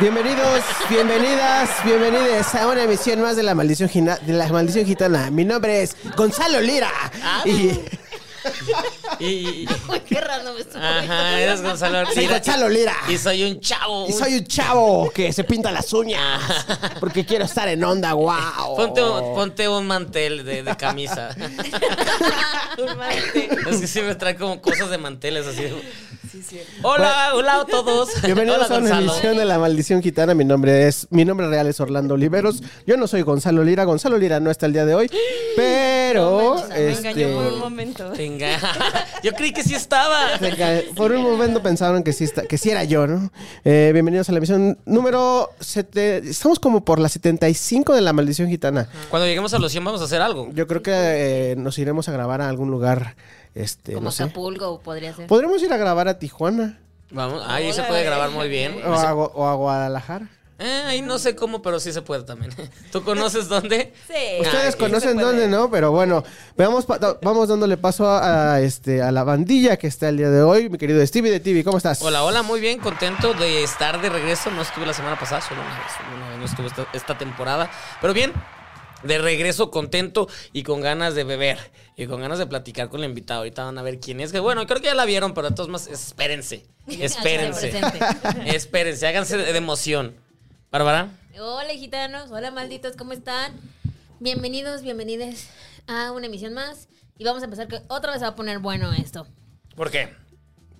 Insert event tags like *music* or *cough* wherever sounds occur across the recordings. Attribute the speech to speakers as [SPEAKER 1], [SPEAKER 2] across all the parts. [SPEAKER 1] Bienvenidos, bienvenidas, bienvenidos a una emisión más de la maldición, Gina- de la maldición gitana. Mi nombre es Gonzalo Lira. Y,
[SPEAKER 2] Y, y-
[SPEAKER 3] Uy, qué raro me estuvo.
[SPEAKER 2] ajá, eres Gonzalo
[SPEAKER 1] soy
[SPEAKER 2] Lira.
[SPEAKER 1] Gonzalo Lira.
[SPEAKER 2] Y soy un chavo.
[SPEAKER 1] Y
[SPEAKER 2] un-
[SPEAKER 1] soy un chavo que se pinta las uñas porque quiero estar en onda, wow.
[SPEAKER 2] Ponte, un- ponte un mantel de, de
[SPEAKER 1] *laughs*
[SPEAKER 2] camisa. es que siempre trae como cosas de manteles así. Hola, hola a todos.
[SPEAKER 1] Bienvenidos
[SPEAKER 2] hola,
[SPEAKER 1] a una
[SPEAKER 2] Gonzalo.
[SPEAKER 1] emisión de la maldición gitana. Mi nombre es, mi nombre real es Orlando Oliveros. Yo no soy Gonzalo Lira. Gonzalo Lira no está el día de hoy, pero
[SPEAKER 3] me
[SPEAKER 1] este,
[SPEAKER 3] engañó por un momento.
[SPEAKER 2] Venga. Yo creí que sí estaba.
[SPEAKER 1] Se cae. Por un momento pensaron que sí, está- que sí era yo, ¿no? Eh, bienvenidos a la emisión número... sete- estamos como por la 75 de La Maldición Gitana.
[SPEAKER 2] Cuando lleguemos a los 100 vamos a hacer algo.
[SPEAKER 1] Yo creo que eh, nos iremos a grabar a algún lugar, este,
[SPEAKER 3] Como pues.
[SPEAKER 1] no sé.
[SPEAKER 3] Acapulco podría *laughs* ser.
[SPEAKER 1] Podremos ir a grabar a Tijuana
[SPEAKER 2] Vamos. Ahí se puede grabar muy bien.
[SPEAKER 1] o a, Gu- o a Guadalajara.
[SPEAKER 2] Eh, ahí no sé cómo, pero sí se puede también. *laughs* ¿Tú conoces dónde?
[SPEAKER 3] Sí.
[SPEAKER 1] Ustedes
[SPEAKER 2] sí
[SPEAKER 1] conocen dónde, ¿no? Pero bueno, veamos pa- da- vamos dándole paso a, a, este, a la bandilla que está el día de hoy. Mi querido Stevie de TV, ¿cómo estás?
[SPEAKER 2] Hola, hola, muy bien, contento de estar de regreso. No estuve la semana pasada, solo una vez, solo una vez no estuve esta, esta temporada. Pero bien, de regreso contento y con ganas de beber y con ganas de platicar con el invitado. Ahorita van a ver quién es. Que bueno, creo que ya la vieron, pero de todos más,
[SPEAKER 3] *laughs*
[SPEAKER 2] espérense. Espérense.
[SPEAKER 3] presente.
[SPEAKER 2] *laughs* espérense, háganse de, de emoción. Bárbara,
[SPEAKER 3] Hola, gitanos. Hola, malditos. ¿Cómo están? Bienvenidos, bienvenidas a una emisión más. Y vamos a empezar que otra vez se va a poner bueno esto.
[SPEAKER 2] ¿por qué?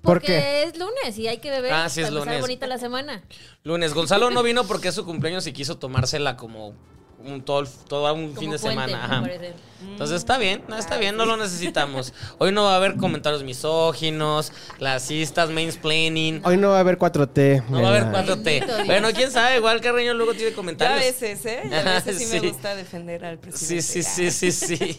[SPEAKER 1] ¿Por
[SPEAKER 3] Porque
[SPEAKER 1] qué?
[SPEAKER 3] es lunes y hay que beber
[SPEAKER 2] Ah, sí, es
[SPEAKER 3] para empezar
[SPEAKER 2] lunes.
[SPEAKER 3] bonita
[SPEAKER 2] *laughs*
[SPEAKER 3] la semana.
[SPEAKER 2] Lunes, Gonzalo no vino porque es su cumpleaños y quiso tomársela como un todo, el- todo un
[SPEAKER 3] Como
[SPEAKER 2] fin de
[SPEAKER 3] puente,
[SPEAKER 2] semana.
[SPEAKER 3] me
[SPEAKER 2] Ajá.
[SPEAKER 3] parece.
[SPEAKER 2] Entonces está bien, no, está bien, no lo
[SPEAKER 1] *laughs*
[SPEAKER 2] necesitamos. Hoy no va a haber comentarios misóginos, clasistas, mansplaining.
[SPEAKER 1] Hoy no va a haber 4T.
[SPEAKER 2] No va a haber
[SPEAKER 1] ¿verdad?
[SPEAKER 2] 4T.
[SPEAKER 3] Dios.
[SPEAKER 2] Bueno, quién sabe, igual Carreño luego tiene
[SPEAKER 4] Yo a
[SPEAKER 2] comentarios.
[SPEAKER 4] veces, ¿eh? Yo a veces sí,
[SPEAKER 2] *laughs* Sí.
[SPEAKER 4] me gusta defender al presidente.
[SPEAKER 2] Sí, sí, sí, sí, sí.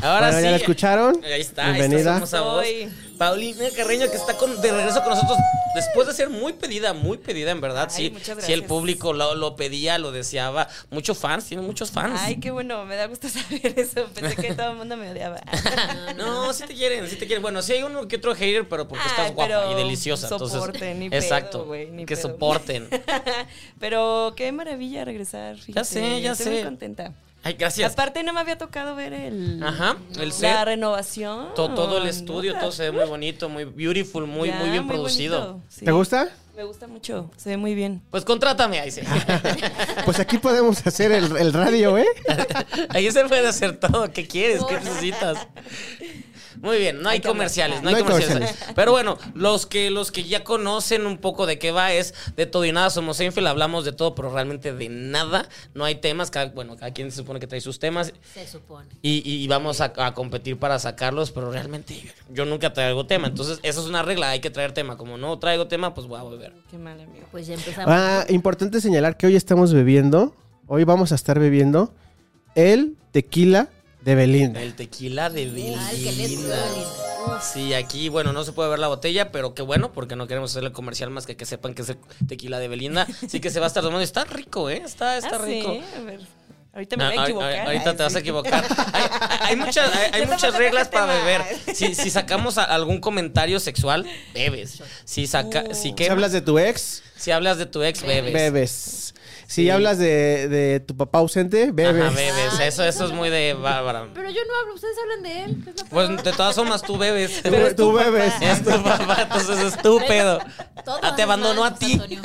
[SPEAKER 2] Ahora
[SPEAKER 1] Bueno,
[SPEAKER 2] sí.
[SPEAKER 1] ¿ya la escucharon?
[SPEAKER 2] Ahí está,
[SPEAKER 1] Bienvenida.
[SPEAKER 2] Bienvenida. ahí está su hermosa voz.
[SPEAKER 4] Soy.
[SPEAKER 2] Paulina Carreño que está con- de regreso con nosotros después de ser muy pedida, muy pedida en verdad.
[SPEAKER 4] Ay,
[SPEAKER 2] sí,
[SPEAKER 4] muchas
[SPEAKER 2] sí, el
[SPEAKER 4] gracias.
[SPEAKER 2] público lo, lo pedía, lo deseaba. Muchos fans, tiene muchos fans.
[SPEAKER 4] Ah. Ay, qué bueno, me da gusto *laughs* saber eso. Pensé que todo el mundo me odiaba. *laughs*
[SPEAKER 2] No, sí te quieren, sí te quieren. Bueno, sí hay uno que otro hater, pero porque
[SPEAKER 4] Ay,
[SPEAKER 2] estás guapa
[SPEAKER 4] pero
[SPEAKER 2] y deliciosa. entonces,
[SPEAKER 4] soporten, ni pedo,
[SPEAKER 2] exacto,
[SPEAKER 4] güey, ni
[SPEAKER 2] que
[SPEAKER 4] pedo.
[SPEAKER 2] soporten.
[SPEAKER 4] Pero qué maravilla regresar, fíjate.
[SPEAKER 2] sé, ya
[SPEAKER 4] Estoy
[SPEAKER 2] sé.
[SPEAKER 4] muy contenta.
[SPEAKER 2] Ay, gracias.
[SPEAKER 4] Aparte, no me había tocado ver el.
[SPEAKER 2] Ajá, el
[SPEAKER 4] La
[SPEAKER 2] set,
[SPEAKER 4] renovación.
[SPEAKER 2] to- todo el estudio,
[SPEAKER 4] ¿no?
[SPEAKER 2] todo se ve muy bonito, muy beautiful, muy,
[SPEAKER 4] Ya,
[SPEAKER 2] muy bien producido.
[SPEAKER 4] bonito, sí.
[SPEAKER 1] ¿Te gusta?
[SPEAKER 4] Me gusta mucho, se ve muy bien.
[SPEAKER 2] Pues contrátame, ahí sí.
[SPEAKER 1] Pues aquí podemos hacer el, el radio, ¿eh?
[SPEAKER 2] ahí se puede hacer todo. ¿Qué quieres? ¿Qué necesitas? Muy bien, no hay comerciales, no hay comerciales. Pero bueno, los que, los que ya conocen un poco de qué va es de todo y nada, somos Seinfeld, hablamos de todo, pero realmente de nada. No hay temas, cada, bueno, cada quien se supone que trae sus temas.
[SPEAKER 3] Se supone.
[SPEAKER 2] Y, y- y vamos a, a competir para sacarlos, pero realmente yo nunca traigo tema. Entonces, eso es una regla, hay que traer tema. Como no traigo tema, pues voy a volver.
[SPEAKER 4] Qué mal, amigo.
[SPEAKER 3] Pues ya empezamos.
[SPEAKER 1] Ah, importante señalar que hoy estamos bebiendo, hoy vamos a estar bebiendo el tequila de Belinda.
[SPEAKER 2] El tequila de
[SPEAKER 3] Ay, que les
[SPEAKER 2] Belinda. Sí, aquí, bueno, no se puede ver la botella, pero qué bueno, porque no queremos hacerle comercial más que que sepan que es el tequila de Belinda. Sí que se va a estar tomando. Está rico, ¿eh? Está, está
[SPEAKER 4] Ah, sí,
[SPEAKER 2] rico.
[SPEAKER 4] a ver, Ahorita me voy
[SPEAKER 2] Ah,
[SPEAKER 4] a
[SPEAKER 2] ahor-
[SPEAKER 4] equivocar.
[SPEAKER 2] ahor- Ahorita
[SPEAKER 4] Ay,
[SPEAKER 2] te vas a
[SPEAKER 4] *laughs* sí.
[SPEAKER 2] equivocar. Hay, hay- hay
[SPEAKER 4] *laughs*
[SPEAKER 2] muchas, hay- hay
[SPEAKER 4] Yo
[SPEAKER 2] muchas
[SPEAKER 4] tampoco
[SPEAKER 2] reglas
[SPEAKER 4] tengo
[SPEAKER 2] para beber.
[SPEAKER 4] tema. *laughs*
[SPEAKER 2] Si, si sacamos a- algún comentario sexual, bebes. Si saca, si
[SPEAKER 1] Si
[SPEAKER 4] Uh.
[SPEAKER 2] quemas-
[SPEAKER 1] hablas de tu ex,
[SPEAKER 2] Si hablas de tu ex, bebes.
[SPEAKER 1] bebes. Si hablas de, de tu papá ausente, bebes.
[SPEAKER 2] Ajá, bebes.
[SPEAKER 3] Ay,
[SPEAKER 2] Eso, eso es muy de Bárbara.
[SPEAKER 3] Pero yo no hablo, ustedes hablan de él. que es lo
[SPEAKER 2] Pues
[SPEAKER 3] peor.
[SPEAKER 2] de todas formas tú bebes.
[SPEAKER 1] Tú, tú bebes.
[SPEAKER 2] Es tu papá, entonces es tu pedo.
[SPEAKER 3] Todo
[SPEAKER 2] Ah, te
[SPEAKER 3] haces
[SPEAKER 2] abandonó
[SPEAKER 3] mal,
[SPEAKER 2] a
[SPEAKER 3] José
[SPEAKER 2] ti.
[SPEAKER 3] Antonio.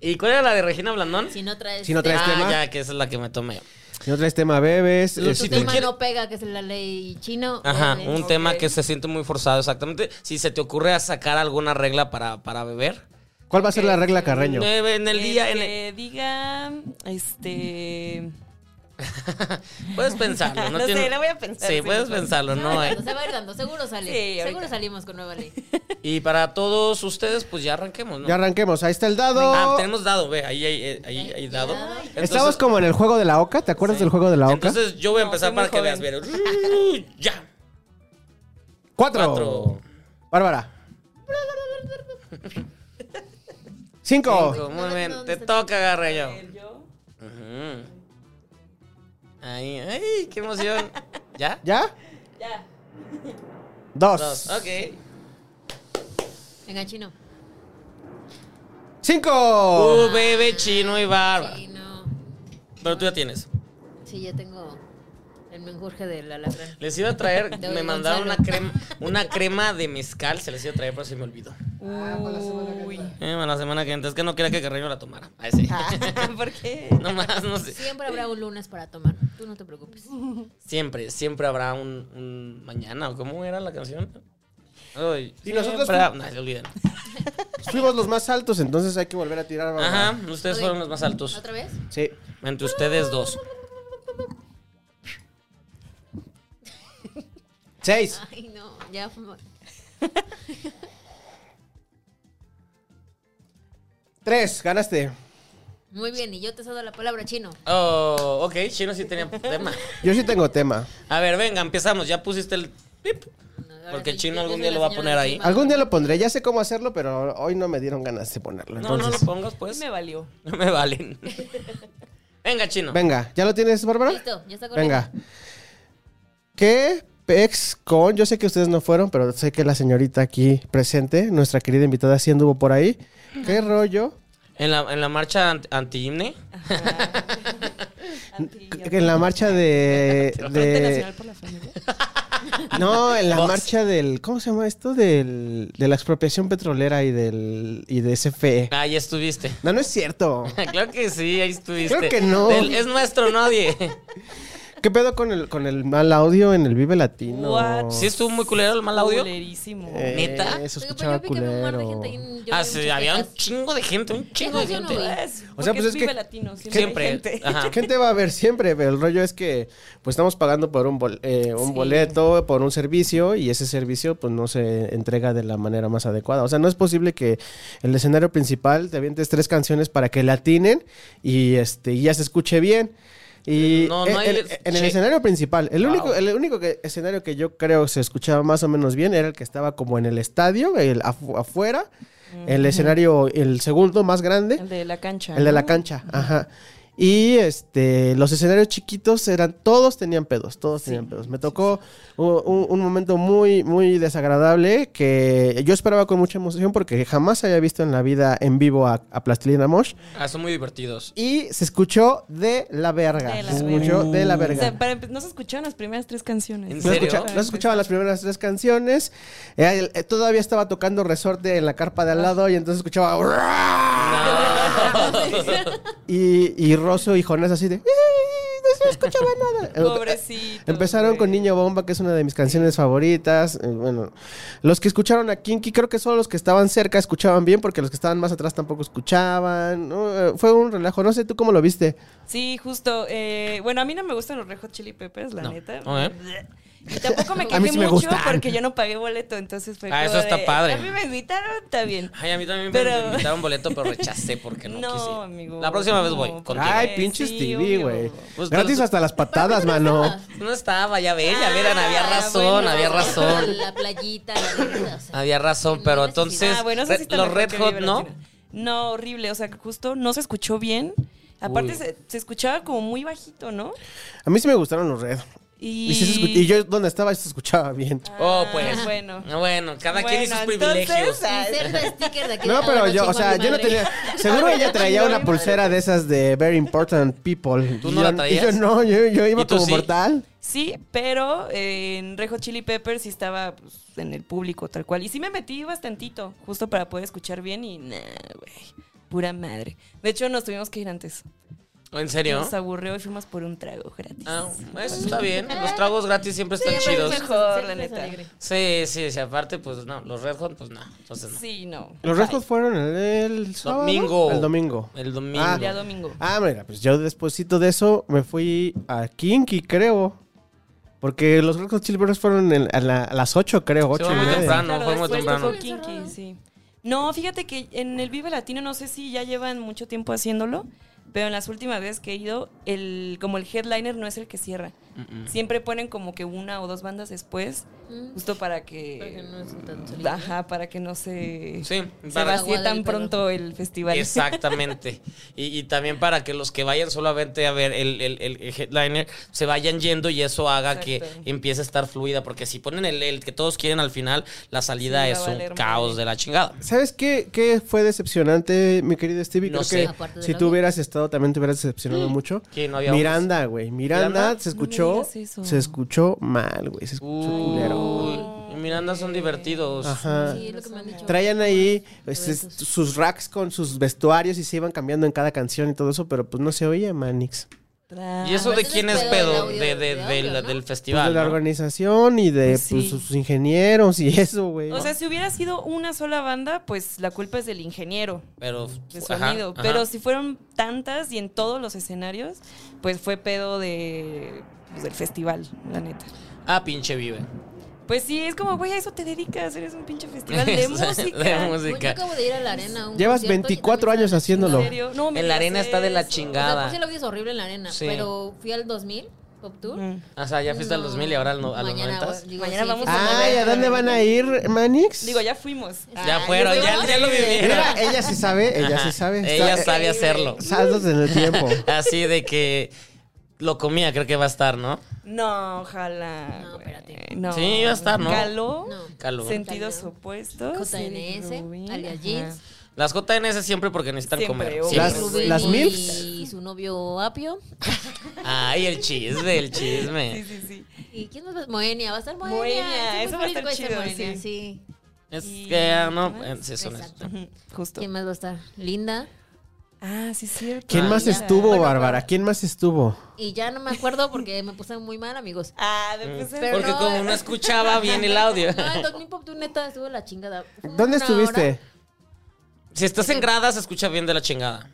[SPEAKER 2] ¿Y cuál era la de Regina Blandón?
[SPEAKER 3] si no traes. este,
[SPEAKER 1] Si no traes
[SPEAKER 2] ah,
[SPEAKER 1] tema.
[SPEAKER 2] ya, que esa es la que me tomé.
[SPEAKER 1] Si no traes tema, bebes. Este,
[SPEAKER 2] Lo-
[SPEAKER 3] tu
[SPEAKER 2] si tú
[SPEAKER 3] tema
[SPEAKER 2] quieres-
[SPEAKER 3] no pega, que es la ley chino. pues,
[SPEAKER 2] Ajá,
[SPEAKER 3] bebes.
[SPEAKER 2] un
[SPEAKER 4] Ok.
[SPEAKER 2] tema que se siente muy forzado, exactamente. Si se te ocurre a sacar alguna regla para, para beber,
[SPEAKER 1] ¿Cuál va a ser la regla, Carreño?
[SPEAKER 2] eh, en el día, en el-
[SPEAKER 4] Que diga, este...
[SPEAKER 2] puedes
[SPEAKER 4] *laughs*
[SPEAKER 2] pensarlo. No,
[SPEAKER 4] No sé,
[SPEAKER 2] tiene-
[SPEAKER 4] la voy a pensar,
[SPEAKER 2] Sí,
[SPEAKER 4] sí,
[SPEAKER 2] puedes
[SPEAKER 4] mejor.
[SPEAKER 2] pensarlo,
[SPEAKER 3] Se va
[SPEAKER 2] no.
[SPEAKER 3] a ir
[SPEAKER 2] eh.
[SPEAKER 3] dando, se va a ir dando, seguro sale.
[SPEAKER 4] Sí, ahorita.
[SPEAKER 3] seguro salimos con nueva ley.
[SPEAKER 2] Y para todos ustedes, pues ya arranquemos, ¿no?
[SPEAKER 1] Ya arranquemos. Ahí está el dado.
[SPEAKER 2] Ah, tenemos dado, ve, ahí hay, eh, ahí hay dado.
[SPEAKER 3] Ay.
[SPEAKER 1] Estabas como en el juego de la oca. ¿Te acuerdas del juego de la oca?
[SPEAKER 2] Entonces yo voy a
[SPEAKER 4] No,
[SPEAKER 2] empezar
[SPEAKER 4] soy
[SPEAKER 2] para
[SPEAKER 4] muy
[SPEAKER 2] que veas,
[SPEAKER 4] joven.
[SPEAKER 2] ve. Ya.
[SPEAKER 1] cuatro.
[SPEAKER 2] Cuatro.
[SPEAKER 1] Bárbara. Cinco.
[SPEAKER 2] Cinco,
[SPEAKER 3] No,
[SPEAKER 2] muy
[SPEAKER 3] no,
[SPEAKER 2] bien.
[SPEAKER 3] no,
[SPEAKER 2] Te
[SPEAKER 3] no.
[SPEAKER 2] toca, Garreño.
[SPEAKER 4] Yo...
[SPEAKER 2] Ujú. Ay, ay, qué emoción. ¿Ya?
[SPEAKER 1] ¿Ya?
[SPEAKER 4] Ya.
[SPEAKER 1] Dos.
[SPEAKER 2] Dos. Ok.
[SPEAKER 3] Venga, chino.
[SPEAKER 1] Cinco.
[SPEAKER 2] Uh, bebé chino y barba.
[SPEAKER 3] Chino.
[SPEAKER 2] Pero tú ya tienes.
[SPEAKER 3] Sí, ya tengo el menjurje del alacrán.
[SPEAKER 2] Les iba a traer,
[SPEAKER 3] De
[SPEAKER 2] me
[SPEAKER 3] Gonzalo.
[SPEAKER 2] mandaron una crema, una crema de mezcal, se les iba a traer, pero se me olvidó.
[SPEAKER 4] Uy.
[SPEAKER 2] Eh, bueno, la semana que entra, es que no quería que Carreño la tomara. Ahí sí.
[SPEAKER 4] ¿Por qué?
[SPEAKER 2] *laughs* no más, no sé.
[SPEAKER 3] Siempre habrá un lunes para tomar. Tú no te preocupes.
[SPEAKER 2] Siempre, siempre habrá un, un mañana, ¿o ¿cómo era la canción? Ay,
[SPEAKER 1] Y nosotros
[SPEAKER 2] siempre- Nah, se olvidan.
[SPEAKER 1] Fuimos los más altos, entonces hay que volver a tirar. Bárbara.
[SPEAKER 2] Ajá, ustedes
[SPEAKER 3] Ok.
[SPEAKER 2] fueron los más altos.
[SPEAKER 3] ¿Otra vez?
[SPEAKER 1] Sí.
[SPEAKER 2] Entre ustedes dos.
[SPEAKER 1] Seis.
[SPEAKER 3] Ay, no, ya. fue-
[SPEAKER 1] Tres. Ganaste.
[SPEAKER 3] Muy bien, y yo te cedo la palabra, chino.
[SPEAKER 2] Oh, ok, Chino sí tenía
[SPEAKER 3] *laughs*
[SPEAKER 2] tema.
[SPEAKER 1] Yo sí tengo tema.
[SPEAKER 2] A ver, venga, empezamos. Ya pusiste el pip.
[SPEAKER 3] No, ahora
[SPEAKER 2] Porque
[SPEAKER 3] sí,
[SPEAKER 2] chino
[SPEAKER 3] yo- yo
[SPEAKER 2] algún
[SPEAKER 3] soy
[SPEAKER 2] día
[SPEAKER 3] la
[SPEAKER 2] lo va a
[SPEAKER 3] señora
[SPEAKER 2] poner ahí.
[SPEAKER 3] encima.
[SPEAKER 1] Algún día lo pondré. Ya sé cómo hacerlo, pero hoy no me dieron ganas de ponerlo.
[SPEAKER 2] No, no lo
[SPEAKER 1] Entonces,
[SPEAKER 2] pongas, pues.
[SPEAKER 1] *laughs*
[SPEAKER 4] Me valió.
[SPEAKER 2] No me
[SPEAKER 3] *laughs*
[SPEAKER 2] valen. Venga, chino.
[SPEAKER 1] venga. ¿Ya lo tienes, Bárbara?
[SPEAKER 3] Listo, ya está correcto.
[SPEAKER 1] Venga. ¿Qué pex con? Yo sé que ustedes no fueron, pero sé que la señorita aquí presente, nuestra querida invitada, sí anduvo por ahí. ¿Qué rollo?
[SPEAKER 2] En la, en la marcha ant- anti-himne.
[SPEAKER 1] Que En la marcha de.
[SPEAKER 3] *laughs*
[SPEAKER 4] Frente
[SPEAKER 1] de-
[SPEAKER 4] Nacional por la Familia.
[SPEAKER 1] no, en la
[SPEAKER 2] Vox.
[SPEAKER 1] marcha del. ¿Cómo se llama esto? Del, de la expropiación petrolera y del. y de CFE.
[SPEAKER 2] Ahí estuviste. *laughs*
[SPEAKER 1] No, no es cierto.
[SPEAKER 2] claro que sí, ahí estuviste.
[SPEAKER 1] Creo que no.
[SPEAKER 2] Del- es nuestro
[SPEAKER 1] *laughs*
[SPEAKER 2] nadie.
[SPEAKER 1] ¿Qué pedo con el, con el mal audio en el Vive Latino?
[SPEAKER 4] What?
[SPEAKER 2] ¿Sí estuvo muy culero el mal audio?
[SPEAKER 4] Culerísimo.
[SPEAKER 1] Eh,
[SPEAKER 2] ¿Neta?
[SPEAKER 1] Se
[SPEAKER 3] Oiga,
[SPEAKER 1] escuchaba
[SPEAKER 3] pero Ah, pues yo vi que había un mar de
[SPEAKER 1] culero.
[SPEAKER 3] gente ahí, yo
[SPEAKER 2] Ah,
[SPEAKER 3] vi
[SPEAKER 2] sí,
[SPEAKER 3] muchas
[SPEAKER 2] había un
[SPEAKER 3] quejas.
[SPEAKER 2] chingo de gente, un chingo de
[SPEAKER 3] Eso yo no
[SPEAKER 2] gente.
[SPEAKER 3] vi.
[SPEAKER 4] o sea, pues es que... Latino, siempre,
[SPEAKER 2] Siempre.
[SPEAKER 4] hay gente.
[SPEAKER 1] Ah.
[SPEAKER 2] Ajá.
[SPEAKER 1] Gente va a ver siempre, pero el rollo es que pues estamos pagando por un, bol- eh, un
[SPEAKER 4] Sí.
[SPEAKER 1] boleto, por un servicio y ese servicio pues no se entrega de la manera más adecuada. O sea, no es posible que el escenario principal te avientes tres canciones para que latinen y este y ya se escuche bien. Y
[SPEAKER 2] No, no hay
[SPEAKER 1] en, en-
[SPEAKER 2] les-
[SPEAKER 1] en el
[SPEAKER 2] che.
[SPEAKER 1] escenario principal, el
[SPEAKER 2] Wow.
[SPEAKER 1] único, el único que- escenario que yo creo se escuchaba más o menos bien era el que estaba como en el estadio, el afu- afuera, el escenario, el segundo más grande.
[SPEAKER 4] El de la cancha.
[SPEAKER 1] El de la
[SPEAKER 4] ¿no?
[SPEAKER 1] cancha, ajá. Y este, los escenarios chiquitos eran, todos tenían pedos, todos tenían pedos. Me tocó u- un, un momento muy, muy desagradable que yo esperaba con mucha emoción porque jamás había visto en la vida en vivo a, a Plastilina Mosh.
[SPEAKER 2] Ah, son muy divertidos.
[SPEAKER 1] Y se escuchó de la verga.
[SPEAKER 4] De la
[SPEAKER 1] se escuchó de la
[SPEAKER 4] O sea,
[SPEAKER 1] verga.
[SPEAKER 4] para empe- no se escucharon las primeras tres canciones.
[SPEAKER 2] ¿En
[SPEAKER 1] No,
[SPEAKER 2] serio?
[SPEAKER 1] escucha- no escuchaban las primeras tres canciones. Eh, el- eh, todavía estaba tocando resorte en la carpa de al lado y entonces escuchaba. *laughs* Y, y Rosso y Jonás así de... "Eh, No se escuchaba nada.
[SPEAKER 2] *laughs*
[SPEAKER 4] Pobrecito.
[SPEAKER 1] Empezaron con Niño Bomba, que es una de mis canciones favoritas. Eh, Bueno, los que escucharon a Kinky, creo que solo los que estaban cerca escuchaban bien, porque los que estaban más atrás tampoco escuchaban. No, eh, Fue un relajo. No sé tú cómo lo viste.
[SPEAKER 4] Sí, justo. eh, bueno, a mí no me gustan los Red Hot Chili Peppers, la
[SPEAKER 2] No.
[SPEAKER 4] neta.
[SPEAKER 2] Ok.
[SPEAKER 4] Y tampoco me
[SPEAKER 1] *laughs* A mí
[SPEAKER 4] quejé
[SPEAKER 1] sí me
[SPEAKER 4] mucho
[SPEAKER 1] gustan.
[SPEAKER 4] porque yo no pagué boleto, entonces fue
[SPEAKER 2] Ah,
[SPEAKER 4] como
[SPEAKER 2] eso está
[SPEAKER 4] de,
[SPEAKER 2] padre.
[SPEAKER 4] A mí me invitaron, está bien.
[SPEAKER 2] Ay, a mí también me
[SPEAKER 4] Pero-
[SPEAKER 2] invitaron boleto, pero rechacé porque no,
[SPEAKER 4] No,
[SPEAKER 2] quise.
[SPEAKER 4] amigo,
[SPEAKER 2] La próxima vez
[SPEAKER 4] no,
[SPEAKER 2] voy.
[SPEAKER 4] porque-
[SPEAKER 2] contigo.
[SPEAKER 1] Ay,
[SPEAKER 4] Eh,
[SPEAKER 1] pinches
[SPEAKER 4] sí,
[SPEAKER 1] TV,
[SPEAKER 4] obvio.
[SPEAKER 1] güey.
[SPEAKER 2] Pues,
[SPEAKER 1] Gratis
[SPEAKER 2] pero-
[SPEAKER 1] hasta las patadas, mano.
[SPEAKER 2] No estaba, ya ven, ya vieron,
[SPEAKER 4] Ah,
[SPEAKER 2] había razón,
[SPEAKER 4] bueno.
[SPEAKER 2] había razón.
[SPEAKER 3] La playita, la neta, o sea.
[SPEAKER 2] Había razón, pero entonces
[SPEAKER 4] Ah, bueno, eso
[SPEAKER 2] re-
[SPEAKER 4] sí está
[SPEAKER 2] los
[SPEAKER 4] mejor
[SPEAKER 2] Red
[SPEAKER 4] que
[SPEAKER 2] Hot,
[SPEAKER 4] Vive
[SPEAKER 2] ¿no?
[SPEAKER 4] Latino. No, horrible. O sea, que justo no se escuchó bien. Aparte,
[SPEAKER 2] Uy.
[SPEAKER 4] se, se escuchaba como muy bajito, ¿no?
[SPEAKER 1] A mí sí me gustaron los Red.
[SPEAKER 4] Y,
[SPEAKER 1] Y, sí se escu- y yo donde estaba se escuchaba bien.
[SPEAKER 2] Oh, pues.
[SPEAKER 4] Ah, Bueno.
[SPEAKER 2] Bueno, cada quien y sus
[SPEAKER 4] Bueno,
[SPEAKER 2] privilegios.
[SPEAKER 4] entonces, ah,
[SPEAKER 3] Inserta sticker de aquí.
[SPEAKER 1] No,
[SPEAKER 3] de
[SPEAKER 1] pero
[SPEAKER 3] ahora,
[SPEAKER 1] yo, o
[SPEAKER 3] chingo a
[SPEAKER 1] sea,
[SPEAKER 3] mi
[SPEAKER 1] yo no
[SPEAKER 2] *laughs*
[SPEAKER 3] madre.
[SPEAKER 1] tenía. Seguro ella traía
[SPEAKER 4] Chingo a
[SPEAKER 1] una
[SPEAKER 4] mi madre.
[SPEAKER 1] pulsera de esas de Very Important People.
[SPEAKER 2] ¿Tú
[SPEAKER 1] Y
[SPEAKER 2] no
[SPEAKER 1] yo-
[SPEAKER 2] la traías?
[SPEAKER 1] y yo no, yo, yo
[SPEAKER 2] ¿Y
[SPEAKER 1] iba
[SPEAKER 2] tú
[SPEAKER 1] como
[SPEAKER 2] sí?
[SPEAKER 1] mortal.
[SPEAKER 4] Sí, pero eh, en Rejo Chili Peppers sí estaba pues, en el público tal cual. Y sí me metí bastantito, justo para poder escuchar bien y nah, güey. Pura madre. De hecho, nos tuvimos que ir antes.
[SPEAKER 2] ¿En serio?
[SPEAKER 4] Nos aburrió y fuimos por un trago gratis.
[SPEAKER 2] Ah, eso está bien. Los tragos gratis siempre están
[SPEAKER 3] Siempre
[SPEAKER 2] chidos.
[SPEAKER 3] es
[SPEAKER 4] Mejor,
[SPEAKER 3] siempre
[SPEAKER 4] la
[SPEAKER 3] es
[SPEAKER 4] neta.
[SPEAKER 3] pues, alegre.
[SPEAKER 2] Sí, sí, sí. Aparte, pues no. Los Red Hot, pues no. Entonces no.
[SPEAKER 4] Sí, no.
[SPEAKER 1] Los
[SPEAKER 4] Bye.
[SPEAKER 1] Red Hot fueron el, el sábado,
[SPEAKER 2] Domingo.
[SPEAKER 1] El domingo.
[SPEAKER 2] El domingo.
[SPEAKER 1] Ah.
[SPEAKER 4] El día domingo.
[SPEAKER 1] Ah, mira, pues yo despuesito de eso me fui a Kinky, creo. Porque los Red Hot Chili Peppers fueron en- a, la- a las 8, creo. 8
[SPEAKER 2] fue
[SPEAKER 1] y
[SPEAKER 2] muy
[SPEAKER 1] media.
[SPEAKER 2] temprano. fue muy
[SPEAKER 4] después
[SPEAKER 2] temprano.
[SPEAKER 4] fue Kinky, sí. No, fíjate que en el Vive Latino, no sé si ya llevan mucho tiempo haciéndolo, pero en las últimas veces que he ido, el, como el headliner no es el que cierra. Siempre ponen como que una o dos bandas después,
[SPEAKER 3] Mm.
[SPEAKER 4] justo para que...
[SPEAKER 3] Porque no es tan
[SPEAKER 4] Ajá, para que no se,
[SPEAKER 2] Sí,
[SPEAKER 4] se
[SPEAKER 2] para-
[SPEAKER 4] vacíe
[SPEAKER 3] Aguada el
[SPEAKER 4] tan
[SPEAKER 3] pedo.
[SPEAKER 4] pronto el festival.
[SPEAKER 2] Exactamente. Y, y también para que los que vayan solamente a ver el, el- el- el headliner se vayan yendo y eso haga
[SPEAKER 4] Exacto.
[SPEAKER 2] que empiece a estar fluida. Porque si ponen el, el que todos quieren al final, la salida
[SPEAKER 4] Sí, va
[SPEAKER 2] es
[SPEAKER 4] a
[SPEAKER 2] un
[SPEAKER 4] valer madre.
[SPEAKER 2] caos de la chingada.
[SPEAKER 1] ¿Sabes qué, qué fue decepcionante, mi querido Stevie?
[SPEAKER 2] No
[SPEAKER 1] Creo
[SPEAKER 2] sé.
[SPEAKER 3] Aparte
[SPEAKER 1] que
[SPEAKER 3] de
[SPEAKER 1] si
[SPEAKER 3] la
[SPEAKER 1] tú
[SPEAKER 3] vida.
[SPEAKER 1] hubieras estado también te hubieras decepcionado mucho.
[SPEAKER 2] ¿Quién? No había
[SPEAKER 1] Miranda, güey. Miranda,
[SPEAKER 2] ¿Miranda?
[SPEAKER 1] se
[SPEAKER 4] No me
[SPEAKER 1] escuchó.
[SPEAKER 4] digas eso.
[SPEAKER 1] se escuchó mal, güey. Se escuchó culero.
[SPEAKER 2] Uy, Miranda son divertidos.
[SPEAKER 1] Ajá.
[SPEAKER 3] Sí, es lo que me han dicho.
[SPEAKER 1] Traían ahí pues, es- sus racks con sus vestuarios y se iban cambiando en cada canción y todo eso, pero pues no se oía, Manix.
[SPEAKER 4] *laughs* Tra-
[SPEAKER 2] ¿Y eso de
[SPEAKER 3] Entonces,
[SPEAKER 2] quién es
[SPEAKER 3] pero el
[SPEAKER 2] pedo?
[SPEAKER 3] audio
[SPEAKER 2] De, de-
[SPEAKER 3] de audio,
[SPEAKER 2] del-
[SPEAKER 3] ¿no?
[SPEAKER 2] del
[SPEAKER 1] Pues,
[SPEAKER 2] festival.
[SPEAKER 1] de la
[SPEAKER 2] Ah, ¿no?
[SPEAKER 1] organización y de
[SPEAKER 4] Pues,
[SPEAKER 1] pues,
[SPEAKER 4] sí.
[SPEAKER 1] sus ingenieros y eso, güey.
[SPEAKER 4] O sea, si hubiera sido una sola banda, pues la culpa es del ingeniero.
[SPEAKER 2] Pero,
[SPEAKER 4] de
[SPEAKER 2] ajá,
[SPEAKER 4] sonido.
[SPEAKER 2] ajá.
[SPEAKER 4] Pero si fueron tantas y en todos los escenarios, pues fue pedo de, pues, del festival, la neta.
[SPEAKER 2] Ah, pinche vive.
[SPEAKER 4] Pues sí, es como, güey, a eso te dedicas, eres un
[SPEAKER 2] *laughs*
[SPEAKER 4] pinche festival de
[SPEAKER 2] De
[SPEAKER 4] música.
[SPEAKER 2] música.
[SPEAKER 3] Pues Yo acabo de ir a la arena. a un
[SPEAKER 1] Llevas
[SPEAKER 3] concierto y
[SPEAKER 1] 24
[SPEAKER 3] también
[SPEAKER 1] años
[SPEAKER 3] estaba chido.
[SPEAKER 1] haciéndolo.
[SPEAKER 4] ¿En serio? No me
[SPEAKER 2] En la
[SPEAKER 4] digas
[SPEAKER 2] arena está de la
[SPEAKER 4] eso.
[SPEAKER 3] O sea,
[SPEAKER 2] chingada.
[SPEAKER 3] pues sí lo vi es horrible en la arena,
[SPEAKER 2] Sí.
[SPEAKER 3] pero fui al 2000, Pop Tour.
[SPEAKER 4] Mm.
[SPEAKER 2] O sea, ya fuiste al
[SPEAKER 3] No,
[SPEAKER 2] 2000 y ahora al no- a los
[SPEAKER 3] mañana
[SPEAKER 2] 90.
[SPEAKER 3] voy- digo,
[SPEAKER 4] Mañana
[SPEAKER 3] sí,
[SPEAKER 4] vamos
[SPEAKER 3] sí.
[SPEAKER 4] a-
[SPEAKER 1] Ay, ¿a dónde van a ir, Manix?
[SPEAKER 4] Digo, ya fuimos.
[SPEAKER 2] Ya
[SPEAKER 3] Ah,
[SPEAKER 2] fueron,
[SPEAKER 3] yo
[SPEAKER 2] ya,
[SPEAKER 3] soy-
[SPEAKER 2] ya lo vivieron.
[SPEAKER 1] Mira, ella sí sabe, ella sí sabe.
[SPEAKER 2] Ella
[SPEAKER 1] Está- eh,
[SPEAKER 2] sabe hacerlo.
[SPEAKER 1] Saldos en el tiempo.
[SPEAKER 2] Así de que lo comía, creo que va a estar, ¿no?
[SPEAKER 4] No, ojalá.
[SPEAKER 3] No,
[SPEAKER 4] güey.
[SPEAKER 3] espérate.
[SPEAKER 4] No.
[SPEAKER 2] Sí, iba a estar, ¿no?
[SPEAKER 4] Caló,
[SPEAKER 3] No.
[SPEAKER 2] Caló.
[SPEAKER 4] sentidos
[SPEAKER 3] Caló.
[SPEAKER 4] opuestos.
[SPEAKER 3] JNS,
[SPEAKER 4] Eric Rubin,
[SPEAKER 3] alias
[SPEAKER 4] ajá.
[SPEAKER 3] Jeans.
[SPEAKER 2] Las JNS siempre porque necesitan
[SPEAKER 4] Siempre,
[SPEAKER 2] comer.
[SPEAKER 4] obvio.
[SPEAKER 2] siempre.
[SPEAKER 1] Las-
[SPEAKER 3] Rubén
[SPEAKER 1] las
[SPEAKER 3] y
[SPEAKER 1] MILFs.
[SPEAKER 3] Y su novio Apio.
[SPEAKER 2] Ay, el chisme, el
[SPEAKER 4] Sí,
[SPEAKER 2] chisme.
[SPEAKER 4] sí, sí.
[SPEAKER 3] ¿Y quién más va? Moenia, va a estar Moenia.
[SPEAKER 4] Moenia,
[SPEAKER 3] Estoy muy
[SPEAKER 4] eso va a
[SPEAKER 3] feliz
[SPEAKER 4] estar
[SPEAKER 3] con esta
[SPEAKER 4] chido,
[SPEAKER 3] Moenia,
[SPEAKER 4] sí.
[SPEAKER 3] sí.
[SPEAKER 2] Es
[SPEAKER 4] Y-
[SPEAKER 2] que ah, no,
[SPEAKER 4] ¿qué
[SPEAKER 2] eh, sí, son
[SPEAKER 3] Exacto.
[SPEAKER 2] esos.
[SPEAKER 4] Ujú, Justo.
[SPEAKER 3] ¿Quién más va a estar? Linda.
[SPEAKER 4] Ah, sí, es cierto.
[SPEAKER 1] ¿Quién
[SPEAKER 2] Ah,
[SPEAKER 1] más
[SPEAKER 2] ya.
[SPEAKER 1] estuvo, Bárbara? ¿Quién más estuvo?
[SPEAKER 3] Y ya no me acuerdo porque me puse muy mal, amigos.
[SPEAKER 4] Ah, me
[SPEAKER 1] pues,
[SPEAKER 4] puse-
[SPEAKER 3] Pero
[SPEAKER 2] Porque
[SPEAKER 3] no,
[SPEAKER 2] como no escuchaba bien el
[SPEAKER 3] *laughs*
[SPEAKER 2] audio.
[SPEAKER 3] No, el 2000 Pop Tour neta estuvo la chingada. Fue
[SPEAKER 1] ¿Dónde
[SPEAKER 3] una
[SPEAKER 1] estuviste?
[SPEAKER 3] hora.
[SPEAKER 2] Si estás en gradas, se escucha bien de la chingada.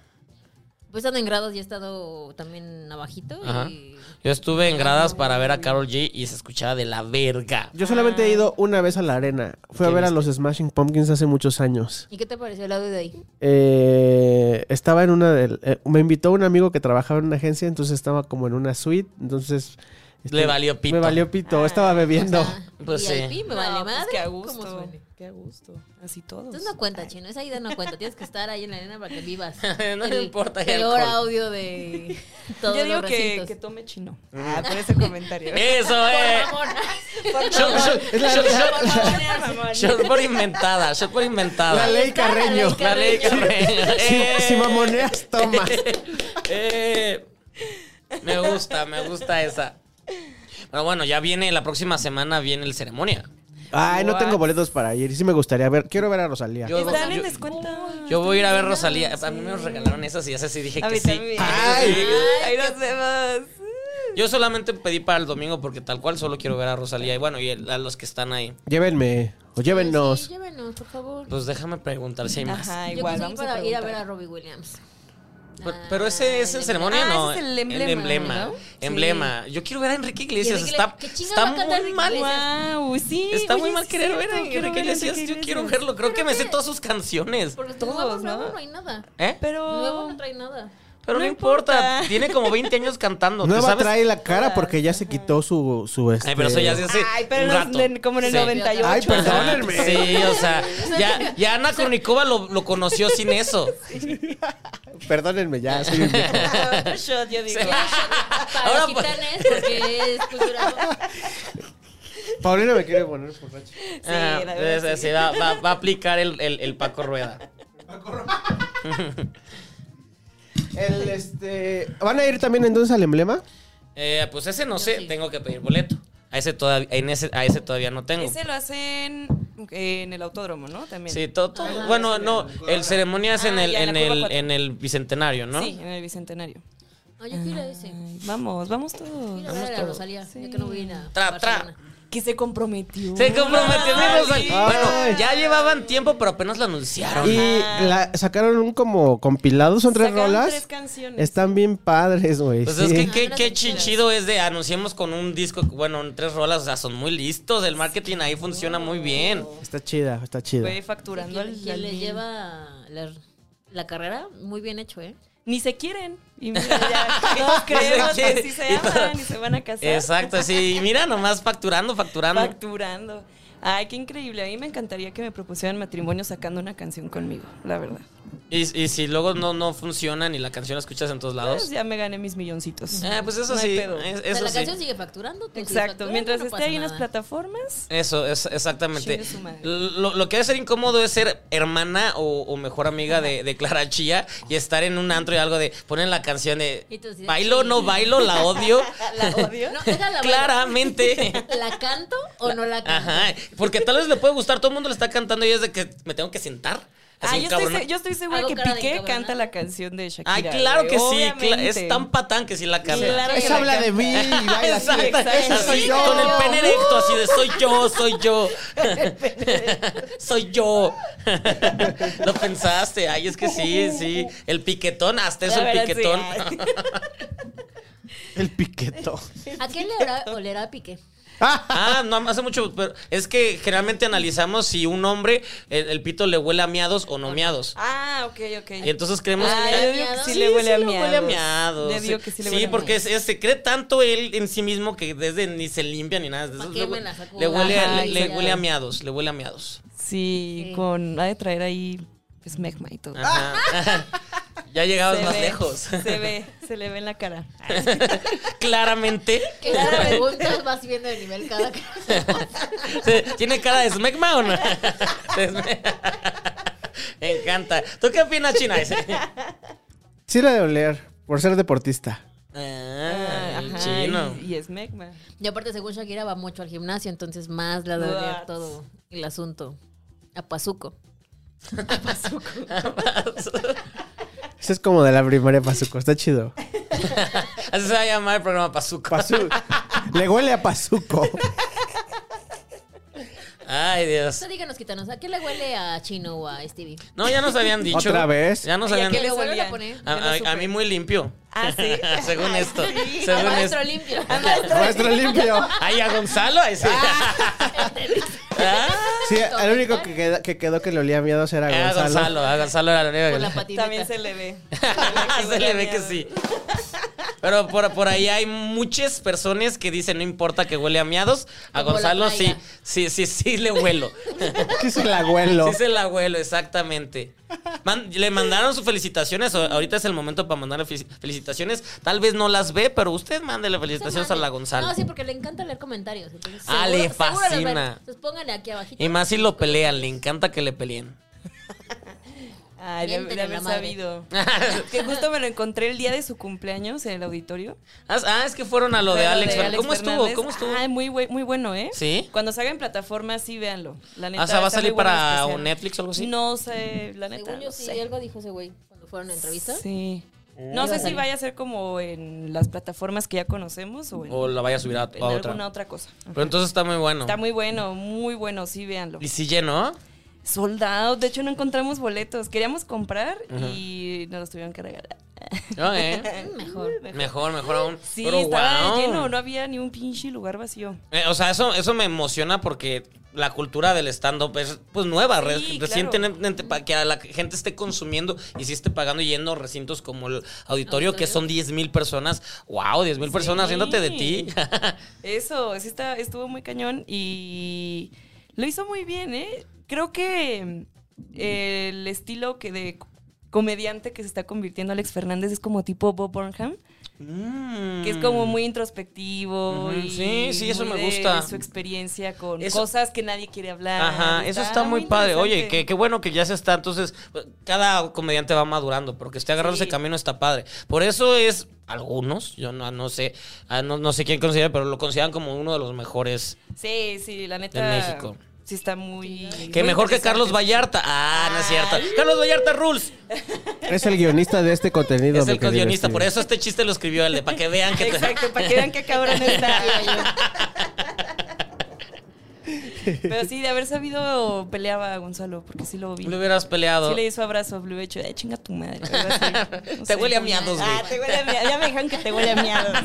[SPEAKER 3] Pues estando en grados y he estado también abajito.
[SPEAKER 2] Ajá.
[SPEAKER 3] Y...
[SPEAKER 2] Yo estuve en gradas para ver a Carol G y se escuchaba de la verga.
[SPEAKER 1] Yo solamente he ido una vez a la arena. Fui a
[SPEAKER 2] ¿Qué
[SPEAKER 1] ver a
[SPEAKER 2] viste?
[SPEAKER 1] los Smashing Pumpkins hace muchos años.
[SPEAKER 3] ¿Y qué te pareció el audio de ahí?
[SPEAKER 1] Eh, estaba en una del, eh, me invitó un amigo que trabajaba en una agencia, entonces estaba como en una suite, entonces este,
[SPEAKER 2] Le valió pito.
[SPEAKER 1] Me valió pito, estaba
[SPEAKER 3] *laughs*
[SPEAKER 1] bebiendo.
[SPEAKER 2] Pues sí.
[SPEAKER 3] VIP, me vale
[SPEAKER 4] No, pues,
[SPEAKER 3] madre.
[SPEAKER 4] qué a
[SPEAKER 3] ¿Cómo
[SPEAKER 4] gusto.
[SPEAKER 3] suene?
[SPEAKER 4] Qué a gusto. Así todos.
[SPEAKER 3] Entonces no cuenta, chino. Esa ida no cuenta. Tienes que estar ahí en la arena para que vivas.
[SPEAKER 2] *laughs* No me importa el
[SPEAKER 3] Peor
[SPEAKER 2] alcohol.
[SPEAKER 3] audio
[SPEAKER 4] *laughs*
[SPEAKER 3] de todos
[SPEAKER 4] Yo digo
[SPEAKER 3] los
[SPEAKER 4] que,
[SPEAKER 2] *laughs*
[SPEAKER 3] recintos.
[SPEAKER 4] que tome chino.
[SPEAKER 1] Mm.
[SPEAKER 4] Ah, por
[SPEAKER 3] *laughs*
[SPEAKER 4] ese comentario.
[SPEAKER 2] Eso, eh. Shot- shot- shot- shot- shot por inventada, shot por inventada.
[SPEAKER 1] La
[SPEAKER 3] Pues
[SPEAKER 1] ley
[SPEAKER 3] La
[SPEAKER 1] Carreño.
[SPEAKER 3] ley
[SPEAKER 2] La ley Carreño.
[SPEAKER 1] Si,
[SPEAKER 2] Eh.
[SPEAKER 1] si mamoneas,
[SPEAKER 2] *laughs*
[SPEAKER 1] tomas.
[SPEAKER 2] Eh, me gusta, me gusta esa. Pero bueno, ya viene, la próxima semana viene el ceremonia.
[SPEAKER 1] Ay, no
[SPEAKER 4] What?
[SPEAKER 1] tengo boletos para ir. Sí me gustaría ver, quiero ver a Rosalía.
[SPEAKER 2] Yo-
[SPEAKER 4] Están en
[SPEAKER 2] yo-
[SPEAKER 4] descuento.
[SPEAKER 2] Yo voy a ir a ver Rosalía. A mí me regalaron esas y esas sí dije
[SPEAKER 4] A
[SPEAKER 2] que
[SPEAKER 4] mí
[SPEAKER 2] sí.
[SPEAKER 4] también.
[SPEAKER 1] Ay.
[SPEAKER 4] Ahí nos vemos.
[SPEAKER 2] Yo solamente pedí para el domingo porque tal cual solo quiero ver a Rosalía y bueno, y el- a los que están ahí.
[SPEAKER 1] Llévenme o
[SPEAKER 3] Sí,
[SPEAKER 1] llévennos.
[SPEAKER 3] llévenos, por favor.
[SPEAKER 2] Pues déjame preguntar si hay más.
[SPEAKER 4] Ajá,
[SPEAKER 3] Yo
[SPEAKER 4] igual.
[SPEAKER 3] conseguí
[SPEAKER 4] Vamos
[SPEAKER 3] para
[SPEAKER 4] a
[SPEAKER 3] ir a ver a Robbie Williams.
[SPEAKER 2] Pero, pero ese es el ceremonia,
[SPEAKER 4] Ah,
[SPEAKER 2] no.
[SPEAKER 4] ese es el emblema,
[SPEAKER 2] emblema.
[SPEAKER 4] ¿no?
[SPEAKER 2] Emblema. Yo quiero ver a Enrique Iglesias.
[SPEAKER 3] Enrique
[SPEAKER 2] Está,
[SPEAKER 3] Iglesias- ¿Qué chingas
[SPEAKER 2] está
[SPEAKER 3] va a cantar
[SPEAKER 2] muy
[SPEAKER 3] Enrique
[SPEAKER 2] mal.
[SPEAKER 3] Iglesias?
[SPEAKER 4] Wow, sí.
[SPEAKER 2] Está
[SPEAKER 4] oye,
[SPEAKER 2] muy mal
[SPEAKER 4] sí
[SPEAKER 2] querer
[SPEAKER 4] es
[SPEAKER 2] ver a
[SPEAKER 4] cierto, quiero
[SPEAKER 2] Enrique
[SPEAKER 4] ver a
[SPEAKER 2] Iglesias.
[SPEAKER 4] Enrique
[SPEAKER 2] Yo quiero
[SPEAKER 4] Iglesias.
[SPEAKER 2] verlo. Creo que me sé
[SPEAKER 3] que-
[SPEAKER 2] todas sus canciones.
[SPEAKER 3] Porque
[SPEAKER 4] Todos,
[SPEAKER 3] nuevo,
[SPEAKER 4] ¿no? pues.
[SPEAKER 3] nuevo no hay nada.
[SPEAKER 2] ¿Eh?
[SPEAKER 4] Pero.
[SPEAKER 3] Nuevo no trae nada.
[SPEAKER 2] Pero no,
[SPEAKER 4] No
[SPEAKER 2] importa.
[SPEAKER 4] importa.
[SPEAKER 2] tiene como 20 años cantando. ¿te
[SPEAKER 1] Nueva
[SPEAKER 2] pues, sabes?
[SPEAKER 1] trae la cara porque ya se quitó su, su este...
[SPEAKER 2] Ay, pero eso ya se hace
[SPEAKER 4] Ay, pero
[SPEAKER 2] un
[SPEAKER 4] en los-
[SPEAKER 2] rato.
[SPEAKER 4] en- como en el
[SPEAKER 2] Sí.
[SPEAKER 4] 98.
[SPEAKER 1] Ay,
[SPEAKER 2] Ajá,
[SPEAKER 1] perdónenme.
[SPEAKER 2] Sí, o sea, ya, ya
[SPEAKER 4] *laughs*
[SPEAKER 2] Ana Kournikova lo, lo conoció sin eso.
[SPEAKER 1] Perdónenme, ya soy un
[SPEAKER 4] *laughs*
[SPEAKER 1] viejo.
[SPEAKER 4] Otro shot, yo digo.
[SPEAKER 2] *laughs*
[SPEAKER 3] Para
[SPEAKER 2] *laughs* Ahora,
[SPEAKER 3] los
[SPEAKER 2] pues-
[SPEAKER 3] gitanes, porque es cultura.
[SPEAKER 1] Paulina me quiere poner borracho.
[SPEAKER 2] Ah,
[SPEAKER 4] la verdad,
[SPEAKER 2] sí,
[SPEAKER 4] sí.
[SPEAKER 2] sí, va, va- va a aplicar el, el- el Paco Rueda.
[SPEAKER 1] El, este... ¿Van a ir también entonces al emblema?
[SPEAKER 2] Eh, pues ese no sé, tengo que pedir boleto. A ese todavía, en ese, a ese todavía no *laughs* tengo.
[SPEAKER 4] Ese lo hacen eh, en el autódromo, ¿no? También.
[SPEAKER 2] Sí, todo, todo- Bueno, no, el ceremonia es en
[SPEAKER 4] Ah,
[SPEAKER 2] el,
[SPEAKER 4] ya, en
[SPEAKER 2] en
[SPEAKER 4] la curva
[SPEAKER 2] el,
[SPEAKER 4] cuatro.
[SPEAKER 2] en el bicentenario, ¿no?
[SPEAKER 4] Sí, en el Bicentenario.
[SPEAKER 3] Oye, yo quiero ese.
[SPEAKER 4] Ay, vamos, vamos todos.
[SPEAKER 3] Quiero ver a la Rosalía, ya que no voy a ir a
[SPEAKER 2] Tra, tra.
[SPEAKER 3] Barcelona.
[SPEAKER 4] Que se comprometió.
[SPEAKER 2] Se comprometió mi Rosalía.
[SPEAKER 1] Ay.
[SPEAKER 2] Bueno, ya llevaban tiempo, pero apenas lo anunciaron.
[SPEAKER 1] Y la, sacaron un como compilado, son tres
[SPEAKER 4] Sacaron
[SPEAKER 1] rolas.
[SPEAKER 4] tres canciones.
[SPEAKER 1] Están bien padres, güey.
[SPEAKER 2] Pues
[SPEAKER 1] sí.
[SPEAKER 2] es que
[SPEAKER 3] Ah,
[SPEAKER 2] qué,
[SPEAKER 3] no
[SPEAKER 2] qué
[SPEAKER 3] te enteras.
[SPEAKER 2] chichido es de anunciemos con un disco, bueno, en tres rolas, o sea, son muy listos, el marketing ahí funciona muy bien.
[SPEAKER 1] Está chida, está chida.
[SPEAKER 4] Fue facturando al,
[SPEAKER 3] Quien, quien
[SPEAKER 4] al
[SPEAKER 3] les
[SPEAKER 4] mil.
[SPEAKER 3] lleva la, la carrera, muy bien hecho, ¿eh?
[SPEAKER 4] Ni se quieren.
[SPEAKER 2] *laughs*
[SPEAKER 4] Y mira, ya todos creemos
[SPEAKER 2] quieren.
[SPEAKER 4] que sí se
[SPEAKER 2] Y todo-
[SPEAKER 4] aman y se van a casar.
[SPEAKER 2] Exacto, sí, y mira nomás facturando, facturando.
[SPEAKER 4] Facturando. Ay, qué increíble. A mí me encantaría que me propusieran matrimonio sacando una canción conmigo, la verdad.
[SPEAKER 2] y, y si luego no, no funcionan y la canción la escuchas en todos
[SPEAKER 4] Pues
[SPEAKER 2] lados.
[SPEAKER 4] ya me gané mis milloncitos.
[SPEAKER 2] Ah, pues eso
[SPEAKER 4] No hay
[SPEAKER 2] sí,
[SPEAKER 4] pedo.
[SPEAKER 2] es-
[SPEAKER 3] o sea,
[SPEAKER 2] eso
[SPEAKER 3] la
[SPEAKER 2] sí.
[SPEAKER 3] canción sigue facturando. tú sigues
[SPEAKER 4] Exacto.
[SPEAKER 3] facturando,
[SPEAKER 4] Mientras
[SPEAKER 3] no
[SPEAKER 4] esté
[SPEAKER 3] pasa
[SPEAKER 4] ahí en las
[SPEAKER 3] nada.
[SPEAKER 4] plataformas,
[SPEAKER 2] Eso, es, exactamente.
[SPEAKER 4] Chingue su madre.
[SPEAKER 2] Lo, lo que debe ser incómodo es ser hermana o, o mejor amiga de, de Clara Chía y estar en un antro y algo de ponen la canción de
[SPEAKER 3] Y tú así de-
[SPEAKER 2] bailo, no bailo, la odio.
[SPEAKER 4] *laughs* la odio.
[SPEAKER 3] No,
[SPEAKER 2] *laughs*
[SPEAKER 3] déjala,
[SPEAKER 4] *laughs*
[SPEAKER 2] Claramente.
[SPEAKER 3] bailo. *laughs* ¿La canto o no la canto?
[SPEAKER 2] Ajá, porque tal vez le puede gustar, todo el mundo le está cantando y es de que me tengo que sentar.
[SPEAKER 4] Ah,
[SPEAKER 2] Así,
[SPEAKER 4] yo
[SPEAKER 2] cabrón.
[SPEAKER 4] estoy, se- yo estoy segura
[SPEAKER 3] Hago
[SPEAKER 4] que
[SPEAKER 3] cara de
[SPEAKER 4] Piqué
[SPEAKER 3] encabrona.
[SPEAKER 4] canta la canción de Shakira.
[SPEAKER 2] Ay, claro
[SPEAKER 4] güey,
[SPEAKER 2] que sí, cla-
[SPEAKER 4] obviamente.
[SPEAKER 2] es tan patán que sí la canta.
[SPEAKER 4] Claro que
[SPEAKER 1] Esa
[SPEAKER 4] la
[SPEAKER 1] habla de mí y baila así.
[SPEAKER 4] Exacto,
[SPEAKER 1] Esa
[SPEAKER 4] eso
[SPEAKER 1] soy
[SPEAKER 2] Sí,
[SPEAKER 1] yo.
[SPEAKER 2] Con
[SPEAKER 4] Uh.
[SPEAKER 2] el pene erecto, así de soy yo, soy yo.
[SPEAKER 4] *laughs*
[SPEAKER 2] soy yo. *laughs* Lo pensaste. Ay, es que sí, sí. El piquetón, hasta es
[SPEAKER 4] La
[SPEAKER 2] el
[SPEAKER 4] verdad,
[SPEAKER 2] piquetón.
[SPEAKER 4] sí,
[SPEAKER 1] El *laughs* piqueto.
[SPEAKER 3] ¿A qué le hará olerá a Piqué?
[SPEAKER 2] *laughs* Ah, no, hace mucho. Pero es que generalmente analizamos si un hombre, el, el pito le huele a miados o no miados.
[SPEAKER 4] Ah, ok, ok.
[SPEAKER 2] Y entonces creemos
[SPEAKER 4] Ah,
[SPEAKER 2] que.
[SPEAKER 4] yo digo que sí, le
[SPEAKER 2] Sí,
[SPEAKER 4] huele a
[SPEAKER 2] sí le
[SPEAKER 4] miados.
[SPEAKER 2] huele a miados.
[SPEAKER 4] Yo digo que sí le
[SPEAKER 2] Sí,
[SPEAKER 4] huele a
[SPEAKER 2] porque
[SPEAKER 4] miados.
[SPEAKER 2] es- es- se cree tanto él en sí mismo que desde ni se limpia ni nada.
[SPEAKER 3] ¿Pa'
[SPEAKER 2] Entonces,
[SPEAKER 3] qué
[SPEAKER 2] le,
[SPEAKER 3] me la saco?
[SPEAKER 2] le huele, a-
[SPEAKER 4] Ajá,
[SPEAKER 2] le- le
[SPEAKER 4] exacto.
[SPEAKER 2] huele a miados, le huele a miados.
[SPEAKER 4] Sí,
[SPEAKER 3] Sí.
[SPEAKER 4] con... Ha de traer ahí, pues, megma y todo.
[SPEAKER 2] Ajá. ya llegabas
[SPEAKER 4] Se
[SPEAKER 2] Ah, más
[SPEAKER 4] ve,
[SPEAKER 2] lejos.
[SPEAKER 4] Se ve, se le ve en la cara.
[SPEAKER 2] Claramente.
[SPEAKER 4] *laughs*
[SPEAKER 3] ¿Qué las preguntas vas viendo de nivel cada
[SPEAKER 2] Se- ¿Tiene cara de smegma o no? De sme- Me encanta. ¿Tú qué opinas, China? Ese.
[SPEAKER 1] Sí la de oler, por ser deportista.
[SPEAKER 2] Ah, el
[SPEAKER 4] Ajá,
[SPEAKER 2] chino.
[SPEAKER 4] Y, y es megma.
[SPEAKER 3] Y aparte, según Shakira, va mucho al gimnasio, entonces más la debe
[SPEAKER 4] What?
[SPEAKER 3] ver todo el asunto. A Pazuco.
[SPEAKER 1] Ese es como de la primaria Pazuco, está chido.
[SPEAKER 2] Así se va a llamar el programa Pazuco.
[SPEAKER 1] Pazu- Le huele a Pazuco.
[SPEAKER 2] Ay, Dios.
[SPEAKER 3] Eso díganos, quítanos. ¿A qué le huele a Chino o a Stevie?
[SPEAKER 2] No, ya nos habían dicho.
[SPEAKER 1] ¿Otra vez?
[SPEAKER 2] Ya nos
[SPEAKER 4] Ay, ¿a
[SPEAKER 2] habían
[SPEAKER 4] qué
[SPEAKER 3] ¿Qué le
[SPEAKER 4] les
[SPEAKER 3] vuelven
[SPEAKER 4] olía?
[SPEAKER 3] a poner?
[SPEAKER 2] A,
[SPEAKER 4] Ya lo
[SPEAKER 2] a- a
[SPEAKER 4] supe.
[SPEAKER 2] mí muy limpio.
[SPEAKER 4] Ah, sí.
[SPEAKER 2] *laughs* Según
[SPEAKER 4] Ay,
[SPEAKER 2] esto.
[SPEAKER 4] sí.
[SPEAKER 3] A
[SPEAKER 2] Según esto.
[SPEAKER 3] maestro limpio.
[SPEAKER 1] *laughs* Maestro limpio.
[SPEAKER 2] Ay, a Gonzalo. Ahí sí. *laughs* Ah,
[SPEAKER 1] Sí, el único que queda- que quedó que le olía miedo era
[SPEAKER 2] A
[SPEAKER 1] Gonzalo.
[SPEAKER 2] Ah,
[SPEAKER 1] *laughs*
[SPEAKER 2] Gonzalo. A Gonzalo era la única que
[SPEAKER 3] Con
[SPEAKER 2] le-
[SPEAKER 3] la patineta.
[SPEAKER 4] También se le ve.
[SPEAKER 2] Ah, se le ve que sí. Pero por, por ahí hay muchas personas que dicen no importa que huele a miados. A
[SPEAKER 3] Como la
[SPEAKER 2] Gonzalo sí,
[SPEAKER 3] playa.
[SPEAKER 2] sí, sí, sí le huelo.
[SPEAKER 1] ¿Qué es el abuelo?
[SPEAKER 2] Sí se la huelo, exactamente. Man- le mandaron sus felicitaciones. o- Ahorita es el momento para mandarle felici- felicitaciones. Tal vez no las ve, pero usted mándele felicitaciones a la Gonzalo.
[SPEAKER 3] No, sí, porque le encanta leer comentarios. Entonces,
[SPEAKER 2] Ah,
[SPEAKER 3] seguro-
[SPEAKER 2] le
[SPEAKER 3] seguro los ven.
[SPEAKER 2] fascina.
[SPEAKER 3] Entonces póngale aquí abajito.
[SPEAKER 2] Y más si lo pelean, le encanta que le peleen.
[SPEAKER 4] Ay, de, de
[SPEAKER 3] Miéntele a la
[SPEAKER 4] haber
[SPEAKER 2] *laughs*
[SPEAKER 3] madre.
[SPEAKER 4] sabido. Que justo me lo encontré el día de su cumpleaños en el auditorio.
[SPEAKER 2] Ah, ah, es que fueron a lo de
[SPEAKER 4] Pero
[SPEAKER 2] Alex. Fer- ¿Cómo
[SPEAKER 4] Fernández.
[SPEAKER 2] estuvo? ¿Cómo estuvo?
[SPEAKER 4] Ay, muy, bue- muy bueno, ¿eh?
[SPEAKER 2] ¿Sí?
[SPEAKER 4] Cuando salga en plataforma, sí, véanlo. La neta,
[SPEAKER 2] Ah, o sea, ¿va a
[SPEAKER 4] está
[SPEAKER 2] salir
[SPEAKER 4] muy bueno
[SPEAKER 2] para
[SPEAKER 4] el especial.
[SPEAKER 2] un Netflix o algo así?
[SPEAKER 4] No sé, la neta.
[SPEAKER 3] Según yo,
[SPEAKER 4] no
[SPEAKER 3] sí,
[SPEAKER 4] sé.
[SPEAKER 3] algo dijo ese güey cuando fueron a la entrevista.
[SPEAKER 4] Sí. No sé si vaya a ser como en las plataformas que ya conocemos o en,
[SPEAKER 2] O la vaya a subir a, a
[SPEAKER 4] en
[SPEAKER 2] otra.
[SPEAKER 4] alguna otra cosa.
[SPEAKER 2] Pero entonces está muy bueno.
[SPEAKER 4] Está muy bueno, muy bueno, sí, véanlo.
[SPEAKER 2] Y si llenó.
[SPEAKER 4] Soldado, de hecho no encontramos boletos. Queríamos comprar y nos los tuvieron que regalar.
[SPEAKER 2] No,
[SPEAKER 4] *laughs*
[SPEAKER 2] ¿eh?
[SPEAKER 3] Mm, Mejor.
[SPEAKER 2] Mejor, mejor aún.
[SPEAKER 4] Sí,
[SPEAKER 2] Pero
[SPEAKER 4] estaba
[SPEAKER 2] wow.
[SPEAKER 4] lleno, no había ni un pinche lugar vacío.
[SPEAKER 2] Eh, o sea, eso, eso me emociona porque la cultura del stand-up es pues nueva, re-
[SPEAKER 4] Sí, claro.
[SPEAKER 2] recientemente para que a la gente esté consumiendo y sí esté pagando y yendo a recintos como el auditorio, que son 10 mil personas. ¡Wow! 10 mil personas
[SPEAKER 4] Sí.
[SPEAKER 2] riéndote de ti.
[SPEAKER 4] Eso, sí está, estuvo muy cañón y lo hizo muy bien, ¿eh? Creo que mm, el estilo que de comediante que se está convirtiendo Alex Fernández es como tipo Bob Burnham, que es como muy introspectivo
[SPEAKER 2] Mm. Ujú,
[SPEAKER 4] y
[SPEAKER 2] sí, sí, eso
[SPEAKER 4] muy
[SPEAKER 2] me
[SPEAKER 4] de
[SPEAKER 2] gusta.
[SPEAKER 4] su experiencia con
[SPEAKER 2] Eso-
[SPEAKER 4] cosas que nadie quiere hablar.
[SPEAKER 2] Ajá, eso está muy padre. Oye, qué,
[SPEAKER 4] interesante.
[SPEAKER 2] qué bueno que ya se está. Entonces, cada comediante va madurando, pero que esté agarrando
[SPEAKER 4] Sí.
[SPEAKER 2] ese camino está padre. Por eso es, algunos, yo no, no sé, ah, no, no sé quién considera, pero lo consideran como uno de los mejores.
[SPEAKER 4] Sí, sí, la neta.
[SPEAKER 2] De México.
[SPEAKER 4] Sí está muy...
[SPEAKER 2] Que
[SPEAKER 4] muy
[SPEAKER 2] mejor que
[SPEAKER 4] interesante.
[SPEAKER 2] Carlos Vallarta. Ah, no es cierto. Carlos Vallarta Rules.
[SPEAKER 1] Es el guionista de este contenido.
[SPEAKER 2] Es
[SPEAKER 1] mi
[SPEAKER 2] el
[SPEAKER 1] querido
[SPEAKER 2] guionista,
[SPEAKER 1] Steven.
[SPEAKER 2] por eso este chiste lo escribió él, de para que vean que...
[SPEAKER 4] Exacto, para que vean qué cabrón está. Pero sí, de haber sabido peleaba a Gonzalo, porque sí lo vi.
[SPEAKER 2] *laughs* Le hubieras peleado.
[SPEAKER 4] Sí le hizo abrazo, le hubiera hecho, eh, chinga tu madre.
[SPEAKER 2] *laughs*
[SPEAKER 4] algo así. No
[SPEAKER 2] Te
[SPEAKER 4] sé.
[SPEAKER 2] huele a miados, güey.
[SPEAKER 4] Ah, te huele a miados. Ya me dijeron que te huele a miados.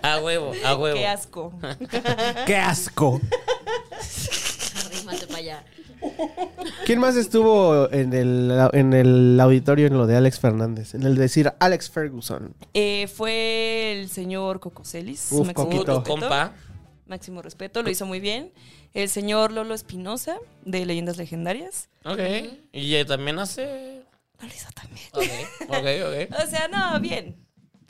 [SPEAKER 2] A huevo, a *laughs* huevo.
[SPEAKER 4] Qué asco.
[SPEAKER 1] ¡Qué asco!
[SPEAKER 3] *laughs* Arrímate para allá.
[SPEAKER 1] ¿Quién más estuvo en el, en el auditorio en lo de Alex Fernández? En el decir Alex Ferguson.
[SPEAKER 4] Eh, fue el señor Cocoselis.
[SPEAKER 1] Uf,
[SPEAKER 2] Tu-
[SPEAKER 1] Coquito.
[SPEAKER 2] tu
[SPEAKER 4] respeto.
[SPEAKER 2] compa.
[SPEAKER 4] Máximo respeto, lo hizo muy bien. El señor Lolo Espinosa, de Leyendas Legendarias.
[SPEAKER 2] Ok. Y eh, también hace...
[SPEAKER 4] No lo hizo también.
[SPEAKER 2] Ok, ok, ok.
[SPEAKER 4] O sea, no, bien.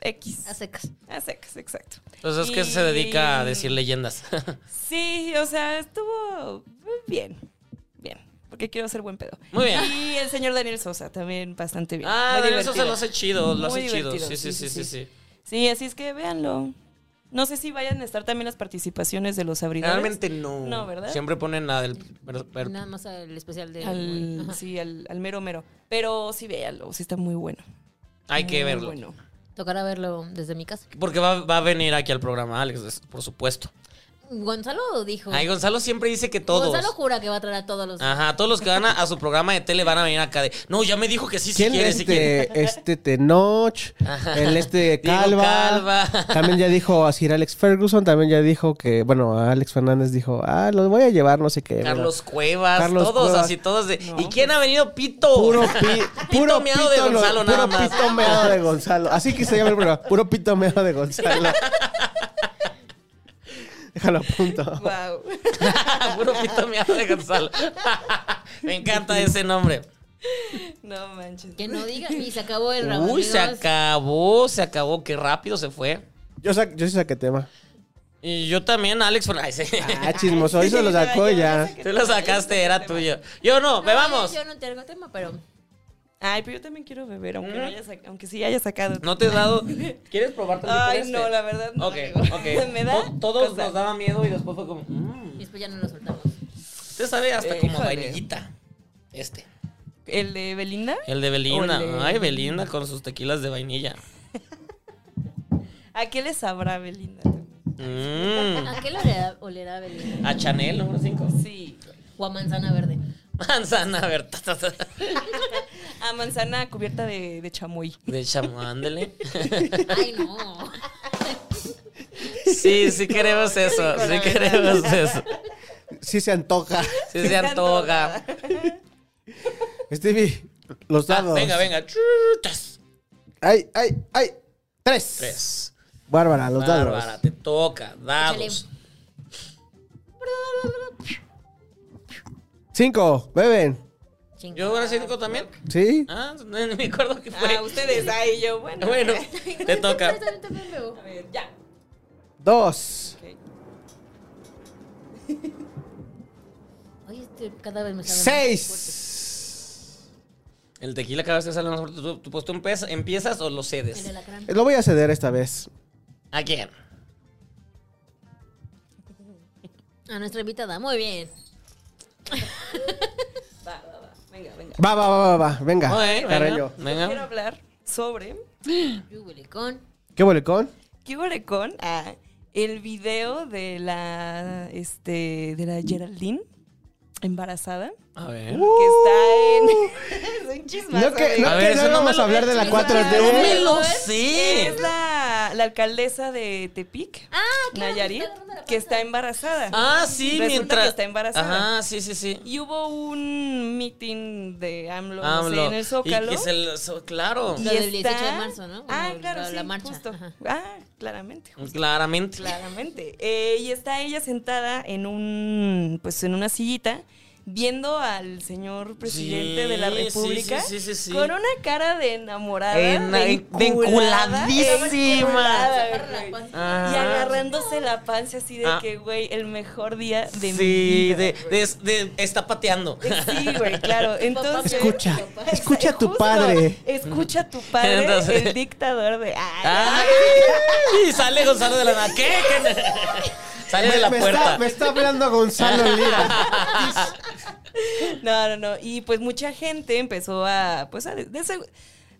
[SPEAKER 4] X.
[SPEAKER 3] A secas.
[SPEAKER 4] A secas, exacto.
[SPEAKER 2] Pues es que
[SPEAKER 4] Y-
[SPEAKER 2] se dedica a decir leyendas. *laughs*
[SPEAKER 4] Sí, o sea, estuvo bien. Bien. Porque quiero ser buen pedo.
[SPEAKER 2] Muy bien.
[SPEAKER 4] Y el señor Daniel Sosa también bastante bien.
[SPEAKER 2] Ah,
[SPEAKER 4] Muy
[SPEAKER 2] Daniel eso se
[SPEAKER 4] divertido.
[SPEAKER 2] lo hace chido, lo
[SPEAKER 4] Muy
[SPEAKER 2] hace chido.
[SPEAKER 4] divertido,
[SPEAKER 2] Sí, sí, sí, sí, sí.
[SPEAKER 4] Sí, así es que véanlo. No sé si vayan a estar también las participaciones de los abridores.
[SPEAKER 2] Realmente no.
[SPEAKER 4] No, ¿verdad?
[SPEAKER 2] Siempre ponen la del... per- per-
[SPEAKER 3] Nada más el especial de.
[SPEAKER 4] Al,
[SPEAKER 3] Ajá.
[SPEAKER 4] sí, al, al mero mero. Pero sí, véanlo. Sí, está muy bueno.
[SPEAKER 2] Hay que
[SPEAKER 4] Muy
[SPEAKER 2] verlo. *laughs*
[SPEAKER 4] bueno.
[SPEAKER 3] Tocará verlo desde mi casa.
[SPEAKER 2] Porque va, va a venir aquí al programa, Alex, es- por supuesto.
[SPEAKER 3] Gonzalo dijo.
[SPEAKER 2] Ay, Gonzalo siempre dice que todos. Ah.
[SPEAKER 3] Gonzalo jura que va a traer a todos los.
[SPEAKER 2] Ajá, todos los que van a, a su programa de tele van a venir acá de. No, ya me dijo que sí, si
[SPEAKER 1] ¿Quién
[SPEAKER 2] quiere, si quiere.
[SPEAKER 1] este, este Tenoch? El este
[SPEAKER 2] Diego
[SPEAKER 1] Calva.
[SPEAKER 2] Calva.
[SPEAKER 1] También ya dijo así Alex Ferguson. También ya dijo que, bueno, Alex Fernández dijo, ah, lo voy a llevar, no sé qué. ¿verdad?
[SPEAKER 2] Carlos Cuevas,
[SPEAKER 1] Carlos
[SPEAKER 2] todos
[SPEAKER 1] Cuevas.
[SPEAKER 2] así, todos de.
[SPEAKER 4] No, pues,
[SPEAKER 2] ¿Y quién ha venido? Pito. *laughs*
[SPEAKER 1] Puro, pi, puro
[SPEAKER 2] meado de
[SPEAKER 1] pito lo-
[SPEAKER 2] Gonzalo, nada
[SPEAKER 1] puro
[SPEAKER 2] más. *laughs*
[SPEAKER 1] pito meado de Gonzalo. Así que se llama el programa. Puro pito meado
[SPEAKER 2] *laughs*
[SPEAKER 1] de Gonzalo. Déjalo a punto.
[SPEAKER 4] Wow.
[SPEAKER 2] Puro pito meado de Gonzalo. *laughs* me encanta ese nombre.
[SPEAKER 4] *laughs* No manches.
[SPEAKER 3] Que no diga. Y se acabó el round,
[SPEAKER 2] Uy, se
[SPEAKER 3] amigos.
[SPEAKER 2] acabó, se acabó. Qué rápido se fue.
[SPEAKER 1] Yo, sa- yo sí saqué tema.
[SPEAKER 2] Y yo también, Alex. *laughs* Ay, sí.
[SPEAKER 1] Ah, chismoso. Eso lo sacó y ya.
[SPEAKER 2] *laughs* Tú lo sacaste,
[SPEAKER 4] este
[SPEAKER 2] era tuyo. Yo no,
[SPEAKER 3] No,
[SPEAKER 2] me vamos.
[SPEAKER 3] Yo no tengo tema, pero.
[SPEAKER 4] Ay, pero yo también quiero beber, aunque, no haya sac- aunque sí haya sacado.
[SPEAKER 2] Mm. No te he dado. ¿Quieres probarte el licor
[SPEAKER 4] Ay,
[SPEAKER 2] este?
[SPEAKER 4] no, la verdad no.
[SPEAKER 2] Ok,
[SPEAKER 4] amigo. *laughs*
[SPEAKER 2] ok.
[SPEAKER 4] Me da
[SPEAKER 2] To- Todos
[SPEAKER 4] cosa.
[SPEAKER 2] nos daba miedo y después fue como. "Mm".
[SPEAKER 3] Y después ya no lo soltamos.
[SPEAKER 2] Usted sabe hasta
[SPEAKER 4] Eh,
[SPEAKER 2] como
[SPEAKER 4] híjole.
[SPEAKER 2] vainillita. Este.
[SPEAKER 4] ¿El de Belinda?
[SPEAKER 2] El de Belinda.
[SPEAKER 4] Ole.
[SPEAKER 2] Ay, Belinda con sus tequilas de vainilla.
[SPEAKER 4] ¿A qué le sabrá Belinda?
[SPEAKER 2] Mm.
[SPEAKER 3] ¿A qué le olerá, olerá Belinda?
[SPEAKER 2] A Chanel número 5.
[SPEAKER 4] Sí.
[SPEAKER 3] O a manzana verde.
[SPEAKER 2] Manzana, a ver. ta, ta, ta.
[SPEAKER 4] A manzana cubierta de, de chamoy.
[SPEAKER 2] De chamo, ándele.
[SPEAKER 3] Ay, no.
[SPEAKER 2] Sí, sí queremos eso. Sí queremos *laughs* eso.
[SPEAKER 1] Sí se
[SPEAKER 2] *laughs*
[SPEAKER 1] antoja.
[SPEAKER 2] Sí se antoja.
[SPEAKER 1] Stevie, los
[SPEAKER 2] Ah,
[SPEAKER 1] dados.
[SPEAKER 2] venga, venga. Chu, tas.
[SPEAKER 1] Ay, ay, ay. Tres.
[SPEAKER 2] Tres.
[SPEAKER 1] Bárbara, los
[SPEAKER 2] Bárbara,
[SPEAKER 1] dados.
[SPEAKER 2] te toca. Dados.
[SPEAKER 1] Cinco. Beben.
[SPEAKER 3] Ching.
[SPEAKER 2] ¿Yo era cinco también?
[SPEAKER 1] ¿Sí?
[SPEAKER 2] Ah, no, ni me acuerdo qué fue.
[SPEAKER 4] Ah, ustedes. Ay, *laughs* yo, bueno.
[SPEAKER 2] Bueno, te
[SPEAKER 3] *laughs*
[SPEAKER 2] toca.
[SPEAKER 3] Yo también bebo.
[SPEAKER 4] A ver, ya.
[SPEAKER 1] Dos.
[SPEAKER 4] Ok.
[SPEAKER 3] Oye, este cada vez me sabe más fuerte.
[SPEAKER 1] Seis.
[SPEAKER 2] El tequila cada vez te sale más fuerte. ¿Tú, tú, pues, tú empiezas, empiezas o lo
[SPEAKER 3] El
[SPEAKER 2] cedes?
[SPEAKER 3] alacrán.
[SPEAKER 1] Lo voy a ceder esta vez.
[SPEAKER 2] ¿A quién?
[SPEAKER 3] A nuestra invitada. Muy bien.
[SPEAKER 4] Va, va, va. Venga, venga.
[SPEAKER 1] Va, va, va, va, va. Venga.
[SPEAKER 2] Ok,
[SPEAKER 1] Carreño.
[SPEAKER 2] venga, venga.
[SPEAKER 4] Quiero hablar sobre.
[SPEAKER 3] Yúbele con.
[SPEAKER 1] ¿Qué bolecón?
[SPEAKER 4] ¿Qué huele con? Ah, el video de la. Este. De la Geraldine. Embarazada.
[SPEAKER 2] A ver.
[SPEAKER 4] Que está en. *laughs* es un chismazo,
[SPEAKER 1] No que
[SPEAKER 4] amigo.
[SPEAKER 1] no,
[SPEAKER 2] A
[SPEAKER 1] que
[SPEAKER 2] ver,
[SPEAKER 1] no
[SPEAKER 2] eso no me
[SPEAKER 1] vamos
[SPEAKER 2] lo-
[SPEAKER 1] a hablar de la
[SPEAKER 3] eso
[SPEAKER 2] No me
[SPEAKER 1] 4D.
[SPEAKER 2] lo
[SPEAKER 4] Es
[SPEAKER 2] sé.
[SPEAKER 4] la, la, la alcaldesa de Tepic,
[SPEAKER 3] Ah, claro,
[SPEAKER 4] Nayarit,
[SPEAKER 3] está agarrando la panza.
[SPEAKER 4] que está embarazada.
[SPEAKER 2] Ah, sí,
[SPEAKER 4] Resulta
[SPEAKER 2] mientras.
[SPEAKER 4] que está embarazada.
[SPEAKER 2] Ah, sí, sí, sí.
[SPEAKER 4] Y hubo un meeting de AMLO, no sé,
[SPEAKER 2] AMLO.
[SPEAKER 4] en el
[SPEAKER 2] Ah, Y
[SPEAKER 4] Zócalo.
[SPEAKER 2] que se lo- so- claro.
[SPEAKER 3] Lo del 18 de marzo, ¿no?
[SPEAKER 4] Ah,
[SPEAKER 3] Bueno,
[SPEAKER 4] claro,
[SPEAKER 3] la-
[SPEAKER 4] sí,
[SPEAKER 3] la marcha.
[SPEAKER 4] justo.
[SPEAKER 3] Ajá.
[SPEAKER 4] Ah, claramente.
[SPEAKER 2] Claramente.
[SPEAKER 4] Claramente. Eh, y está ella sentada en un, pues en una sillita, viendo al señor presidente
[SPEAKER 2] Sí,
[SPEAKER 4] de la
[SPEAKER 2] sí,
[SPEAKER 4] República
[SPEAKER 2] sí, sí, sí, sí.
[SPEAKER 4] con una cara de enamorada,
[SPEAKER 2] En-
[SPEAKER 4] de
[SPEAKER 2] en- de
[SPEAKER 4] enculada,
[SPEAKER 2] enculadísima. Ah,
[SPEAKER 4] enculada,
[SPEAKER 3] Agarra la
[SPEAKER 4] güey.
[SPEAKER 3] panza.
[SPEAKER 2] Ajá.
[SPEAKER 4] Y agarrándose la panza así de
[SPEAKER 2] Ah.
[SPEAKER 4] que, güey, el mejor día de mi
[SPEAKER 2] sí,
[SPEAKER 4] vida.
[SPEAKER 2] de,
[SPEAKER 4] güey.
[SPEAKER 2] de- de- está pateando. *laughs*
[SPEAKER 4] Eh, Sí, güey, *laughs* claro. Entonces,
[SPEAKER 1] Escucha,
[SPEAKER 3] Papá.
[SPEAKER 1] escucha a tu
[SPEAKER 4] Justo,
[SPEAKER 1] padre.
[SPEAKER 4] Escucha a tu padre,
[SPEAKER 2] Entonces- ah,
[SPEAKER 4] el dictador de. Ay,
[SPEAKER 2] Ay, y sale Gonzalo de la nada. ¿Qué? ¿Qué? *laughs* Sale de la
[SPEAKER 1] me, está,
[SPEAKER 2] puerta.
[SPEAKER 1] me está
[SPEAKER 2] *laughs*
[SPEAKER 1] hablando Gonzalo Lira.
[SPEAKER 4] No, no, no. Y pues mucha gente empezó a, pues, a- desde,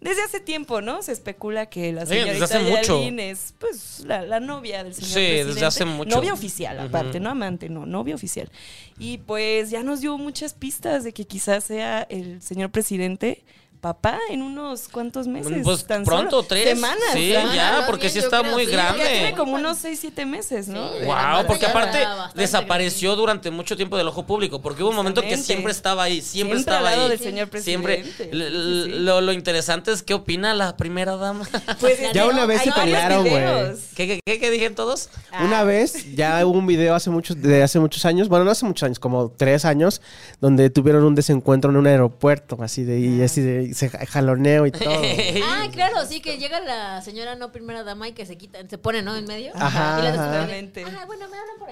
[SPEAKER 4] desde hace tiempo, ¿no? Se especula que la
[SPEAKER 2] Sí, desde
[SPEAKER 4] señorita
[SPEAKER 2] hace mucho.
[SPEAKER 4] Yalín es, pues, la, la novia del señor
[SPEAKER 2] Sí, desde
[SPEAKER 4] presidente.
[SPEAKER 2] hace mucho.
[SPEAKER 4] Novia oficial,
[SPEAKER 2] Ujú.
[SPEAKER 4] aparte, no amante, no, novia oficial. Y pues ya nos dio muchas pistas de que quizás sea el señor presidente papá en unos cuantos meses.
[SPEAKER 2] Pues
[SPEAKER 4] tan
[SPEAKER 2] pronto,
[SPEAKER 4] solo.
[SPEAKER 2] tres.
[SPEAKER 4] Semanas.
[SPEAKER 2] Sí,
[SPEAKER 4] semanas.
[SPEAKER 2] ya,
[SPEAKER 3] más
[SPEAKER 2] porque
[SPEAKER 3] bien,
[SPEAKER 2] sí
[SPEAKER 3] yo
[SPEAKER 2] está
[SPEAKER 3] creo,
[SPEAKER 2] muy
[SPEAKER 3] sí,
[SPEAKER 4] Ya tiene
[SPEAKER 2] grande.
[SPEAKER 4] como unos seis, siete meses, ¿no?
[SPEAKER 3] Sí.
[SPEAKER 4] De
[SPEAKER 2] Wow,
[SPEAKER 4] embarazo.
[SPEAKER 2] porque
[SPEAKER 3] Ya está
[SPEAKER 2] aparte
[SPEAKER 3] bastante
[SPEAKER 2] desapareció
[SPEAKER 3] grande.
[SPEAKER 2] durante mucho tiempo del ojo público, porque hubo un momento que
[SPEAKER 4] Justamente.
[SPEAKER 2] siempre estaba ahí, siempre,
[SPEAKER 4] Siempre
[SPEAKER 2] estaba
[SPEAKER 4] al lado
[SPEAKER 2] ahí.
[SPEAKER 4] del señor
[SPEAKER 2] Siempre.
[SPEAKER 4] presidente.
[SPEAKER 2] L-
[SPEAKER 4] Sí, sí.
[SPEAKER 2] Lo, lo interesante es qué opina la primera dama. *laughs*
[SPEAKER 4] Pues,
[SPEAKER 1] Ya una vez se
[SPEAKER 4] hay varios
[SPEAKER 1] pelearon, güey.
[SPEAKER 4] videos.
[SPEAKER 2] ¿Qué, qué, qué, qué dijeron todos?
[SPEAKER 1] Una vez, ya hubo un video hace muchos, de hace muchos años, bueno, no hace muchos años, como tres años, donde tuvieron un desencuentro en un aeropuerto, así de,
[SPEAKER 2] Ah.
[SPEAKER 1] y así de, y
[SPEAKER 2] *laughs*
[SPEAKER 1] se jaloneo y todo.
[SPEAKER 3] Ah, claro, sí, que llega la señora no primera dama y que se quita, se pone, ¿no? En medio.
[SPEAKER 1] Ajá,
[SPEAKER 3] Y la
[SPEAKER 1] ajá.
[SPEAKER 3] desaparece.
[SPEAKER 4] Exactamente.
[SPEAKER 3] Ah, bueno, me hablan por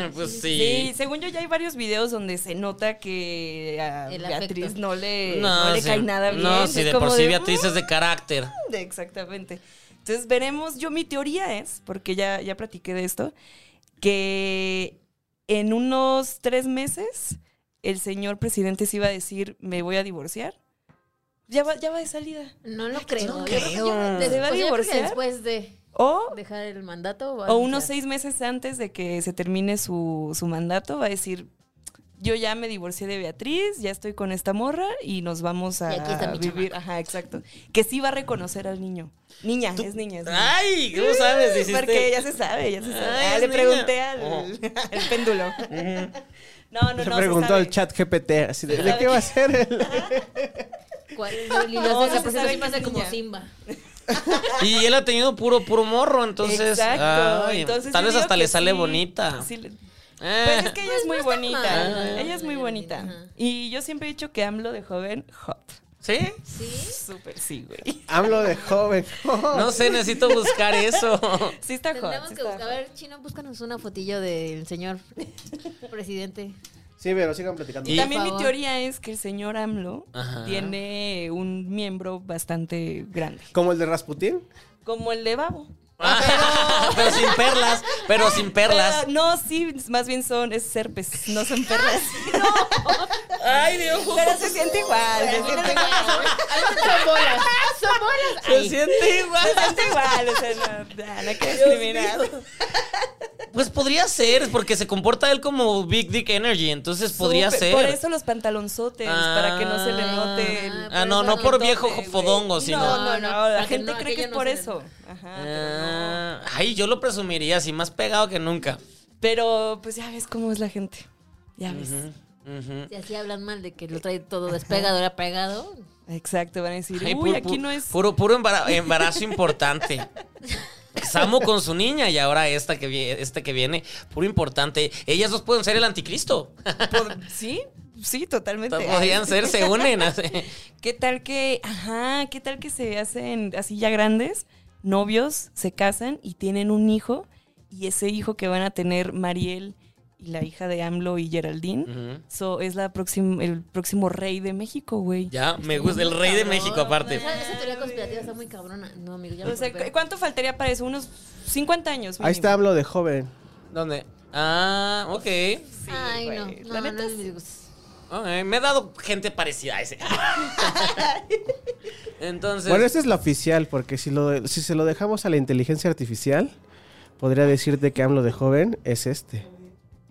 [SPEAKER 3] allá.
[SPEAKER 2] pues
[SPEAKER 4] Sí,
[SPEAKER 2] sí.
[SPEAKER 4] según yo ya hay varios videos donde se nota que a
[SPEAKER 3] El
[SPEAKER 4] Beatriz
[SPEAKER 3] afecto.
[SPEAKER 4] no le, no le
[SPEAKER 2] sí.
[SPEAKER 4] cae nada bien.
[SPEAKER 2] No, sí,
[SPEAKER 4] es
[SPEAKER 2] de
[SPEAKER 4] como
[SPEAKER 2] por sí
[SPEAKER 4] de,
[SPEAKER 2] Beatriz es de carácter.
[SPEAKER 4] "Mm", de- Exactamente. Entonces veremos, yo mi teoría es, porque ya, ya platiqué de esto, que en unos tres meses el señor presidente se iba a decir, me voy a divorciar. Ya va, ya va de salida.
[SPEAKER 3] No lo creo.
[SPEAKER 2] No
[SPEAKER 3] Yo creo que
[SPEAKER 2] creo.
[SPEAKER 3] llega después- pues, yo creo
[SPEAKER 4] ¿Se va a
[SPEAKER 3] que
[SPEAKER 4] divorciar?
[SPEAKER 3] Después de
[SPEAKER 4] O,
[SPEAKER 3] dejar el mandato. va a
[SPEAKER 4] o unos
[SPEAKER 3] anunciar.
[SPEAKER 4] seis meses antes de que se termine su, su mandato va a decir, yo ya me divorcié de Beatriz, ya estoy con esta morra y nos vamos a
[SPEAKER 3] Y aquí está mi
[SPEAKER 4] vivir. Ajá, exacto. Que sí va a reconocer al niño. Niña, es niña. Es niña.
[SPEAKER 2] Ay, ¿cómo
[SPEAKER 4] *laughs*
[SPEAKER 2] sabes? Hiciste-
[SPEAKER 4] Porque ya se sabe, ya se sabe.
[SPEAKER 2] Ay,
[SPEAKER 4] Ah,
[SPEAKER 2] es
[SPEAKER 4] le
[SPEAKER 2] niña.
[SPEAKER 4] pregunté al,
[SPEAKER 2] Oh.
[SPEAKER 4] *laughs*
[SPEAKER 2] *laughs*
[SPEAKER 4] al péndulo. No, no,
[SPEAKER 1] Se
[SPEAKER 4] no. se
[SPEAKER 1] preguntó
[SPEAKER 4] sabe.
[SPEAKER 1] al chat GPT, así de, ¿de
[SPEAKER 4] sabe
[SPEAKER 1] qué va a ser el...?
[SPEAKER 3] ¿Cuál?
[SPEAKER 4] *laughs*
[SPEAKER 3] Y los
[SPEAKER 4] No,
[SPEAKER 3] de la
[SPEAKER 4] se sabe
[SPEAKER 3] presentación
[SPEAKER 4] que
[SPEAKER 3] va a ser
[SPEAKER 4] es
[SPEAKER 3] como
[SPEAKER 4] niña.
[SPEAKER 3] Simba.
[SPEAKER 2] Y él ha tenido puro, puro morro, entonces.
[SPEAKER 4] Exacto.
[SPEAKER 2] ay,
[SPEAKER 4] Entonces,
[SPEAKER 2] tal
[SPEAKER 4] yo
[SPEAKER 2] vez
[SPEAKER 4] digo
[SPEAKER 2] hasta
[SPEAKER 4] que
[SPEAKER 2] le sale
[SPEAKER 4] sí,
[SPEAKER 2] bonita.
[SPEAKER 4] sí le-
[SPEAKER 2] Eh,
[SPEAKER 4] Pues es que ella
[SPEAKER 3] Pues
[SPEAKER 4] es
[SPEAKER 3] no
[SPEAKER 4] muy
[SPEAKER 3] está
[SPEAKER 4] bonita.
[SPEAKER 3] mal.
[SPEAKER 4] Ella es muy
[SPEAKER 3] Ajá.
[SPEAKER 4] bonita. Y yo siempre he dicho que AMLO de joven, hot.
[SPEAKER 2] ¿Sí?
[SPEAKER 3] Sí.
[SPEAKER 4] Súper sí, güey. *laughs*
[SPEAKER 1] Hablo de joven. *laughs*
[SPEAKER 2] No sé, necesito buscar
[SPEAKER 4] *laughs*
[SPEAKER 2] eso.
[SPEAKER 4] Sí está hot.
[SPEAKER 3] Tendremos
[SPEAKER 4] sí
[SPEAKER 3] que
[SPEAKER 4] está
[SPEAKER 3] buscar. A
[SPEAKER 4] hot.
[SPEAKER 3] ver, Chino, búscanos una fotillo del señor *laughs* presidente.
[SPEAKER 1] Sí, pero sigan platicando.
[SPEAKER 2] Y-
[SPEAKER 4] También
[SPEAKER 3] Por
[SPEAKER 4] mi
[SPEAKER 3] favor.
[SPEAKER 4] teoría es que el señor AMLO
[SPEAKER 2] Ajá.
[SPEAKER 4] tiene un miembro bastante grande.
[SPEAKER 1] ¿Como el de Rasputín?
[SPEAKER 4] Como el de Babo.
[SPEAKER 2] Ah, pero sin perlas, pero sin perlas.
[SPEAKER 4] Pero, no, sí, más bien son es serpes, no *laughs* son perlas.
[SPEAKER 2] Ay, Dios.
[SPEAKER 4] Ah, Pero se siente igual, se siente igual. *laughs*
[SPEAKER 3] Son bolas. Son bolas.
[SPEAKER 2] Se siente igual.
[SPEAKER 4] Se siente igual, o sea, *laughs* no, no, no hay que discriminar.
[SPEAKER 2] Pues podría ser, porque se comporta él como Big Dick Energy, entonces podría
[SPEAKER 4] Súper,
[SPEAKER 2] ser.
[SPEAKER 4] Por eso los pantalonzotes,
[SPEAKER 2] Ah.
[SPEAKER 4] para que no se le note el...
[SPEAKER 2] Ah, no, no
[SPEAKER 4] el
[SPEAKER 2] por
[SPEAKER 4] tope,
[SPEAKER 2] viejo
[SPEAKER 4] Eh, güey.
[SPEAKER 2] fodongo, sino-
[SPEAKER 4] No, no,
[SPEAKER 3] No,
[SPEAKER 4] no,
[SPEAKER 3] no,
[SPEAKER 4] la
[SPEAKER 3] aquel
[SPEAKER 4] gente
[SPEAKER 3] no,
[SPEAKER 4] cree
[SPEAKER 3] aquello
[SPEAKER 4] que es
[SPEAKER 3] no
[SPEAKER 4] por
[SPEAKER 3] se le-
[SPEAKER 4] eso. Ajá,
[SPEAKER 2] Ah, ay, yo lo presumiría así, más pegado que nunca.
[SPEAKER 4] Pero pues ya ves cómo es la gente. Ya ves.
[SPEAKER 2] Ujú.
[SPEAKER 3] Si así hablan mal de que lo trae todo despegado, era pegado.
[SPEAKER 4] Exacto, van a decir,
[SPEAKER 2] Ay,
[SPEAKER 4] uy,
[SPEAKER 2] pu-
[SPEAKER 4] aquí
[SPEAKER 2] pu-
[SPEAKER 4] no es.
[SPEAKER 2] Puro, puro embara- embarazo importante. Samo con su niña y ahora esta que, vie- esta que viene, puro importante. Ellas dos pueden ser el anticristo.
[SPEAKER 4] por- *laughs* Sí, sí, totalmente.
[SPEAKER 2] Pues, Podrían ser, se unen. así.
[SPEAKER 4] *laughs* ¿Qué tal que, ajá, qué tal que se hacen así ya grandes, novios, se casan y tienen un hijo y ese hijo que van a tener Mariel y la hija de AMLO y Geraldine,
[SPEAKER 2] Ujú.
[SPEAKER 4] so, es la próxima, el próximo rey de México, güey.
[SPEAKER 2] Ya, me gusta. El rey de México, aparte.
[SPEAKER 3] Esa, esa teoría conspirativa está muy cabrona. No, amigo, ya
[SPEAKER 4] O
[SPEAKER 3] me
[SPEAKER 4] sea,
[SPEAKER 3] acordé.
[SPEAKER 4] ¿cu- ¿cuánto faltaría para eso? Unos 50 años.
[SPEAKER 1] Ahí está,
[SPEAKER 4] mínimo.
[SPEAKER 1] hablo de joven.
[SPEAKER 2] ¿Dónde? Ah, ok.
[SPEAKER 4] Sí,
[SPEAKER 3] Ay,
[SPEAKER 4] güey,
[SPEAKER 3] no.
[SPEAKER 4] la
[SPEAKER 3] No, no
[SPEAKER 4] neta
[SPEAKER 3] es
[SPEAKER 4] sí.
[SPEAKER 3] mi gusto.
[SPEAKER 2] Ok, Me he dado gente parecida a ese. *laughs* Entonces.
[SPEAKER 1] Bueno, esta es la oficial, porque si, lo, si se lo dejamos a la inteligencia artificial, podría decirte que hablo de joven es este.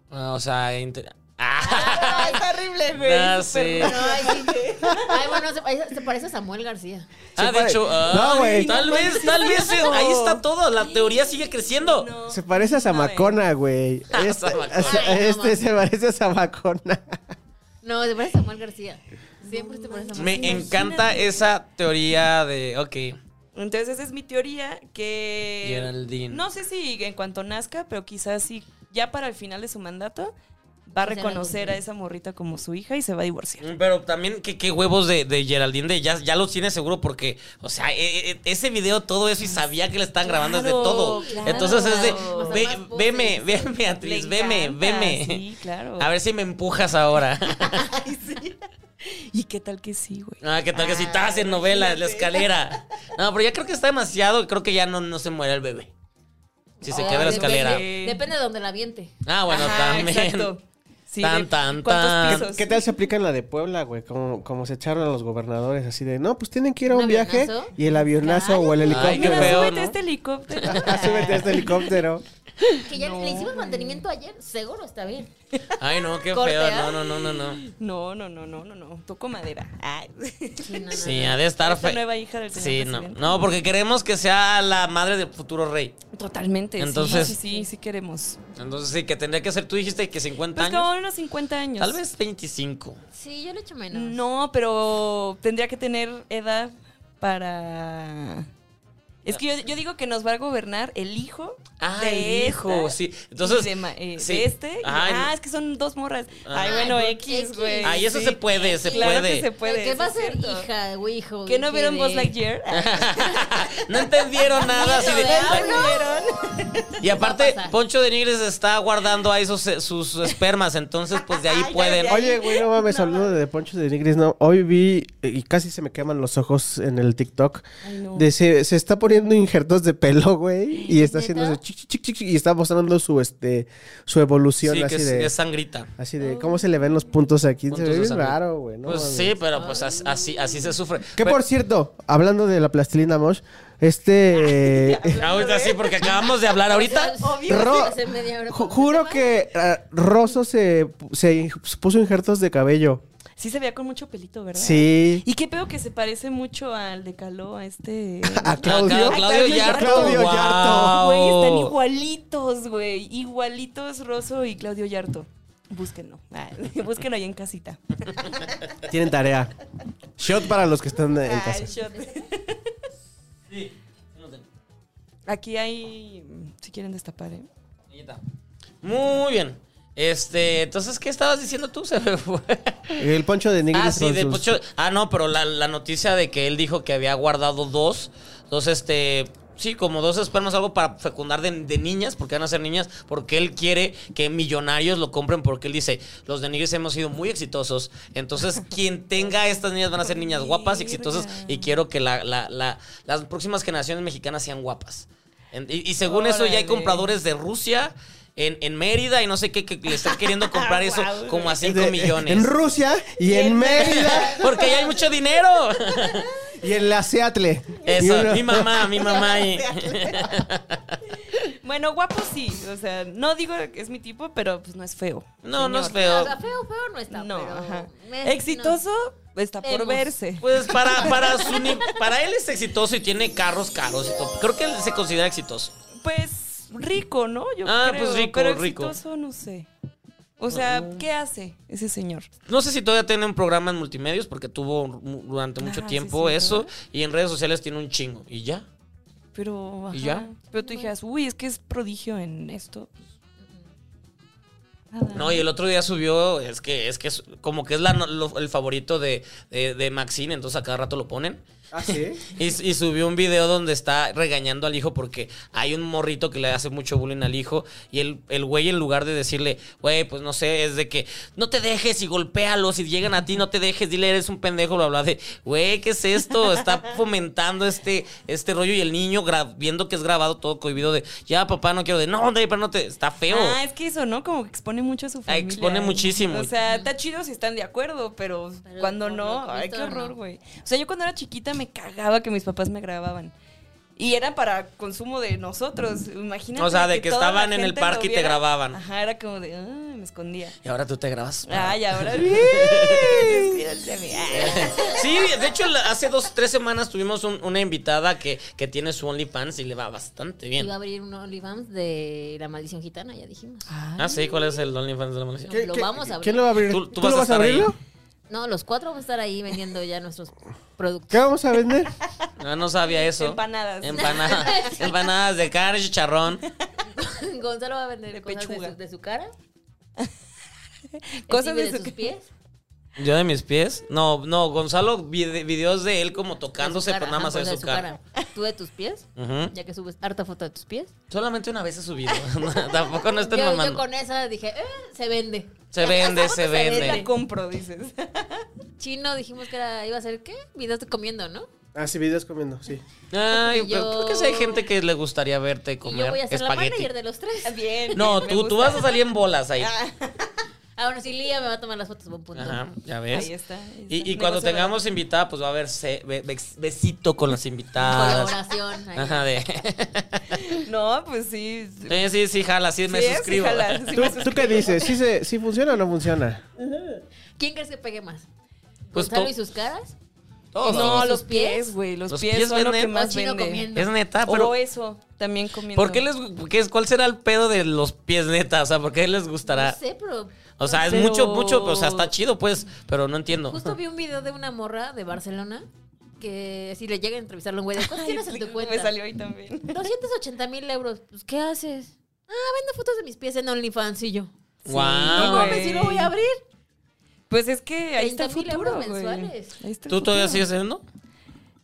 [SPEAKER 2] ah, o sea, inter- *laughs*
[SPEAKER 5] Ah, es horrible, güey.
[SPEAKER 2] Ah,
[SPEAKER 5] es súper
[SPEAKER 2] sí.
[SPEAKER 5] bueno.
[SPEAKER 3] Ay, sí. Ay, bueno, se, ay, se parece a Samuel García.
[SPEAKER 2] Ah, de hecho, ah,
[SPEAKER 1] No, güey.
[SPEAKER 2] tal vez, tal vez, eh, ahí está todo, la teoría sigue creciendo.
[SPEAKER 1] *laughs*
[SPEAKER 4] No.
[SPEAKER 1] Se parece a Samacona, güey. Este,
[SPEAKER 2] Samacona.
[SPEAKER 1] este- *laughs* este
[SPEAKER 3] Ay, no
[SPEAKER 1] se parece a Samacona.
[SPEAKER 3] No, se parece a Samuel García. Siempre se parece a Samuel
[SPEAKER 2] Me
[SPEAKER 3] García.
[SPEAKER 2] encanta esa teoría de, ok,
[SPEAKER 4] Entonces esa es mi teoría que...
[SPEAKER 2] Geraldine.
[SPEAKER 4] No sé si en cuanto nazca, pero quizás sí, ya para el final de su mandato, va a
[SPEAKER 3] Se la
[SPEAKER 4] reconocer a
[SPEAKER 3] cumplir.
[SPEAKER 4] esa morrita como su hija y se va a divorciar.
[SPEAKER 2] Mm, Pero también, qué, qué huevos de, de Geraldine, de ya, ya los tiene seguro porque, o sea, e- e- ese video, todo eso, y sabía que le estaban grabando desde
[SPEAKER 4] Claro,
[SPEAKER 2] todo.
[SPEAKER 4] claro.
[SPEAKER 2] Entonces es de,
[SPEAKER 3] Hasta
[SPEAKER 2] ve-
[SPEAKER 3] más poses.
[SPEAKER 2] veme, veme, Atriz,
[SPEAKER 4] Le
[SPEAKER 2] veme,
[SPEAKER 4] encanta,
[SPEAKER 2] veme.
[SPEAKER 4] Sí, claro.
[SPEAKER 2] A ver si me empujas
[SPEAKER 4] *laughs*
[SPEAKER 2] ahora.
[SPEAKER 4] ¿Y qué tal que sí, güey?
[SPEAKER 2] Ah, qué tal que si estás en novela, en la escalera. No, pero ya creo que está demasiado, creo que ya no, no se muere el bebé. Si se
[SPEAKER 3] Ay,
[SPEAKER 2] queda en la
[SPEAKER 3] depende-
[SPEAKER 2] escalera.
[SPEAKER 3] Depende de donde la viente.
[SPEAKER 2] Ah, bueno,
[SPEAKER 4] Ajá,
[SPEAKER 2] también.
[SPEAKER 4] Exacto. Sí,
[SPEAKER 2] Tan,
[SPEAKER 4] de-
[SPEAKER 2] tan,
[SPEAKER 4] ¿Cuántos
[SPEAKER 2] tan.
[SPEAKER 4] pisos?
[SPEAKER 1] *laughs* ¿Qué tal se aplica en la de Puebla, güey? Como, como se echaron a los gobernadores así de, no, pues tienen que ir a
[SPEAKER 3] ¿Un
[SPEAKER 1] un, viaje
[SPEAKER 3] avionazo?
[SPEAKER 1] y el avionazo o el helicóptero.
[SPEAKER 2] Ay, qué
[SPEAKER 4] Mira,
[SPEAKER 2] feo,
[SPEAKER 4] súbete
[SPEAKER 2] ¿no?
[SPEAKER 4] a este helicóptero.
[SPEAKER 1] *laughs* Súbete a este helicóptero.
[SPEAKER 3] Que ya le hicimos mantenimiento ayer. Seguro está bien.
[SPEAKER 2] Ay, no, qué
[SPEAKER 3] Corte,
[SPEAKER 2] feo.
[SPEAKER 3] ¿ah?
[SPEAKER 2] No, no, no, no, no.
[SPEAKER 4] No, no, no, no, no, no. Toco madera. Ay. *laughs*
[SPEAKER 3] Sí, no, no,
[SPEAKER 2] Sí,
[SPEAKER 3] no.
[SPEAKER 2] ha de estar
[SPEAKER 4] Esta
[SPEAKER 2] fe-
[SPEAKER 4] nueva hija del señor
[SPEAKER 2] Sí, no.
[SPEAKER 4] presidente.
[SPEAKER 2] No, porque queremos que sea la madre del futuro rey.
[SPEAKER 4] Totalmente. sí,
[SPEAKER 2] Entonces-
[SPEAKER 4] sí, sí, sí, queremos.
[SPEAKER 2] Entonces sí, que tendría que ser, tú dijiste que 50
[SPEAKER 4] Pues
[SPEAKER 2] años.
[SPEAKER 4] como unos 50 años.
[SPEAKER 2] Tal vez 25.
[SPEAKER 3] Sí, yo le echo menos.
[SPEAKER 4] No, pero tendría que tener edad para. Es que yo, yo digo que nos va a gobernar el hijo.
[SPEAKER 2] Ah,
[SPEAKER 4] de
[SPEAKER 2] el hijo,
[SPEAKER 4] esta
[SPEAKER 2] sí. Entonces,
[SPEAKER 4] y de, ma- eh, de
[SPEAKER 2] sí.
[SPEAKER 4] este. y-
[SPEAKER 2] Ay,
[SPEAKER 4] ah,
[SPEAKER 2] no.
[SPEAKER 4] es que son dos morras.
[SPEAKER 2] Ah.
[SPEAKER 4] Ay, bueno,
[SPEAKER 3] Ay,
[SPEAKER 4] X,
[SPEAKER 3] X.
[SPEAKER 4] güey.
[SPEAKER 2] Ay, eso
[SPEAKER 4] ah, sí.
[SPEAKER 2] se puede, se
[SPEAKER 4] Claro
[SPEAKER 2] puede.
[SPEAKER 4] que se puede.
[SPEAKER 3] ¿Qué
[SPEAKER 4] sí
[SPEAKER 3] va a
[SPEAKER 4] es
[SPEAKER 3] ser
[SPEAKER 4] cierto.
[SPEAKER 3] hija o hijo?
[SPEAKER 4] Que no vieron Buzz
[SPEAKER 2] *laughs*
[SPEAKER 3] vos
[SPEAKER 4] Lightyear.
[SPEAKER 2] *laughs*
[SPEAKER 4] Ah,
[SPEAKER 2] no entendieron
[SPEAKER 4] *laughs*
[SPEAKER 2] nada. así de-
[SPEAKER 3] ¿Verdad?
[SPEAKER 4] ¿No vieron?
[SPEAKER 2] Y aparte,
[SPEAKER 3] pasar.
[SPEAKER 2] Poncho de Nigres está guardando ahí sus, eh, sus espermas, entonces pues
[SPEAKER 4] *laughs*
[SPEAKER 2] de ahí pueden.
[SPEAKER 1] Oye, güey, no mames, hablando de Poncho de Nigris, no. Hoy vi, eh, y casi se me queman los ojos en el TikTok, de se, se está poniendo injertos de pelo, güey, y está haciendo
[SPEAKER 3] ¿Neta?
[SPEAKER 1] eso, chic, chic, chic, chic, y está mostrando su, este, su evolución
[SPEAKER 2] sí, que
[SPEAKER 1] así
[SPEAKER 2] es,
[SPEAKER 1] de...
[SPEAKER 2] es sangrita.
[SPEAKER 1] Así de, ¿cómo se le ven los puntos aquí?
[SPEAKER 2] Puntos
[SPEAKER 1] se
[SPEAKER 2] de
[SPEAKER 1] ve bien
[SPEAKER 2] sangre.
[SPEAKER 1] raro, güey. No
[SPEAKER 2] pues
[SPEAKER 1] mames.
[SPEAKER 2] sí, pero pues as- así, así se sufre.
[SPEAKER 1] Que
[SPEAKER 2] Pero-
[SPEAKER 1] por cierto, hablando de la plastilina Mosh, este. *laughs* eh,
[SPEAKER 2] Ah, Ahorita sí, porque acabamos de hablar ahorita.
[SPEAKER 1] Ro-
[SPEAKER 3] Hace media hora.
[SPEAKER 1] ju- juro que eh, Rosso se, se puso injertos de cabello.
[SPEAKER 4] Sí se veía con mucho pelito, ¿verdad?
[SPEAKER 1] Sí.
[SPEAKER 4] Y qué pedo que se parece mucho al de Caló, a *laughs* este.
[SPEAKER 1] A Claudio.
[SPEAKER 2] Acá, Claudio Yarto.
[SPEAKER 1] Claudio
[SPEAKER 2] wow.
[SPEAKER 1] Yarto.
[SPEAKER 4] Güey, están igualitos, güey. Igualitos Rosso y Claudio Yarto. Búsquenlo. Ah, *laughs* búsquenlo ahí en casita.
[SPEAKER 1] Tienen tarea. Shot para los que están en
[SPEAKER 4] Ah,
[SPEAKER 1] casa.
[SPEAKER 4] el shot. Aquí hay. Si quieren destapar, ¿eh?
[SPEAKER 2] Ahí está. Muy bien. Este, entonces, ¿qué estabas diciendo tú? Se me fue.
[SPEAKER 1] El poncho de Nigris.
[SPEAKER 2] Ah, sí,
[SPEAKER 1] con
[SPEAKER 2] del
[SPEAKER 1] sus-
[SPEAKER 2] Pocho- Ah, no, pero la, la noticia de que él dijo que había guardado dos. Dos, este. Sí, como dos espermas, algo para fecundar de, de niñas, porque van a ser niñas, porque él quiere que millonarios lo compren, porque él dice, los de Nigris hemos sido muy exitosos,
[SPEAKER 1] *laughs*
[SPEAKER 2] entonces quien tenga estas niñas van a ser niñas guapas, exitosas, y quiero que la- la- la- las próximas generaciones mexicanas sean guapas. En- y, y según eso ya hay
[SPEAKER 4] Órale.
[SPEAKER 2] compradores de Rusia, en, en Mérida, y no sé qué, que le están queriendo
[SPEAKER 1] *laughs*
[SPEAKER 2] comprar eso
[SPEAKER 4] Guau.
[SPEAKER 2] como a
[SPEAKER 1] de-
[SPEAKER 2] 5 millones.
[SPEAKER 1] En Rusia y en Mérida
[SPEAKER 2] *laughs* Porque ahí hay mucho dinero.
[SPEAKER 1] y en la Seattle. Y
[SPEAKER 2] Eso,
[SPEAKER 1] uno-
[SPEAKER 2] mi mamá, mi mamá. y-
[SPEAKER 4] Bueno, guapo sí. O sea, no digo que es mi tipo, pero pues no es feo.
[SPEAKER 2] No, no es
[SPEAKER 4] señor.
[SPEAKER 3] O
[SPEAKER 2] feo.
[SPEAKER 3] sea, feo, feo no está.
[SPEAKER 4] No,
[SPEAKER 3] pero-
[SPEAKER 4] ajá.
[SPEAKER 3] Eh, no.
[SPEAKER 4] Exitoso está por
[SPEAKER 3] Vemos.
[SPEAKER 4] verse.
[SPEAKER 2] Pues para, para, su ni- para él es exitoso y tiene carros caros y todo. Creo que él se considera exitoso.
[SPEAKER 4] Pues rico, ¿no? Yo
[SPEAKER 2] Ah,
[SPEAKER 4] creo,
[SPEAKER 2] pues rico,
[SPEAKER 4] pero
[SPEAKER 2] rico. Ah.
[SPEAKER 4] exitoso, no sé. O sea, ¿qué hace ese señor?
[SPEAKER 2] No sé si todavía tiene un programa en multimedios porque tuvo mu- durante mucho
[SPEAKER 4] Ah, sí, Ah.
[SPEAKER 2] tiempo
[SPEAKER 4] sí,
[SPEAKER 2] eso
[SPEAKER 4] ¿verdad?
[SPEAKER 2] y en redes sociales tiene un chingo. ¿Y ya?
[SPEAKER 4] Pero.
[SPEAKER 2] ¿Y
[SPEAKER 4] ajá.
[SPEAKER 2] ya?
[SPEAKER 4] Pero tú dijeras, uy, es que es prodigio en esto. Nada.
[SPEAKER 2] No, y el otro día subió, es que es que es como que es la no- lo- el favorito de, de, de Maxine, entonces a cada rato lo ponen.
[SPEAKER 1] Ah, sí.
[SPEAKER 2] Y, y subió un video donde está regañando al hijo porque hay un morrito que le hace mucho bullying al hijo. Y el, el güey, en lugar de decirle, güey, pues no sé, es de que no te dejes y golpéalos. Si llegan a ti, no te dejes, dile, eres un pendejo, bla, bla. De, güey, ¿qué es esto? Está fomentando este, este rollo. Y el niño, gra- viendo que es grabado todo cohibido, de ya, papá, no quiero, de no, de, pero no te. Está feo. Ah,
[SPEAKER 4] Ah, es que eso, ¿no? Como que expone mucho a su familia.
[SPEAKER 2] expone muchísimo.
[SPEAKER 4] O sea, está chido si están de acuerdo, pero,
[SPEAKER 3] Pero
[SPEAKER 4] cuando
[SPEAKER 3] por
[SPEAKER 4] no,
[SPEAKER 3] lo que he
[SPEAKER 4] ay,
[SPEAKER 3] visto,
[SPEAKER 4] qué horror,
[SPEAKER 3] no.
[SPEAKER 4] güey. O sea, yo cuando era chiquita me cagaba que mis papás me grababan. Y era para consumo de nosotros, imagínate.
[SPEAKER 2] O sea, de que
[SPEAKER 4] toda la
[SPEAKER 2] estaban en el
[SPEAKER 4] gente lo
[SPEAKER 2] parque y te
[SPEAKER 4] viera.
[SPEAKER 2] grababan. Ah.
[SPEAKER 4] Ajá, era como de, "Ah, me escondía.
[SPEAKER 2] Y ahora tú te grabas.
[SPEAKER 4] Ay,
[SPEAKER 2] *laughs*
[SPEAKER 4] ahora. Despídete a mí. Ah.
[SPEAKER 2] Sí, de hecho, la- hace dos, tres semanas tuvimos un- una invitada que, que tiene su OnlyFans y le va bastante
[SPEAKER 3] Iba a
[SPEAKER 2] bien.
[SPEAKER 3] abrir un OnlyFans de La Maldición Gitana, ya dijimos.
[SPEAKER 2] Ah, sí, ¿cuál es el OnlyFans de la Malaysia?
[SPEAKER 3] lo vamos a abrir.
[SPEAKER 1] ¿Quién lo va a abrir?
[SPEAKER 2] Tú- tú
[SPEAKER 1] ¿Tú, lo
[SPEAKER 2] vas a
[SPEAKER 1] vas a
[SPEAKER 2] estar ahí.
[SPEAKER 1] abrirlo?
[SPEAKER 3] No, los cuatro vamos a estar ahí vendiendo ya nuestros productos.
[SPEAKER 1] ¿Qué vamos a vender?
[SPEAKER 2] No, no
[SPEAKER 3] *laughs*
[SPEAKER 2] sabía eso.
[SPEAKER 4] Empanadas.
[SPEAKER 2] Empanadas. Empanadas de carne y chicharrón.
[SPEAKER 3] *laughs* Gonzalo va a vender
[SPEAKER 4] De
[SPEAKER 3] cosas de
[SPEAKER 4] pechuga.
[SPEAKER 3] su, de su cara.
[SPEAKER 4] Cosas
[SPEAKER 3] Stevie
[SPEAKER 4] de su
[SPEAKER 3] sus
[SPEAKER 4] ca-
[SPEAKER 3] pies.
[SPEAKER 2] ¿Yo de mis pies? No, no, Gonzalo, vide- videos de él como tocándose,
[SPEAKER 3] De su
[SPEAKER 2] pero nada
[SPEAKER 3] cara,
[SPEAKER 2] más
[SPEAKER 3] ajá,
[SPEAKER 2] de su cara.
[SPEAKER 3] Tú de tus pies,
[SPEAKER 2] Ujú.
[SPEAKER 3] ya que subes harta foto de tus pies.
[SPEAKER 2] Solamente una vez he subido. Tampoco *laughs* no estén
[SPEAKER 3] yo, yo
[SPEAKER 2] mamando.
[SPEAKER 3] con esa dije, eh, se vende.
[SPEAKER 2] Se
[SPEAKER 3] *laughs*
[SPEAKER 2] vende, *laughs* se
[SPEAKER 4] La
[SPEAKER 2] vende.
[SPEAKER 4] compro, dices. *laughs*
[SPEAKER 3] Chino dijimos que era, iba a ser, ¿qué? Videos de comiendo, ¿no?
[SPEAKER 1] Ah, sí, videos comiendo, sí.
[SPEAKER 2] Ay,
[SPEAKER 3] Y
[SPEAKER 2] pero
[SPEAKER 3] yo-
[SPEAKER 2] creo que sí hay gente que le gustaría verte
[SPEAKER 3] y yo
[SPEAKER 2] comer
[SPEAKER 3] voy a ser la
[SPEAKER 2] espagueti.
[SPEAKER 3] manager de los tres.
[SPEAKER 4] Bien.
[SPEAKER 2] *laughs*
[SPEAKER 3] *laughs*
[SPEAKER 2] No,
[SPEAKER 4] me
[SPEAKER 2] tú, tú
[SPEAKER 4] gusta.
[SPEAKER 2] vas a salir en bolas ahí.
[SPEAKER 3] Ah, bueno, sí, Lía me va a tomar las fotos, buen punto.
[SPEAKER 2] Ajá, ya ves.
[SPEAKER 4] Ahí está. ahí
[SPEAKER 2] Y-
[SPEAKER 4] está.
[SPEAKER 2] Y, cuando
[SPEAKER 4] Negocio de-
[SPEAKER 2] tengamos invitada, pues va a haber se- be- bex- besito con las invitadas.
[SPEAKER 3] Colaboración. ahí.
[SPEAKER 2] Ah, Ajá, de.
[SPEAKER 4] *laughs* No, pues sí.
[SPEAKER 2] Sí, sí, sí, jala, sí, me
[SPEAKER 4] Sí, sí,
[SPEAKER 2] suscribo.
[SPEAKER 4] jala, sí me
[SPEAKER 1] ¿Tú,
[SPEAKER 4] suscribo.
[SPEAKER 1] tú qué dices? ¿Sí, se, ¿Sí funciona o no funciona?
[SPEAKER 3] ¿Quién crees que pegue más?
[SPEAKER 2] Pues
[SPEAKER 3] ¿Gonzalo
[SPEAKER 2] tú.
[SPEAKER 3] y sus caras?
[SPEAKER 2] *laughs* Todos.
[SPEAKER 4] No,
[SPEAKER 3] ¿Y
[SPEAKER 4] los
[SPEAKER 3] sus pies?
[SPEAKER 4] pies, güey. Los,
[SPEAKER 2] Los
[SPEAKER 4] pies,
[SPEAKER 2] pies
[SPEAKER 4] son lo que
[SPEAKER 2] venden.
[SPEAKER 3] O
[SPEAKER 4] más
[SPEAKER 3] chino
[SPEAKER 4] vende.
[SPEAKER 3] comiendo.
[SPEAKER 2] Es neta,
[SPEAKER 4] Pero
[SPEAKER 2] pero.
[SPEAKER 4] eso, también comiendo.
[SPEAKER 2] ¿Por qué les, qué es- ¿Cuál será el pedo de los pies neta? O sea, ¿por qué les
[SPEAKER 3] No
[SPEAKER 2] gustará?
[SPEAKER 3] sé, pero
[SPEAKER 2] O sea, es
[SPEAKER 4] Pero-
[SPEAKER 2] mucho, mucho, o sea, está chido, pues, pero no entiendo.
[SPEAKER 3] justo vi un video de una morra de Barcelona que si le llega a entrevistarlo un güey, de, ¿cuánto
[SPEAKER 4] Ay,
[SPEAKER 3] tienes en tu cuenta?
[SPEAKER 4] Me salió ahí también.
[SPEAKER 3] 280 mil euros. Pues, ¿qué haces? Ah, vendo fotos de mis pies en OnlyFans y yo.
[SPEAKER 2] Guau.
[SPEAKER 3] No mames, si lo voy a abrir.
[SPEAKER 4] *laughs* Pues es que ahí está el
[SPEAKER 3] 30,000
[SPEAKER 4] futuro,
[SPEAKER 3] euros
[SPEAKER 4] güey.
[SPEAKER 3] mensuales.
[SPEAKER 4] Ahí está el
[SPEAKER 2] ¿Tú todavía
[SPEAKER 4] futuro.
[SPEAKER 2] sigues haciendo?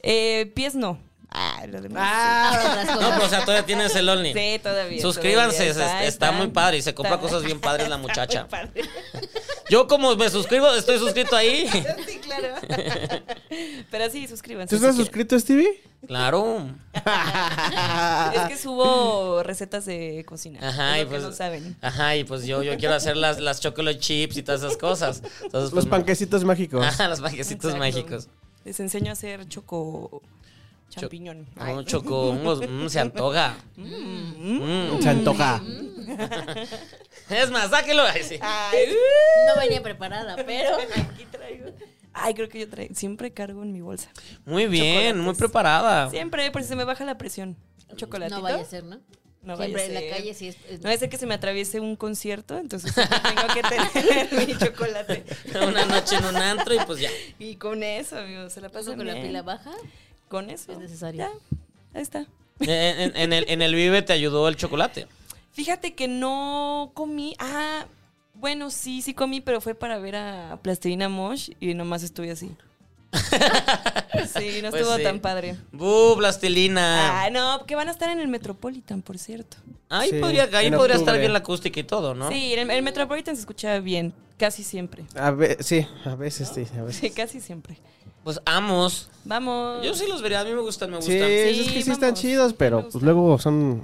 [SPEAKER 4] Eh, pies no. Ah, pues, lo demás.
[SPEAKER 3] Ahora otras
[SPEAKER 2] No,
[SPEAKER 3] cosas.
[SPEAKER 2] pero o sea, todavía tienes el Only.
[SPEAKER 4] sí. *laughs* Sí, todavía.
[SPEAKER 2] Suscríbanse,
[SPEAKER 4] todavía.
[SPEAKER 2] es- está, muy padre y se compra
[SPEAKER 4] está-
[SPEAKER 2] cosas bien padres la muchacha.
[SPEAKER 4] Está *laughs* muy padre. *laughs*
[SPEAKER 2] Yo como me suscribo, estoy suscrito ahí. *laughs*
[SPEAKER 4] Sí, claro. Pero sí, suscríbanse.
[SPEAKER 1] ¿Tú estás
[SPEAKER 4] si quieren.
[SPEAKER 1] suscrito, Stevie?
[SPEAKER 2] Claro.
[SPEAKER 4] Es
[SPEAKER 2] *laughs*
[SPEAKER 4] que subo recetas de cocina.
[SPEAKER 2] Ajá, y
[SPEAKER 4] es lo que
[SPEAKER 2] pues.
[SPEAKER 4] no saben.
[SPEAKER 2] Ajá, y pues yo, yo quiero hacer las, las chocolate chips y todas esas cosas. Entonces,
[SPEAKER 1] Los
[SPEAKER 2] pues,
[SPEAKER 1] panquecitos mágicos.
[SPEAKER 2] Ajá, los panquecitos
[SPEAKER 4] Exacto.
[SPEAKER 2] mágicos.
[SPEAKER 4] Les enseño a hacer choco champiñón. Ay.
[SPEAKER 2] Un choco, unos- mm, se antoja. Mm.
[SPEAKER 1] Se antoja.
[SPEAKER 2] Es más, sáquelo. Ay, sí.
[SPEAKER 4] Ay,
[SPEAKER 3] No venía preparada, *laughs* pero.
[SPEAKER 4] aquí traigo. Ay, creo que yo traigo. Siempre cargo en mi bolsa.
[SPEAKER 2] Muy bien, muy
[SPEAKER 4] Chocolates.
[SPEAKER 2] preparada.
[SPEAKER 4] Siempre, porque se me baja la presión. Chocolatito.
[SPEAKER 3] No vaya a ser, ¿no?
[SPEAKER 4] No vaya
[SPEAKER 3] Siempre
[SPEAKER 4] a
[SPEAKER 3] en
[SPEAKER 4] ser.
[SPEAKER 3] la calle sí es. eh, es-
[SPEAKER 4] No es que se me atraviese un concierto, entonces siempre tengo que
[SPEAKER 3] *laughs*
[SPEAKER 4] tener mi chocolate. *laughs*
[SPEAKER 2] Una noche en un antro y pues ya.
[SPEAKER 4] Y con eso, amigos, se la pasan
[SPEAKER 3] incluso con la
[SPEAKER 4] bien.
[SPEAKER 3] pila baja.
[SPEAKER 4] Con eso.
[SPEAKER 3] Es necesario.
[SPEAKER 4] Ya, ahí está.
[SPEAKER 2] En, en- en el, en el Vive te ayudó el chocolate.
[SPEAKER 4] Fíjate que no comí. Ah, bueno, sí, sí comí, pero fue para ver a Plastilina Mosh y nomás estuve así. *laughs* sí, no
[SPEAKER 2] Pues
[SPEAKER 4] estuvo
[SPEAKER 2] sí.
[SPEAKER 4] tan padre.
[SPEAKER 2] ¡Bu, plastilina!
[SPEAKER 4] Ah, no, que van a estar en el Metropolitan, por cierto.
[SPEAKER 2] Ahí
[SPEAKER 1] Sí,
[SPEAKER 2] podría, ahí
[SPEAKER 1] en
[SPEAKER 2] podría estar
[SPEAKER 1] octubre.
[SPEAKER 2] bien la acústica y todo, ¿no?
[SPEAKER 4] Sí, el, el Metropolitan se escuchaba bien, casi siempre.
[SPEAKER 1] A ve- sí, a veces sí, a veces.
[SPEAKER 4] Ah. Sí, casi siempre.
[SPEAKER 2] Pues amos.
[SPEAKER 4] Vamos.
[SPEAKER 2] Yo sí los vería, a mí me gustan, me
[SPEAKER 1] Sí,
[SPEAKER 2] gustan.
[SPEAKER 1] es
[SPEAKER 4] Sí,
[SPEAKER 1] que sí están
[SPEAKER 4] vamos.
[SPEAKER 1] chidos, pero
[SPEAKER 4] Me
[SPEAKER 1] pues,
[SPEAKER 4] gusta.
[SPEAKER 1] luego son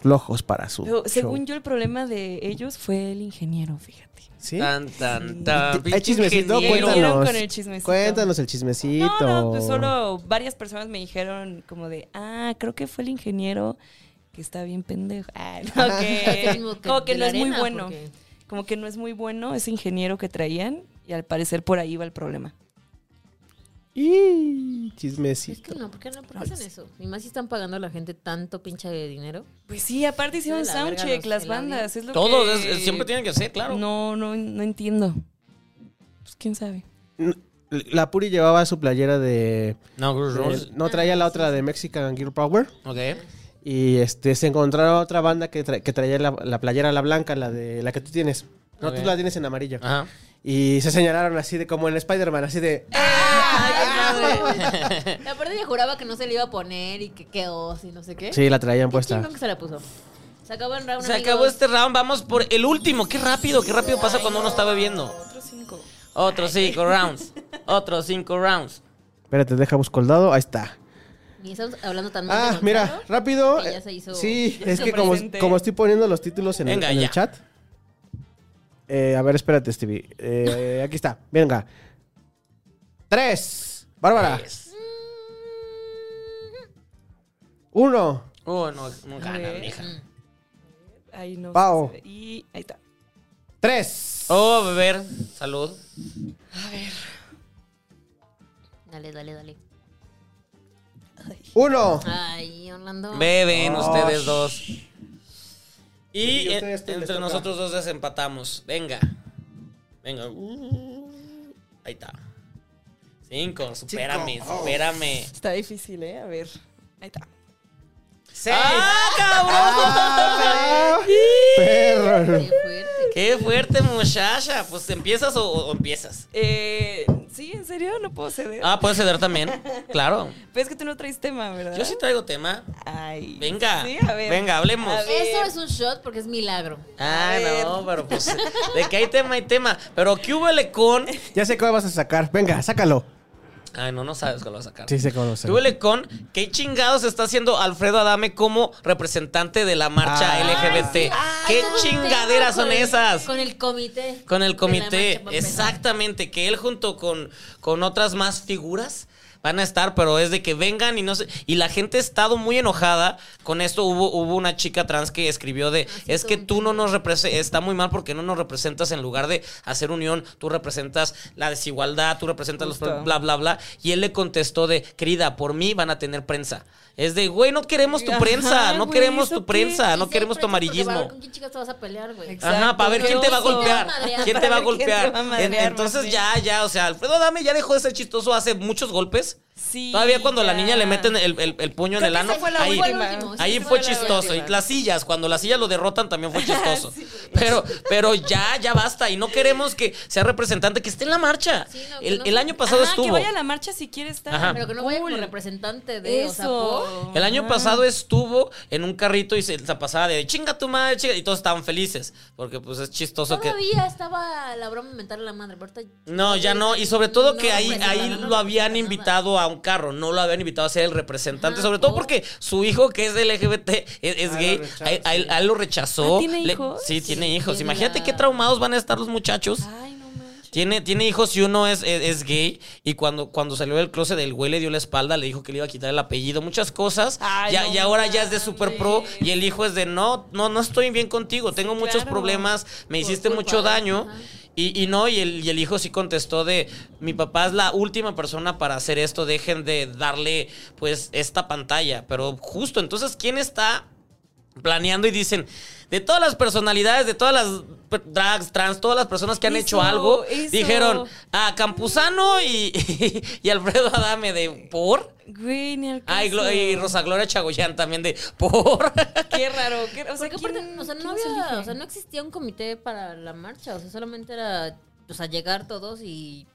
[SPEAKER 1] flojos para su
[SPEAKER 4] Pero,
[SPEAKER 1] show.
[SPEAKER 4] según yo, el problema de ellos fue el ingeniero, fíjate.
[SPEAKER 1] ¿Sí?
[SPEAKER 2] Tan, tan, tan.
[SPEAKER 1] Hay chismecito,
[SPEAKER 2] Pinche ingeniero.
[SPEAKER 4] cuéntalo.
[SPEAKER 1] cuéntanos.
[SPEAKER 4] Vinieron con el chismecito.
[SPEAKER 1] Cuéntanos el chismecito.
[SPEAKER 4] No, no, pues solo varias personas me dijeron como de, ah, creo que fue el ingeniero que está bien pendejo. Ah, no,
[SPEAKER 2] *laughs*
[SPEAKER 3] Es el
[SPEAKER 4] que,
[SPEAKER 3] mismo que
[SPEAKER 4] como que
[SPEAKER 3] de
[SPEAKER 4] no
[SPEAKER 3] la
[SPEAKER 4] es muy
[SPEAKER 3] arena,
[SPEAKER 4] bueno.
[SPEAKER 3] porque-
[SPEAKER 4] Como que no es muy bueno ese ingeniero que traían y al parecer por ahí va el problema.
[SPEAKER 1] Y
[SPEAKER 3] Es que
[SPEAKER 1] chismecito.
[SPEAKER 3] no, ¿por qué no hacen eso? Y más si están pagando a la gente tanto pinche de dinero.
[SPEAKER 4] Pues sí, aparte hicieron
[SPEAKER 3] la verga
[SPEAKER 4] soundcheck
[SPEAKER 3] los-
[SPEAKER 4] las
[SPEAKER 3] el audio.
[SPEAKER 4] bandas. Es lo
[SPEAKER 2] Todos,
[SPEAKER 4] que-
[SPEAKER 2] es- es- siempre tienen que ser, claro.
[SPEAKER 4] No, no, no entiendo. Pues quién sabe.
[SPEAKER 1] La Puri llevaba su playera de...
[SPEAKER 2] No, Guns N' Roses.
[SPEAKER 1] de- no traía la otra, la de Mexican Girl Power.
[SPEAKER 2] Ok.
[SPEAKER 1] Y este se encontró otra banda que, tra- que traía la, la playera, la blanca, la de la que tú tienes. No,
[SPEAKER 2] Ok.
[SPEAKER 1] tú la tienes en amarillo.
[SPEAKER 2] Ajá.
[SPEAKER 1] Y se señalaron así de como en Spider-Man, así de...
[SPEAKER 3] *laughs* La parte ella juraba que no se le iba a poner y que qué os y no sé qué.
[SPEAKER 1] Sí, la traían
[SPEAKER 3] Qué
[SPEAKER 1] puesta.
[SPEAKER 3] chingón que se la puso. Se acabó el round.
[SPEAKER 2] Se
[SPEAKER 3] amigos.
[SPEAKER 2] acabó este round, vamos por el último. Qué rápido, qué rápido pasa cuando uno está bebiendo.
[SPEAKER 4] Otros cinco.
[SPEAKER 2] Otros cinco
[SPEAKER 4] *laughs*
[SPEAKER 2] rounds. Otros cinco rounds.
[SPEAKER 1] Espérate, deja busco el dado. Ahí está.
[SPEAKER 3] Ni estamos hablando tan mal de
[SPEAKER 1] Ah,
[SPEAKER 3] Gonzalo.
[SPEAKER 1] mira, rápido. eh,
[SPEAKER 3] que ya se hizo-
[SPEAKER 1] sí,
[SPEAKER 4] ya se
[SPEAKER 1] es
[SPEAKER 4] hizo
[SPEAKER 1] que como,
[SPEAKER 4] presente.
[SPEAKER 1] como estoy poniendo los títulos en, el-
[SPEAKER 2] Venga,
[SPEAKER 1] en el,
[SPEAKER 2] ya.
[SPEAKER 1] chat. Eh, a ver, espérate, Stevie. Eh, aquí está, venga.
[SPEAKER 2] Pues,
[SPEAKER 1] Tres. Bárbara.
[SPEAKER 2] Tres.
[SPEAKER 1] Uno.
[SPEAKER 2] Oh, no, no gana,
[SPEAKER 4] Güey.
[SPEAKER 2] mija.
[SPEAKER 4] Ahí no.
[SPEAKER 1] Pau.
[SPEAKER 4] se ve. Y ahí está.
[SPEAKER 1] Tres.
[SPEAKER 2] Oh, beber. Salud.
[SPEAKER 3] Dale, dale, dale.
[SPEAKER 1] Uno.
[SPEAKER 3] Ay,
[SPEAKER 1] *laughs*
[SPEAKER 3] Orlando.
[SPEAKER 2] Beben
[SPEAKER 1] Oh,
[SPEAKER 2] ustedes dos. Y
[SPEAKER 1] Sí,
[SPEAKER 2] en-
[SPEAKER 1] ustedes les
[SPEAKER 2] entre
[SPEAKER 1] toca.
[SPEAKER 2] nosotros dos desempatamos. Venga. Venga. Uh, Ahí está. Cinco. Supérame,
[SPEAKER 1] Oh.
[SPEAKER 2] supérame.
[SPEAKER 4] Está difícil, ¿eh? A ver. Ahí está.
[SPEAKER 2] ¡Seis! ¡Ah, cabrón!
[SPEAKER 1] Perro.
[SPEAKER 3] Qué fuerte.
[SPEAKER 2] ¡Qué fuerte, muchacha! Pues empiezas o, o empiezas.
[SPEAKER 4] Eh, sí, en serio, no puedo ceder.
[SPEAKER 2] Ah, puedes ceder también. Claro.
[SPEAKER 4] Pero es que tú no traes tema, ¿verdad?
[SPEAKER 2] Yo sí traigo tema.
[SPEAKER 4] Ay.
[SPEAKER 2] Venga.
[SPEAKER 4] Sí, a ver.
[SPEAKER 2] Venga, hablemos.
[SPEAKER 4] A ver.
[SPEAKER 3] Eso es un shot porque es milagro.
[SPEAKER 2] Ah,
[SPEAKER 4] A ver.
[SPEAKER 2] no, pero pues de que hay tema, hay tema. Pero ¿qué hubo con?
[SPEAKER 1] Ya sé cuál vas a sacar. Venga, sácalo.
[SPEAKER 2] Ay, no, no sabes cuál vas a sacar.
[SPEAKER 1] Sí, sé cuál vas a
[SPEAKER 2] ¿Qué
[SPEAKER 1] sacar.
[SPEAKER 2] hubo con? ¿Qué chingados está haciendo Alfredo Adame como representante de la marcha
[SPEAKER 1] Ah.
[SPEAKER 2] LGBT? ¿Qué
[SPEAKER 3] Todo un tema
[SPEAKER 2] chingaderas
[SPEAKER 3] Ah, con
[SPEAKER 2] son
[SPEAKER 3] el-
[SPEAKER 2] esas?
[SPEAKER 3] Con el comité.
[SPEAKER 2] Con el
[SPEAKER 3] De la
[SPEAKER 2] comité,
[SPEAKER 3] marcha, para empezar.
[SPEAKER 2] exactamente, que él junto con, con otras más figuras van a estar, pero es de que vengan y no sé. Y la gente ha estado muy enojada con esto. Hubo, hubo una chica trans que escribió de,
[SPEAKER 3] Ah, sí,
[SPEAKER 2] es que
[SPEAKER 3] todo un
[SPEAKER 2] tú no nos representas, está muy mal porque no nos representas en lugar de hacer unión, tú representas la desigualdad, tú representas los
[SPEAKER 4] Justo.
[SPEAKER 2] bla, bla, bla. Y él le contestó de, querida, por mí van a tener prensa. Es de, güey, no queremos tu
[SPEAKER 4] Ajá,
[SPEAKER 2] prensa, no
[SPEAKER 4] güey,
[SPEAKER 2] queremos
[SPEAKER 4] ¿eso
[SPEAKER 2] tu
[SPEAKER 4] qué?
[SPEAKER 2] prensa,
[SPEAKER 3] Sí,
[SPEAKER 2] no
[SPEAKER 3] sí,
[SPEAKER 2] queremos tu
[SPEAKER 3] pero es porque va a ver
[SPEAKER 2] amarillismo.
[SPEAKER 3] ¿Con quién chicas te vas a pelear, güey?
[SPEAKER 2] Ajá, para ver quién
[SPEAKER 4] Exacto,
[SPEAKER 2] te va a
[SPEAKER 4] qué oso.
[SPEAKER 2] golpear.
[SPEAKER 3] madrear,
[SPEAKER 2] ¿Quién te va a
[SPEAKER 4] para ver quién te
[SPEAKER 2] golpear?
[SPEAKER 4] va a madrear,
[SPEAKER 2] En- Entonces
[SPEAKER 4] más
[SPEAKER 2] ya, ya, o sea, Alfredo Dame ya dejó de ser chistoso hace muchos golpes.
[SPEAKER 4] Sí.
[SPEAKER 2] Todavía cuando la
[SPEAKER 4] ya.
[SPEAKER 2] niña le meten el, el- el puño en
[SPEAKER 4] Creo
[SPEAKER 2] el
[SPEAKER 4] que
[SPEAKER 2] ano,
[SPEAKER 4] esa fue la
[SPEAKER 2] ahí,
[SPEAKER 4] última.
[SPEAKER 2] ahí
[SPEAKER 4] Esa
[SPEAKER 2] fue
[SPEAKER 4] fue la
[SPEAKER 2] chistoso. Y
[SPEAKER 4] última.
[SPEAKER 2] las sillas, cuando las sillas lo derrotan también
[SPEAKER 4] *laughs*
[SPEAKER 2] fue chistoso. Pero, pero ya, ya basta. Y no queremos que sea representante, que esté en la marcha.
[SPEAKER 3] Sí, no, que
[SPEAKER 2] el,
[SPEAKER 3] no
[SPEAKER 2] el
[SPEAKER 3] se-
[SPEAKER 2] año pasado
[SPEAKER 4] Ajá, Que
[SPEAKER 2] estuvo.
[SPEAKER 4] vaya a la marcha si quiere estar.
[SPEAKER 2] Ajá.
[SPEAKER 3] Pero que no vaya como
[SPEAKER 4] Cool.
[SPEAKER 3] representante de. O sea, por-
[SPEAKER 4] Eso.
[SPEAKER 2] El año pasado estuvo en un carrito y se la pasaba de chinga tu madre, chinga", y todos estaban felices. Porque pues es chistoso que.
[SPEAKER 3] Todavía estaba la broma mental a la madre, pero ahorita-
[SPEAKER 2] No, ya no. Y sobre todo que
[SPEAKER 3] No,
[SPEAKER 2] ahí,
[SPEAKER 3] pues,
[SPEAKER 2] ahí
[SPEAKER 3] no, no,
[SPEAKER 2] lo
[SPEAKER 3] no,
[SPEAKER 2] habían
[SPEAKER 3] no, no, no.
[SPEAKER 2] invitado a un carro, no lo habían invitado a ser el representante.
[SPEAKER 3] Ajá,
[SPEAKER 2] sobre todo
[SPEAKER 3] por.
[SPEAKER 2] porque su hijo, que es LGBT, es, es
[SPEAKER 1] Ah, lo
[SPEAKER 2] gay,
[SPEAKER 1] rechaza,
[SPEAKER 2] a, él- a él, a él lo rechazó.
[SPEAKER 4] Ah, ¿tiene hijos?
[SPEAKER 2] Sí, tiene
[SPEAKER 3] Sí,
[SPEAKER 2] hijos.
[SPEAKER 3] tiene
[SPEAKER 2] Imagínate
[SPEAKER 3] la-
[SPEAKER 2] qué traumados van a estar los muchachos.
[SPEAKER 4] Ay, no manches.
[SPEAKER 2] Tiene, tiene hijos y uno es, es, es gay. Y cuando, cuando salió del closet, el güey le dio la espalda, le dijo que le iba a quitar el apellido, muchas cosas.
[SPEAKER 4] Ay,
[SPEAKER 2] Ya-
[SPEAKER 4] no
[SPEAKER 2] y ahora ya es de
[SPEAKER 4] mames.
[SPEAKER 2] super pro. Y el hijo es de no, no, no estoy bien contigo. Tengo muchos
[SPEAKER 4] claro.
[SPEAKER 2] problemas, me
[SPEAKER 3] Por
[SPEAKER 2] hiciste
[SPEAKER 3] culpa
[SPEAKER 2] mucho
[SPEAKER 3] de-
[SPEAKER 2] daño.
[SPEAKER 3] ajá.
[SPEAKER 2] Y, y no, y el, y el hijo sí contestó de mi papá es la última persona para hacer esto, dejen de darle pues esta pantalla. Pero justo, entonces, ¿quién está planeando y dicen, de todas las personalidades, de todas las per- drags, trans, todas las personas que han
[SPEAKER 4] Eso,
[SPEAKER 2] hecho algo,
[SPEAKER 4] eso.
[SPEAKER 2] dijeron a Campuzano y, *laughs* y Alfredo Adame de por.
[SPEAKER 4] Güey, ni al
[SPEAKER 2] Ay,
[SPEAKER 4] caso.
[SPEAKER 2] Glo- y Rosa Gloria Chagoyán también de por. *laughs*
[SPEAKER 4] Qué raro. qué- o sea,
[SPEAKER 3] Porque aparte,
[SPEAKER 4] ¿quién-
[SPEAKER 3] o sea,
[SPEAKER 4] quién
[SPEAKER 3] no
[SPEAKER 4] los
[SPEAKER 3] había,
[SPEAKER 4] elige?
[SPEAKER 3] o sea, no existía un comité para la marcha, o sea, solamente era, o sea, llegar todos y...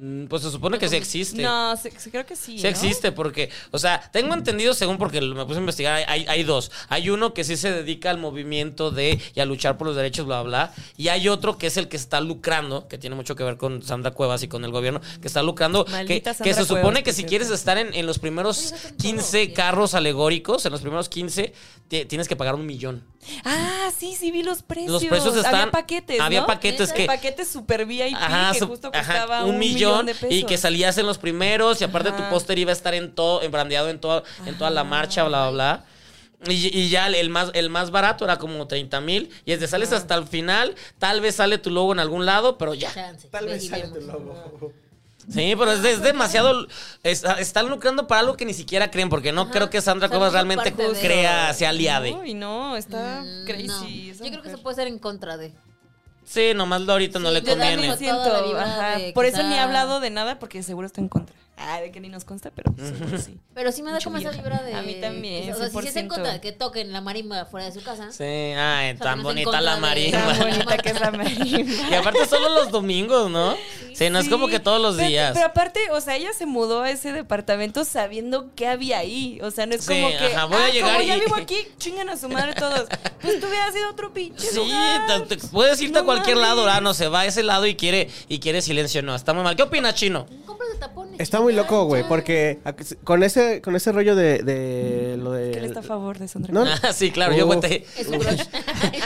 [SPEAKER 2] Mm, Pues se supone que sí existe.
[SPEAKER 4] No, se- se- creo que sí.
[SPEAKER 2] Sí
[SPEAKER 4] ¿no?
[SPEAKER 2] existe porque, o sea, tengo entendido según porque me puse a investigar, hay, hay- hay dos. Hay uno que sí se dedica al movimiento de y a luchar por los derechos, bla, bla, bla. Y hay otro que es el que está lucrando, que tiene mucho que ver con Sandra Cuevas y con el gobierno, que está lucrando, que,
[SPEAKER 4] Maldita
[SPEAKER 2] que
[SPEAKER 4] Sandra
[SPEAKER 2] se supone
[SPEAKER 4] Cuevas,
[SPEAKER 2] que
[SPEAKER 4] por
[SPEAKER 2] si
[SPEAKER 4] cierto.
[SPEAKER 2] quieres estar en, en los primeros 15 carros alegóricos, en los primeros 15, te- tienes que pagar un millón.
[SPEAKER 4] Ah, sí, sí, vi los precios.
[SPEAKER 2] Los precios
[SPEAKER 4] Había
[SPEAKER 2] están-
[SPEAKER 4] paquetes.
[SPEAKER 2] había
[SPEAKER 4] ¿no?
[SPEAKER 2] paquetes que-
[SPEAKER 4] Paquetes super VIP que
[SPEAKER 2] su-
[SPEAKER 4] justo
[SPEAKER 2] ajá,
[SPEAKER 4] costaba un, millón, de pesos.
[SPEAKER 2] y que salías en los primeros y aparte tu
[SPEAKER 4] Ajá.
[SPEAKER 2] póster iba a estar en todo en brandeado en toda en toda la marcha bla bla bla y, y ya el- el más el más barato era como 30 mil y desde sales hasta el final tal vez sale tu logo en algún lado pero ya
[SPEAKER 3] Chance,
[SPEAKER 1] Tal
[SPEAKER 3] ve-
[SPEAKER 1] vez
[SPEAKER 3] y
[SPEAKER 1] sale
[SPEAKER 3] vemos.
[SPEAKER 1] tu logo.
[SPEAKER 2] sí pero es, es demasiado está- están lucrando para algo que ni siquiera creen porque no
[SPEAKER 3] Ajá.
[SPEAKER 2] creo que Sandra
[SPEAKER 3] O sea,
[SPEAKER 2] Cuevas
[SPEAKER 3] no
[SPEAKER 2] realmente
[SPEAKER 3] parte de-
[SPEAKER 2] crea sea aliade
[SPEAKER 4] Uy, no, está
[SPEAKER 3] Mm,
[SPEAKER 4] crazy.
[SPEAKER 3] no. Yo
[SPEAKER 4] esa
[SPEAKER 3] creo que
[SPEAKER 4] mujer.
[SPEAKER 3] se puede hacer en contra de...
[SPEAKER 2] sí nomás ahorita no le
[SPEAKER 3] yo también
[SPEAKER 2] conviene
[SPEAKER 3] lo siento. toda la vibra
[SPEAKER 4] Ajá,
[SPEAKER 3] de
[SPEAKER 4] Por
[SPEAKER 3] que
[SPEAKER 4] eso ni he
[SPEAKER 3] está-
[SPEAKER 4] hablado de nada, porque seguro está en contra. Ah, de que ni nos consta, pero seguro
[SPEAKER 2] *laughs*
[SPEAKER 4] sí.
[SPEAKER 3] Pero sí me da
[SPEAKER 4] Mucho
[SPEAKER 3] como esa
[SPEAKER 4] vieja.
[SPEAKER 3] vibra de...
[SPEAKER 4] A mí también,
[SPEAKER 3] O sea, si sí es en
[SPEAKER 4] 100%.
[SPEAKER 3] contra de que toquen la marimba fuera de su casa.
[SPEAKER 2] sí ay
[SPEAKER 3] sea,
[SPEAKER 2] tan
[SPEAKER 3] no es en
[SPEAKER 2] bonita la
[SPEAKER 3] contra de-
[SPEAKER 2] marimba
[SPEAKER 4] Tan bonita que
[SPEAKER 2] *laughs*
[SPEAKER 4] es la Marina.
[SPEAKER 2] Y aparte solo los domingos, ¿no? Sí, no es como que todos los
[SPEAKER 4] Pero-
[SPEAKER 2] días.
[SPEAKER 4] Pero aparte, o sea, ella se mudó a ese departamento sabiendo qué había ahí. O sea, no es
[SPEAKER 2] Sí,
[SPEAKER 4] como que.
[SPEAKER 2] ajá, voy a
[SPEAKER 4] "Ah,
[SPEAKER 2] llegar
[SPEAKER 4] como
[SPEAKER 2] y-
[SPEAKER 4] ya vivo aquí, chingan a su madre todos. Pues tú hubieras ido a otro pinche.
[SPEAKER 2] Sí,
[SPEAKER 4] lugar.
[SPEAKER 2] te- te- puedes irte a
[SPEAKER 4] No
[SPEAKER 2] cualquier lado,
[SPEAKER 4] mames.
[SPEAKER 2] ah, no, se va a ese lado y quiere, y quiere silencio, no, está muy mal. ¿Qué opinas, Chino?
[SPEAKER 3] Cómprate tapones.
[SPEAKER 1] Está muy
[SPEAKER 3] ya,
[SPEAKER 1] loco, güey,
[SPEAKER 3] ya.
[SPEAKER 1] porque ac- con ese, con ese rollo de, de lo de...
[SPEAKER 4] Mm, Que él está a favor de Sandra.
[SPEAKER 1] No,
[SPEAKER 4] Cuevas.
[SPEAKER 2] Ah, sí, claro, yo
[SPEAKER 1] Uh.
[SPEAKER 2] voté. *laughs*
[SPEAKER 3] Es un crush.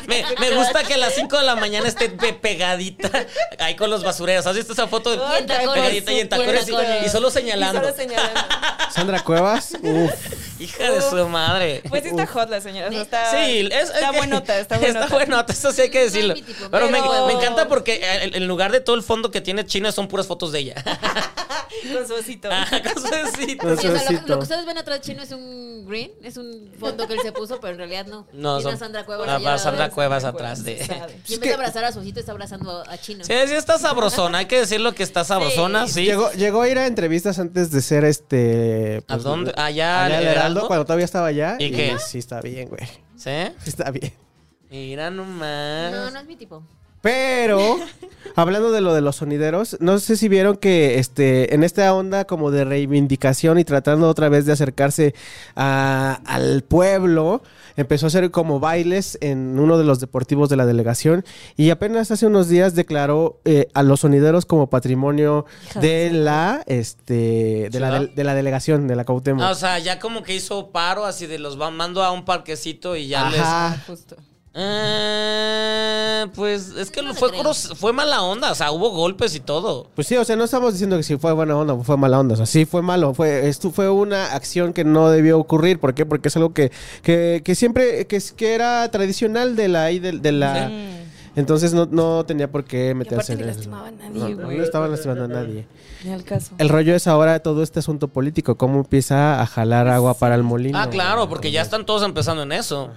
[SPEAKER 2] Me, me gusta que a las 5 de la mañana esté pe- pegadita ahí con los basureros. ¿Has visto esa foto?
[SPEAKER 4] Ay,
[SPEAKER 3] en tacones,
[SPEAKER 2] pegadita y en tacones y,
[SPEAKER 3] y en tacones.
[SPEAKER 2] y solo
[SPEAKER 4] Y
[SPEAKER 2] señalando.
[SPEAKER 4] solo señalando. *laughs*
[SPEAKER 1] Sandra Cuevas, uff.
[SPEAKER 2] Hija de su madre. *laughs*
[SPEAKER 4] Pues sí está hot la señora. o sea, está,
[SPEAKER 2] Sí, es-
[SPEAKER 4] está
[SPEAKER 2] es que-
[SPEAKER 4] buenota, está buenota.
[SPEAKER 2] *laughs* Está buenota, eso sí hay que decirlo.
[SPEAKER 3] mi tipo,
[SPEAKER 2] Pero, me-
[SPEAKER 4] pero-
[SPEAKER 2] Me, encanta porque eh, el- en lugar de todo el fondo que tiene China son puras fotos de ella.
[SPEAKER 4] Con su *laughs* osito.
[SPEAKER 2] Con su besito.
[SPEAKER 1] Con
[SPEAKER 3] Sí, o sea, lo- lo,
[SPEAKER 1] Suavecito.
[SPEAKER 3] que ustedes ven atrás chino es un green, es un fondo que él se puso, pero en realidad no.
[SPEAKER 2] No,
[SPEAKER 3] Tiene
[SPEAKER 2] son-
[SPEAKER 3] a Sandra Cuevas.
[SPEAKER 2] Ah,
[SPEAKER 3] allá
[SPEAKER 2] va,
[SPEAKER 3] al lado
[SPEAKER 2] Sandra
[SPEAKER 3] de él.
[SPEAKER 2] Cuevas atrás de-
[SPEAKER 4] Pues, Sabe.
[SPEAKER 3] Y en vez de abrazar a su hijito, está abrazando a
[SPEAKER 2] *laughs*
[SPEAKER 3] chino.
[SPEAKER 2] Sí, sí está sabrosona, hay que decirlo que está sabrosona, sí.
[SPEAKER 1] Llegó, llegó a ir a entrevistas antes de ser este.
[SPEAKER 2] ¿A dónde? Allá,
[SPEAKER 1] Allá
[SPEAKER 2] al
[SPEAKER 1] al
[SPEAKER 2] Heraldo.
[SPEAKER 1] Heraldo, cuando todavía estaba allá.
[SPEAKER 2] ¿Y qué?
[SPEAKER 1] Sí, está bien, güey. *laughs*
[SPEAKER 2] ¿Sí?
[SPEAKER 1] Sí, está bien.
[SPEAKER 2] Mira nomás.
[SPEAKER 3] No, no es mi tipo.
[SPEAKER 1] Pero, hablando de lo de los sonideros, no sé si vieron que este, en esta onda como de reivindicación y tratando otra vez de acercarse a- al pueblo, empezó a hacer como bailes en uno de los deportivos de la delegación y apenas hace unos días declaró eh, a los sonideros como patrimonio de la, este, de, la
[SPEAKER 2] ¿Ciudad?
[SPEAKER 1] del- de la delegación, de la Cautemo.
[SPEAKER 2] Ah, o sea, ya como que hizo paro así de los va- mando a un parquecito y ya les...
[SPEAKER 1] Ajá.
[SPEAKER 4] Justo.
[SPEAKER 2] Ah, pues es que
[SPEAKER 3] No
[SPEAKER 2] lo-
[SPEAKER 3] me
[SPEAKER 2] fue,
[SPEAKER 3] creo.
[SPEAKER 2] coros- fue mala onda, o sea, hubo golpes y todo.
[SPEAKER 1] Pues sí, o sea, no estamos diciendo que si fue buena onda o fue mala onda. O sea, sí fue malo. Fue, esto fue una acción que no debió ocurrir. ¿Por qué? Porque es algo que, que, que siempre, que, es- que era tradicional de la y de, de la. Entonces no, no tenía por qué
[SPEAKER 4] Y aparte
[SPEAKER 1] meterse
[SPEAKER 4] ni
[SPEAKER 1] en eso.
[SPEAKER 4] lastimaba a
[SPEAKER 1] No,
[SPEAKER 4] nadie,
[SPEAKER 1] no,
[SPEAKER 4] güey.
[SPEAKER 1] no estaban lastimando a nadie.
[SPEAKER 4] Ni al caso.
[SPEAKER 1] El rollo es ahora todo este asunto político, cómo empieza a jalar agua para el molino.
[SPEAKER 2] ah, claro, porque ya están todos empezando en eso.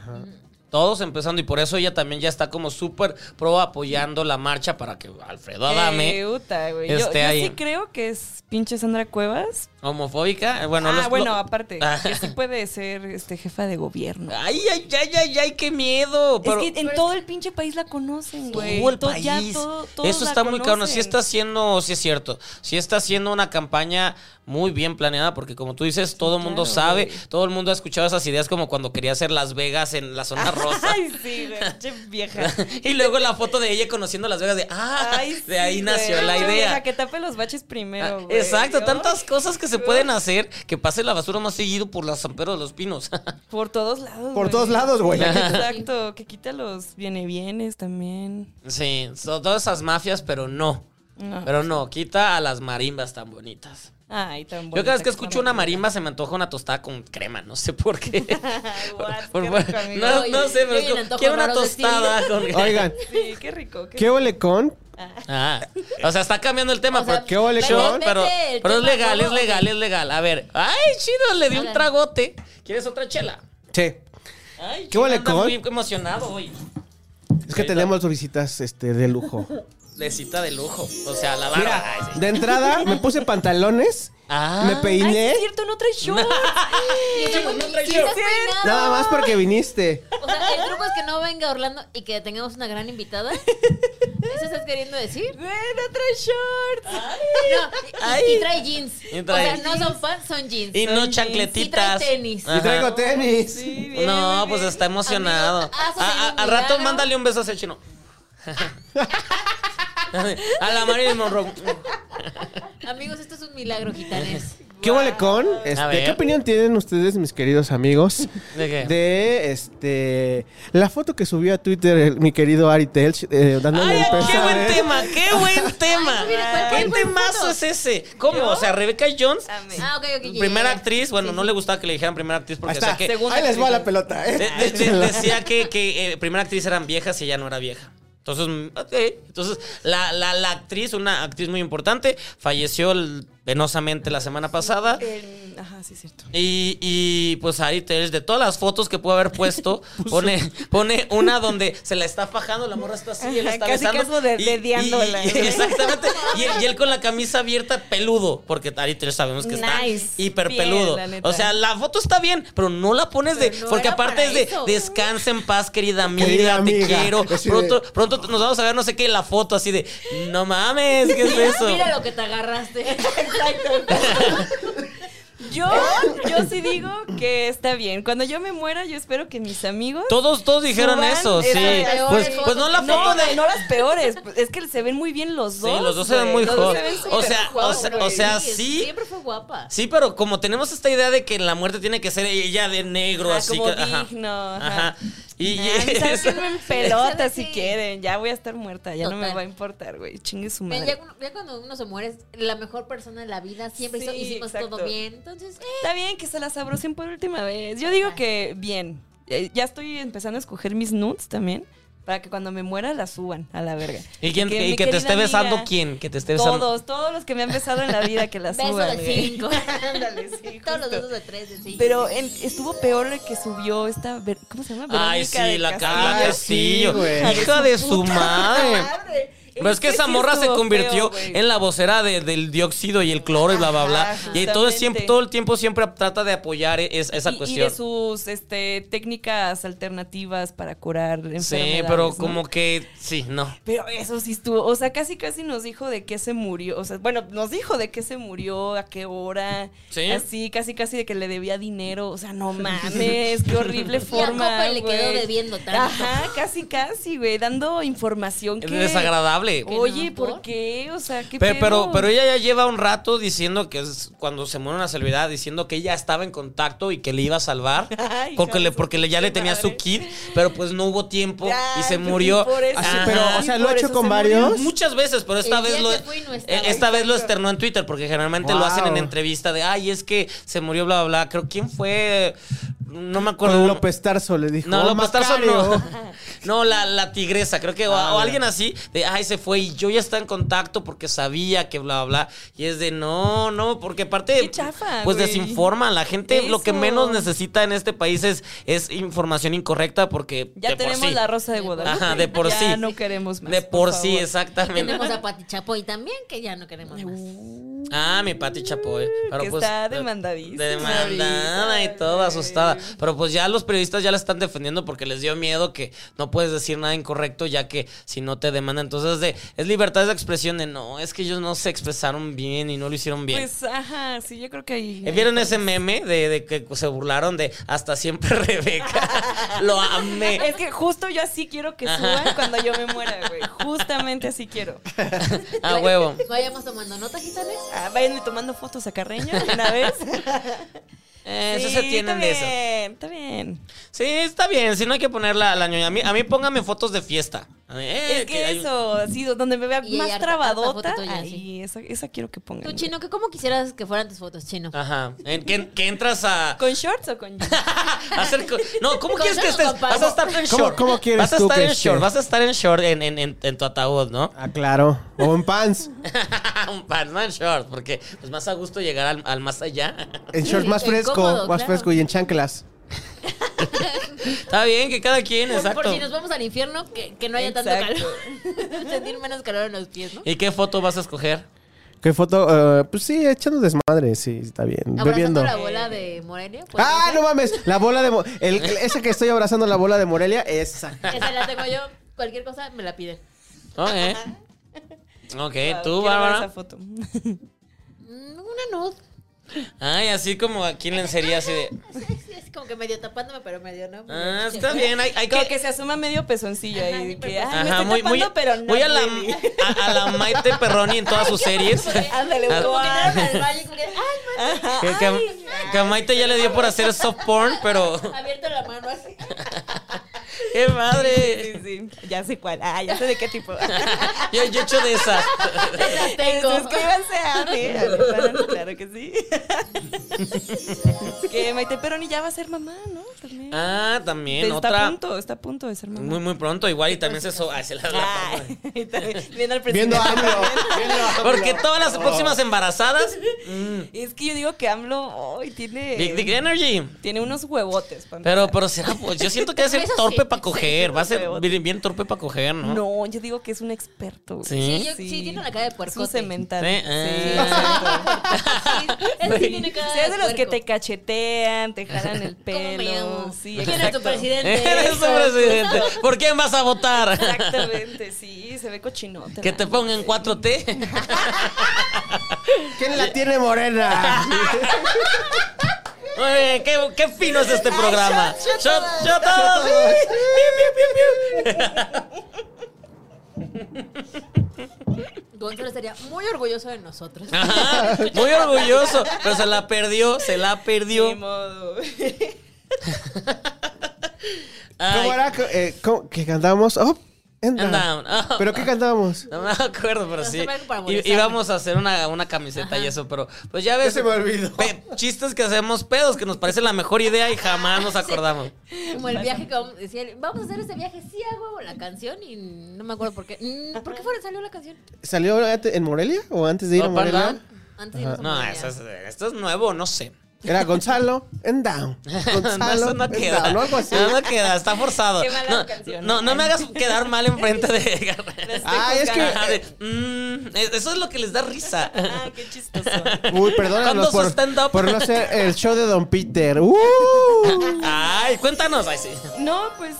[SPEAKER 2] Todos empezando y por eso ella también ya está como súper pro apoyando la marcha para que Alfredo
[SPEAKER 4] Eh,
[SPEAKER 2] Adame,
[SPEAKER 4] uta, güey. Yo,
[SPEAKER 2] Este,
[SPEAKER 4] yo
[SPEAKER 2] ahí.
[SPEAKER 4] sí creo que es pinche Sandra Cuevas.
[SPEAKER 2] homofóbica, eh, bueno,
[SPEAKER 4] ah,
[SPEAKER 2] los-
[SPEAKER 4] bueno,
[SPEAKER 2] lo-
[SPEAKER 4] aparte,
[SPEAKER 2] Ah.
[SPEAKER 4] que sí puede ser este, jefa de gobierno.
[SPEAKER 2] Ay, ay, ay, ay, ay, qué miedo. Pero
[SPEAKER 4] es que en todo el pinche país la conocen, güey.
[SPEAKER 2] Todo el
[SPEAKER 4] To- ya
[SPEAKER 2] país.
[SPEAKER 4] todo- todos
[SPEAKER 2] Eso
[SPEAKER 4] la
[SPEAKER 2] está muy cabrón.
[SPEAKER 4] conocen.
[SPEAKER 2] Sí está haciendo, sí es cierto, sí está haciendo una campaña muy bien planeada porque como tú dices, todo el mundo
[SPEAKER 4] claro,
[SPEAKER 2] sabe,
[SPEAKER 4] güey.
[SPEAKER 2] todo el mundo ha escuchado esas ideas como cuando quería hacer Las Vegas en la
[SPEAKER 4] *laughs*
[SPEAKER 2] zona rosa. *laughs*
[SPEAKER 4] *laughs* Ay, sí, güey, pinche vieja.
[SPEAKER 2] y luego la foto de ella conociendo Las Vegas de, ah,
[SPEAKER 4] Ay, sí,
[SPEAKER 2] de ahí
[SPEAKER 4] güey,
[SPEAKER 2] nació la
[SPEAKER 4] pinche vieja,
[SPEAKER 2] idea.
[SPEAKER 4] que tape los baches
[SPEAKER 2] Ah,
[SPEAKER 4] primero, güey.
[SPEAKER 2] Exacto,
[SPEAKER 4] Ay,
[SPEAKER 2] tantas cosas que se pueden hacer que pase la basura más seguido por la San Pedro de los Pinos. *laughs*
[SPEAKER 4] Por todos lados.
[SPEAKER 1] Por todos lados, güey.
[SPEAKER 4] *laughs* Exacto, que quita los viene bienes también.
[SPEAKER 2] sí, son todas esas mafias, pero no.
[SPEAKER 4] No.
[SPEAKER 2] Pero no, quita a las marimbas tan bonitas.
[SPEAKER 4] Ay, tan
[SPEAKER 2] Yo cada vez que
[SPEAKER 4] bonita
[SPEAKER 2] escucho una
[SPEAKER 4] está
[SPEAKER 2] marimba se me antoja una tostada con crema, no sé por
[SPEAKER 3] *laughs*
[SPEAKER 2] qué. *laughs*
[SPEAKER 4] Guas,
[SPEAKER 2] Por-
[SPEAKER 4] qué
[SPEAKER 2] por-
[SPEAKER 4] rico, amigo.
[SPEAKER 2] no,
[SPEAKER 3] Oye,
[SPEAKER 2] no sé, pero
[SPEAKER 3] yo
[SPEAKER 2] es
[SPEAKER 3] ya
[SPEAKER 2] como,
[SPEAKER 3] le antojo
[SPEAKER 2] quiero una
[SPEAKER 3] raro decir.
[SPEAKER 2] tostada
[SPEAKER 1] *laughs*
[SPEAKER 2] con *laughs*
[SPEAKER 1] Oigan,
[SPEAKER 4] Sí, qué rico. Qué
[SPEAKER 1] ¿qué
[SPEAKER 4] rico.
[SPEAKER 1] huele con?
[SPEAKER 2] Ah, o sea, está cambiando el tema,
[SPEAKER 3] O sea,
[SPEAKER 2] Ah, pero-
[SPEAKER 1] ¿Qué huele,
[SPEAKER 3] vete-
[SPEAKER 1] Sean?
[SPEAKER 3] vete
[SPEAKER 2] pero,
[SPEAKER 3] el
[SPEAKER 2] pero es
[SPEAKER 3] tema,
[SPEAKER 2] legal, es
[SPEAKER 3] ¿cómo?
[SPEAKER 2] legal, es legal. A ver, ay, chido, le di un
[SPEAKER 3] Hágale.
[SPEAKER 2] tragote. ¿Quieres otra chela?
[SPEAKER 1] Sí.
[SPEAKER 2] Ay,
[SPEAKER 1] ¿Qué huele,
[SPEAKER 2] anda
[SPEAKER 1] con?
[SPEAKER 2] Muy emocionado hoy.
[SPEAKER 1] Es que tenemos visitas este, de lujo.
[SPEAKER 2] De cita de lujo, o sea, la
[SPEAKER 1] Mira,
[SPEAKER 2] barra. Ay, sí.
[SPEAKER 1] de entrada me puse pantalones,
[SPEAKER 2] Ah.
[SPEAKER 1] me
[SPEAKER 4] Ay, sí
[SPEAKER 1] peiné.
[SPEAKER 4] es cierto, no traes
[SPEAKER 2] *laughs*
[SPEAKER 4] shorts.
[SPEAKER 3] Y está muy-
[SPEAKER 2] no trae
[SPEAKER 3] sí, está
[SPEAKER 2] short.
[SPEAKER 3] peinado.
[SPEAKER 1] Nada más porque viniste.
[SPEAKER 3] O sea, el truco es que no venga Orlando y que tengamos una gran invitada. ¿Eso estás queriendo decir?
[SPEAKER 4] Güey, no traes shorts.
[SPEAKER 3] No, y, y trae jeans.
[SPEAKER 2] Y trae
[SPEAKER 3] o sea, no son pants, son jeans.
[SPEAKER 2] Y no
[SPEAKER 3] Son jeans.
[SPEAKER 2] chancletitas.
[SPEAKER 3] Y trae tenis.
[SPEAKER 1] Y traigo tenis.
[SPEAKER 4] Sí, bien,
[SPEAKER 2] No,
[SPEAKER 4] muy
[SPEAKER 2] pues
[SPEAKER 4] bien.
[SPEAKER 2] está emocionado.
[SPEAKER 3] Amigos, hazos
[SPEAKER 2] A- a-
[SPEAKER 3] en un
[SPEAKER 2] al rato
[SPEAKER 3] milagro.
[SPEAKER 2] mándale un beso hacia el chino. *laughs* a la Marilyn Monroe.
[SPEAKER 3] Amigos, esto es un
[SPEAKER 2] *laughs*
[SPEAKER 3] milagro, gitanes.
[SPEAKER 1] ¿Qué huele con? Este,
[SPEAKER 2] A ver.
[SPEAKER 1] ¿Qué opinión tienen ustedes, mis queridos amigos?
[SPEAKER 2] ¿De *laughs* qué?
[SPEAKER 1] De este la foto que subió a Twitter el- mi querido Ari Telch eh, dándole
[SPEAKER 2] Ay,
[SPEAKER 1] el
[SPEAKER 2] qué
[SPEAKER 1] pesar,
[SPEAKER 2] buen
[SPEAKER 1] ¿eh?
[SPEAKER 2] tema, qué buen tema.
[SPEAKER 3] Ay, mira, ¿cuál-
[SPEAKER 2] ¿Qué
[SPEAKER 3] cuál- cuál
[SPEAKER 2] temazo
[SPEAKER 3] foto?
[SPEAKER 2] es ese? ¿Cómo? O sea, Rebeca Jones,
[SPEAKER 4] Amén.
[SPEAKER 3] Ah, ok, ok. ya,
[SPEAKER 2] primera
[SPEAKER 3] ya, ya.
[SPEAKER 2] actriz, bueno, no le gustaba que le dijeran primera actriz porque
[SPEAKER 1] Ahí
[SPEAKER 2] o sea,
[SPEAKER 1] está.
[SPEAKER 2] que-
[SPEAKER 1] Ahí les va la pelota. ¿eh?
[SPEAKER 2] de- de- de- decía que, que, eh, primera actriz eran viejas y ella no era vieja. Entonces, mm, ok. entonces la, la- la actriz, una actriz muy importante, falleció el- venosamente la semana pasada.
[SPEAKER 4] En- Ajá, sí es cierto.
[SPEAKER 2] Y, y, pues Ari Telch, de todas las fotos que pudo haber
[SPEAKER 4] *laughs*
[SPEAKER 2] puesto, pone, pone una donde se la está fajando, la morra está así, él
[SPEAKER 4] Ajá,
[SPEAKER 2] está
[SPEAKER 4] casi,
[SPEAKER 2] besando.
[SPEAKER 4] casi de-
[SPEAKER 2] y-
[SPEAKER 4] dediándola,
[SPEAKER 2] y- y-
[SPEAKER 4] ¿no?
[SPEAKER 2] exactamente. Y él, y él con la camisa abierta, peludo, porque Ari Telch sabemos que
[SPEAKER 4] Nice.
[SPEAKER 2] está hiper
[SPEAKER 4] Bien,
[SPEAKER 2] peludo.
[SPEAKER 4] la neta.
[SPEAKER 2] O sea, la foto está bien, pero no la pones de.
[SPEAKER 3] Pero no
[SPEAKER 2] porque
[SPEAKER 3] era
[SPEAKER 2] aparte
[SPEAKER 3] para
[SPEAKER 2] es de
[SPEAKER 3] eso.
[SPEAKER 2] descansa en paz, querida amiga,
[SPEAKER 1] Querida
[SPEAKER 2] te
[SPEAKER 1] amiga.
[SPEAKER 2] quiero.
[SPEAKER 1] Así de-
[SPEAKER 2] Pronto, pronto nos vamos a ver, no sé qué, la foto así de no mames,
[SPEAKER 4] *laughs*
[SPEAKER 2] ¿qué es eso?
[SPEAKER 3] Ah, Mira lo que te agarraste. *laughs*
[SPEAKER 4] Yo, yo sí digo que está bien. Cuando yo me muera, yo espero que mis amigos.
[SPEAKER 2] Todos, todos dijeron
[SPEAKER 4] Suban
[SPEAKER 2] eso,
[SPEAKER 4] esas
[SPEAKER 2] sí.
[SPEAKER 4] peores
[SPEAKER 2] Pues, pues no la
[SPEAKER 4] no,
[SPEAKER 2] foto de.
[SPEAKER 4] no las peores. Pues, Es que se ven muy bien los
[SPEAKER 2] Sí,
[SPEAKER 4] dos.
[SPEAKER 2] los dos se ven
[SPEAKER 4] güey.
[SPEAKER 2] muy oh,
[SPEAKER 4] Los dos
[SPEAKER 2] hot.
[SPEAKER 4] se ven
[SPEAKER 2] O
[SPEAKER 4] súper
[SPEAKER 2] sea,
[SPEAKER 4] hot,
[SPEAKER 2] o sea, o
[SPEAKER 4] güey.
[SPEAKER 2] sea, sí.
[SPEAKER 3] Siempre fue guapa.
[SPEAKER 2] Sí, pero como tenemos esta idea de que la muerte tiene que ser ella de negro,
[SPEAKER 4] Ah,
[SPEAKER 2] así
[SPEAKER 4] como
[SPEAKER 2] que. Ajá.
[SPEAKER 4] digno, ajá.
[SPEAKER 2] Ajá. Y,
[SPEAKER 4] Nah,
[SPEAKER 2] y- *laughs*
[SPEAKER 4] sálganme en pelota
[SPEAKER 3] ¿Sabes
[SPEAKER 4] si
[SPEAKER 3] qué?
[SPEAKER 4] quieren. Ya voy a estar muerta. Ya no me
[SPEAKER 3] Total.
[SPEAKER 4] va a importar, güey. Chingue su
[SPEAKER 3] Ya,
[SPEAKER 4] madre.
[SPEAKER 3] ya uno- ya cuando uno se muere, es la mejor persona de la vida. Siempre hizo-
[SPEAKER 4] Sí,
[SPEAKER 3] hicimos todo
[SPEAKER 4] exacto.
[SPEAKER 3] bien. Entonces, eh,
[SPEAKER 4] Está bien que se la sabrosen por última vez. Yo digo
[SPEAKER 3] Ajá.
[SPEAKER 4] que bien. Eh, ya estoy empezando a escoger mis nudes también. Para que cuando me muera las suban a la verga.
[SPEAKER 2] ¿Y, quién- y
[SPEAKER 4] mi
[SPEAKER 2] que te
[SPEAKER 4] querida
[SPEAKER 2] esté besando
[SPEAKER 4] amiga,
[SPEAKER 2] quién? Que te esté besando.
[SPEAKER 4] Todos, todos los que me han besado en la vida que las
[SPEAKER 3] beso
[SPEAKER 4] suban.
[SPEAKER 3] de
[SPEAKER 4] güey.
[SPEAKER 3] cinco.
[SPEAKER 4] *laughs* Ándale, sí,
[SPEAKER 3] *laughs* Todos los
[SPEAKER 4] justo.
[SPEAKER 3] besos de tres, de cinco.
[SPEAKER 4] Pero en- estuvo peor el que subió esta. Ver- ¿Cómo se llama?
[SPEAKER 2] Ay,
[SPEAKER 4] Verónica
[SPEAKER 2] sí,
[SPEAKER 4] de
[SPEAKER 2] la
[SPEAKER 4] Castillo.
[SPEAKER 2] Carla
[SPEAKER 1] Ay,
[SPEAKER 2] Castillo.
[SPEAKER 1] sí, güey.
[SPEAKER 2] Hija de
[SPEAKER 4] *laughs*
[SPEAKER 2] su madre. Pero es que
[SPEAKER 4] Este
[SPEAKER 2] esa
[SPEAKER 4] sí
[SPEAKER 2] morra se
[SPEAKER 4] estuvo
[SPEAKER 2] convirtió
[SPEAKER 4] feo, güey.
[SPEAKER 2] en la vocera de- del dióxido y el cloro y bla, bla, bla.
[SPEAKER 4] Ajá,
[SPEAKER 2] y ahí todo, el
[SPEAKER 4] justamente.
[SPEAKER 2] tiempo, todo el tiempo siempre trata de apoyar es- esa
[SPEAKER 4] Y- Y,
[SPEAKER 2] cuestión.
[SPEAKER 4] de sus este, técnicas alternativas para curar enfermedades.
[SPEAKER 2] sí, pero
[SPEAKER 4] ¿no?
[SPEAKER 2] como que sí, no.
[SPEAKER 4] Pero eso sí estuvo, o sea, casi casi nos dijo de qué se murió, o sea, bueno, nos dijo de qué se murió, a qué hora,
[SPEAKER 2] Sí.
[SPEAKER 4] así, casi casi de que le debía dinero, o sea,
[SPEAKER 2] *laughs*
[SPEAKER 4] no mames, qué horrible forma.
[SPEAKER 3] copa le quedó
[SPEAKER 4] güey.
[SPEAKER 3] debiendo tanto.
[SPEAKER 4] Ajá, casi casi, güey, dando información que...
[SPEAKER 2] Es desagradable.
[SPEAKER 3] Que
[SPEAKER 4] Oye,
[SPEAKER 3] no,
[SPEAKER 4] ¿por?
[SPEAKER 3] ¿por?
[SPEAKER 4] qué? O sea, qué
[SPEAKER 2] Pero,
[SPEAKER 4] pedo?
[SPEAKER 2] pero, pero ella ya lleva un rato diciendo que es cuando se muere una celebridad, diciendo que ella estaba en contacto y que le iba a salvar.
[SPEAKER 4] Ay, hija
[SPEAKER 2] porque
[SPEAKER 4] de
[SPEAKER 2] le,
[SPEAKER 4] su
[SPEAKER 2] porque le- ya le
[SPEAKER 4] pinche
[SPEAKER 2] tenía su
[SPEAKER 4] madre.
[SPEAKER 2] kit, pero pues no hubo tiempo y
[SPEAKER 4] Ay,
[SPEAKER 2] se
[SPEAKER 4] pues,
[SPEAKER 2] murió.
[SPEAKER 4] y por eso.
[SPEAKER 1] Así,
[SPEAKER 2] Ajá.
[SPEAKER 1] pero, o sea, lo ha
[SPEAKER 4] Por
[SPEAKER 1] hecho
[SPEAKER 4] eso
[SPEAKER 1] con
[SPEAKER 4] se murió.
[SPEAKER 1] varios.
[SPEAKER 2] Muchas veces, pero esta
[SPEAKER 3] El día
[SPEAKER 2] vez lo
[SPEAKER 3] que fui no estaba.
[SPEAKER 2] eh, esta vez lo externó en Twitter porque generalmente lo hacen en
[SPEAKER 1] Wow.
[SPEAKER 2] entrevista de, "Ay, es que se murió bla bla bla." Creo quién fue no me acuerdo.
[SPEAKER 6] Pues,
[SPEAKER 1] Con López Tarso le dijo.
[SPEAKER 2] No,
[SPEAKER 1] "Oh,
[SPEAKER 2] López Tarso no. *laughs*
[SPEAKER 1] Macario".
[SPEAKER 2] No, la, la tigresa, creo que o,
[SPEAKER 4] Ah,
[SPEAKER 2] o alguien así de, "Ay, se fue y yo ya estaba en contacto porque sabía que bla bla." bla". Y es de, "No, no, porque aparte
[SPEAKER 4] Qué chafa,
[SPEAKER 2] pues
[SPEAKER 4] güey.
[SPEAKER 2] desinforman, la gente lo que
[SPEAKER 4] Eso.
[SPEAKER 2] menos necesita en este país es es información incorrecta porque
[SPEAKER 4] Ya
[SPEAKER 2] de por
[SPEAKER 4] tenemos
[SPEAKER 2] sí.
[SPEAKER 4] la rosa de Guadalupe.
[SPEAKER 2] Ajá, de por
[SPEAKER 4] ya
[SPEAKER 2] sí.
[SPEAKER 4] no queremos más.
[SPEAKER 2] de por sí,
[SPEAKER 4] favor.
[SPEAKER 2] exactamente.
[SPEAKER 3] Tenemos a Pati Chapoy también, que ya no queremos más.
[SPEAKER 2] Ah, mi Pati Chapoy. Pero
[SPEAKER 4] que
[SPEAKER 2] pues,
[SPEAKER 4] está
[SPEAKER 2] de-
[SPEAKER 4] demandadísima
[SPEAKER 2] Demandada
[SPEAKER 4] ahorita,
[SPEAKER 2] y toda
[SPEAKER 4] güey.
[SPEAKER 2] asustada. Pero pues ya los periodistas ya la están defendiendo porque les dio miedo que no puedes decir nada incorrecto ya que si no te demandan. Entonces de, es libertad de expresión de no, es que ellos no se expresaron bien y no lo hicieron bien.
[SPEAKER 4] Pues, ajá, sí, yo creo que ahí...
[SPEAKER 2] Eh, ¿Vieron ese meme de, de que se burlaron de hasta siempre *laughs*
[SPEAKER 4] *laughs*
[SPEAKER 2] Rebeca? lo amé.
[SPEAKER 4] Es que justo yo así quiero que suban cuando yo me muera, güey. Justamente así quiero.
[SPEAKER 2] A huevo.
[SPEAKER 3] Vayamos tomando notas, gitanes.
[SPEAKER 4] Ah, váyanle tomando fotos a Carreño de una vez.
[SPEAKER 2] Eh, sí se tienen de *laughs* eso.
[SPEAKER 4] está bien, está bien.
[SPEAKER 2] Sí, está bien. Si no hay que ponerla la ñoña. A mí, a mí póngame fotos de fiesta. Eh,
[SPEAKER 4] es que,
[SPEAKER 2] hay-
[SPEAKER 4] eso, así donde me vea
[SPEAKER 3] Y
[SPEAKER 4] más
[SPEAKER 3] harta- harta
[SPEAKER 4] trabadota.
[SPEAKER 3] foto tuya,
[SPEAKER 4] ahí,
[SPEAKER 3] sí.
[SPEAKER 4] esa, esa quiero que pongan.
[SPEAKER 3] Tú,
[SPEAKER 4] güey.
[SPEAKER 3] chino, que ¿cómo quisieras que fueran tus fotos, chino?
[SPEAKER 2] Ajá. En- que, que entras a. *laughs*
[SPEAKER 4] ¿Con shorts o con jeans?
[SPEAKER 2] hacer co- no, ¿cómo
[SPEAKER 3] Con
[SPEAKER 2] quieres que
[SPEAKER 3] short o
[SPEAKER 2] estés?
[SPEAKER 3] con
[SPEAKER 2] Vas
[SPEAKER 3] pants?
[SPEAKER 2] a estar en
[SPEAKER 1] ¿Cómo-
[SPEAKER 2] short.
[SPEAKER 1] cómo quieres
[SPEAKER 2] vas a
[SPEAKER 1] tú
[SPEAKER 2] estar
[SPEAKER 1] que
[SPEAKER 2] en
[SPEAKER 1] esté?
[SPEAKER 2] short, vas a estar en short en, en, en, en tu ataúd, ¿no? *laughs*
[SPEAKER 1] Ah, claro. O en pants.
[SPEAKER 2] Un pants, no en short, porque es más a gusto llegar al, al más allá. *laughs*
[SPEAKER 1] En short más
[SPEAKER 3] Y
[SPEAKER 1] fresco.
[SPEAKER 3] cómodo,
[SPEAKER 1] más
[SPEAKER 3] claro.
[SPEAKER 1] fresco y en chanclas.
[SPEAKER 2] Está bien que cada quien,
[SPEAKER 3] Por-
[SPEAKER 2] exacto.
[SPEAKER 3] Por si nos vamos al infierno, que, que no haya
[SPEAKER 4] Exacto.
[SPEAKER 3] tanto calor. *laughs* Sentir menos calor en los pies, ¿no?
[SPEAKER 2] ¿Y qué foto vas a escoger?
[SPEAKER 1] ¿Qué foto? Eh, pues sí, echando desmadre. Sí, está bien.
[SPEAKER 3] Abrazando
[SPEAKER 1] Bebiendo.
[SPEAKER 3] la bola de Morelia. pues,
[SPEAKER 1] Ah,
[SPEAKER 3] esa-
[SPEAKER 1] no mames. La bola de. Mo- el- esa que estoy abrazando, la bola de Morelia, esa.
[SPEAKER 3] Esa la tengo yo.
[SPEAKER 1] *laughs*
[SPEAKER 3] Cualquier cosa me la piden.
[SPEAKER 2] Ok. ¿Eh? Ok,
[SPEAKER 4] *laughs* Quiero
[SPEAKER 2] Eh, tú,
[SPEAKER 4] ver Esa
[SPEAKER 2] Bárbara.
[SPEAKER 4] foto.
[SPEAKER 3] Mm, Una nude.
[SPEAKER 2] Ay, así como a quién le ensería así de.
[SPEAKER 3] Es, es como que medio tapándome, pero medio no.
[SPEAKER 2] Ah, está bien, hay, hay
[SPEAKER 4] Como
[SPEAKER 2] que.
[SPEAKER 4] que se asuma medio pezoncillo ahí. de que,
[SPEAKER 3] Ajá, pues
[SPEAKER 4] ay, me estoy tapando, pero no.
[SPEAKER 2] muy a la, *laughs*
[SPEAKER 4] really.
[SPEAKER 2] a, a la Maite Perroni en
[SPEAKER 4] *laughs*
[SPEAKER 2] todas sus series.
[SPEAKER 4] Ándale,
[SPEAKER 2] Ah,
[SPEAKER 4] como que nada
[SPEAKER 2] *laughs*
[SPEAKER 4] más.
[SPEAKER 3] Al baño, como que, ay,
[SPEAKER 2] Que, que- que a Maite ya le dio por hacer soft porn,
[SPEAKER 3] *laughs*
[SPEAKER 2] pero.
[SPEAKER 4] *laughs*
[SPEAKER 3] ma- abierto la mano así. *laughs*
[SPEAKER 2] ¡Qué
[SPEAKER 4] Sí,
[SPEAKER 2] madre!
[SPEAKER 4] sí, ya sé cuál. Ah, ya sé de qué
[SPEAKER 2] *laughs*
[SPEAKER 4] tipo.
[SPEAKER 2] Yo, yo he hecho de esas.
[SPEAKER 3] Las tengo.
[SPEAKER 4] Suscríbanse a *laughs* mí. a mi canal, Claro que sí. *laughs* que Maite Peroni ya va a ser mamá, ¿no? También.
[SPEAKER 2] Ah, también
[SPEAKER 4] está a
[SPEAKER 2] otra.
[SPEAKER 4] punto, está a punto de ser mamá.
[SPEAKER 2] Muy, muy pronto, igual, y también se. So... Ay, se las la
[SPEAKER 4] Ay, *laughs* y también viendo al presidente.
[SPEAKER 1] Viendo
[SPEAKER 2] *laughs*
[SPEAKER 1] a AMLO. viendo a AMLO.
[SPEAKER 2] Porque todas las próximas embarazadas.
[SPEAKER 4] Es que yo digo que AMLO hoy tiene.
[SPEAKER 2] Big Dick Energy.
[SPEAKER 4] Tiene unos huevotes. para
[SPEAKER 2] Pero,
[SPEAKER 4] empezar.
[SPEAKER 2] pero será, pues, yo siento que va a ser
[SPEAKER 3] Eso sí,
[SPEAKER 2] torpe para
[SPEAKER 3] sí,
[SPEAKER 2] coger. Va a ser
[SPEAKER 4] pero-
[SPEAKER 2] bien, bien torpe para coger, ¿no?
[SPEAKER 4] No, yo digo que es un experto. güey.
[SPEAKER 2] Sí.
[SPEAKER 3] Sí, yo- sí, tiene la cara de
[SPEAKER 4] Es un
[SPEAKER 3] puercote.
[SPEAKER 4] cemental.
[SPEAKER 2] Sí,
[SPEAKER 4] Sí,
[SPEAKER 2] eh.
[SPEAKER 4] *laughs* exacto.
[SPEAKER 3] *laughs* Sí, ese sí tiene cara
[SPEAKER 4] Sí, es de los que
[SPEAKER 3] puerco.
[SPEAKER 4] te cachetean, te
[SPEAKER 2] *laughs*
[SPEAKER 4] jalan el
[SPEAKER 3] ¿Cómo me llamo?
[SPEAKER 4] pelo. Sí,
[SPEAKER 3] ¿Quién es tu
[SPEAKER 4] exacto. *laughs*
[SPEAKER 2] *laughs*
[SPEAKER 3] presidente?
[SPEAKER 2] Eres un presidente. ¿Por quién vas a votar?
[SPEAKER 4] Exactamente, sí, se ve
[SPEAKER 2] *laughs*
[SPEAKER 4] cochinote.
[SPEAKER 2] Que te pongan *laughs* 4T.
[SPEAKER 1] ¿Quién la tiene
[SPEAKER 2] *laughs*
[SPEAKER 1] morena?
[SPEAKER 2] Muy bien, qué, qué fino es este programa. Shot, shot, todos.
[SPEAKER 3] *laughs* Gonzalo estaría muy orgulloso de nosotros.
[SPEAKER 2] Ajá, muy orgulloso, pero se *laughs* la perdió, se la
[SPEAKER 4] Ni
[SPEAKER 2] perdió.
[SPEAKER 4] modo.
[SPEAKER 6] ¿Cómo
[SPEAKER 2] Ay,
[SPEAKER 6] era que, eh, cómo- que cantábamos? Up and down.
[SPEAKER 2] and down. Ah,
[SPEAKER 6] ¿Pero qué cantábamos?
[SPEAKER 2] No me acuerdo, pero
[SPEAKER 3] No
[SPEAKER 2] sí.
[SPEAKER 3] se me haga para
[SPEAKER 2] Y-
[SPEAKER 3] molestarme.
[SPEAKER 2] Íbamos a hacer una, una camiseta y eso, pero pues ya ves.
[SPEAKER 7] se me olvidó.
[SPEAKER 2] pe- chistes que hacemos pedos, que nos parece la mejor idea y jamás nos acordamos.
[SPEAKER 3] *laughs* Como el viaje que vamos, decía, él, vamos a hacer este viaje, sí hago la canción y no me acuerdo por qué. Mm, ¿Por qué fue, salió la canción?
[SPEAKER 6] ¿Salió ante- en Morelia o antes de ir a
[SPEAKER 2] Up and
[SPEAKER 6] Morelia?
[SPEAKER 2] down.
[SPEAKER 3] Antes de irnos a
[SPEAKER 2] No,
[SPEAKER 3] Morelia.
[SPEAKER 2] eso es- esto es nuevo, no sé. *laughs*
[SPEAKER 6] Era Gonzalo and down. Gonzalo
[SPEAKER 2] No, eso no
[SPEAKER 6] and
[SPEAKER 2] queda.
[SPEAKER 6] down,
[SPEAKER 2] No,
[SPEAKER 6] o algo así.
[SPEAKER 2] no
[SPEAKER 6] *laughs*
[SPEAKER 2] queda, está forzado.
[SPEAKER 4] Qué mala
[SPEAKER 2] no,
[SPEAKER 4] canción.
[SPEAKER 2] no, no me hagas quedar mal enfrente
[SPEAKER 6] *laughs*
[SPEAKER 2] de.
[SPEAKER 6] Ay, es que-
[SPEAKER 2] Ajá, de, mm, eso es lo que les da risa.
[SPEAKER 4] Ah, qué chistoso.
[SPEAKER 6] Uy, perdónanos
[SPEAKER 2] ¿Cuándo su
[SPEAKER 6] por,
[SPEAKER 2] stand-up?
[SPEAKER 6] por no ser el show de Don Peter. ¡Uh!
[SPEAKER 2] Ay, cuéntanos. Ay, sí.
[SPEAKER 4] No, pues,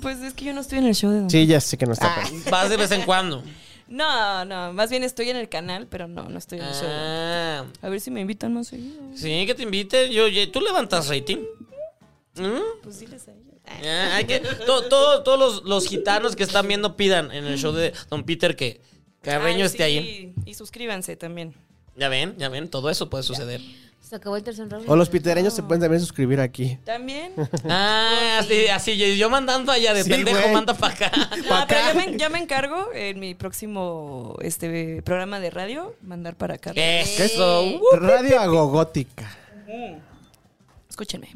[SPEAKER 4] pues es que yo no estoy en el show de Don
[SPEAKER 6] Sí, ya sé que no está. padre.
[SPEAKER 2] Vas de vez en cuando.
[SPEAKER 4] No, no, más bien estoy en el canal, pero no, no estoy en el show. de Don.
[SPEAKER 2] Ah,
[SPEAKER 4] A ver si me invitan más seguido.
[SPEAKER 2] sí, que te inviten. Yo, oye, tú levantas rating. ¿Mm?
[SPEAKER 4] Pues diles a ellos.
[SPEAKER 2] Ah, hay que, to- to- todos los, los gitanos que están viendo pidan en el show de Don Peter que Carreño
[SPEAKER 4] Ay,
[SPEAKER 2] esté
[SPEAKER 4] sí,
[SPEAKER 2] ahí.
[SPEAKER 4] Y suscríbanse también.
[SPEAKER 2] Ya ven, ya ven, todo eso puede suceder.
[SPEAKER 3] Se acabó el tercer round.
[SPEAKER 6] O los pitereños se pueden también suscribir aquí.
[SPEAKER 4] También.
[SPEAKER 2] Ah, así, así yo, yo mandando allá de
[SPEAKER 6] Sí,
[SPEAKER 2] pendejo,
[SPEAKER 6] güey.
[SPEAKER 2] manda para acá.
[SPEAKER 4] No, pero ya me, ya me encargo en mi próximo este programa de radio mandar para acá.
[SPEAKER 2] Eso. uh.
[SPEAKER 6] Radio Agogótica.
[SPEAKER 4] Escúchenme.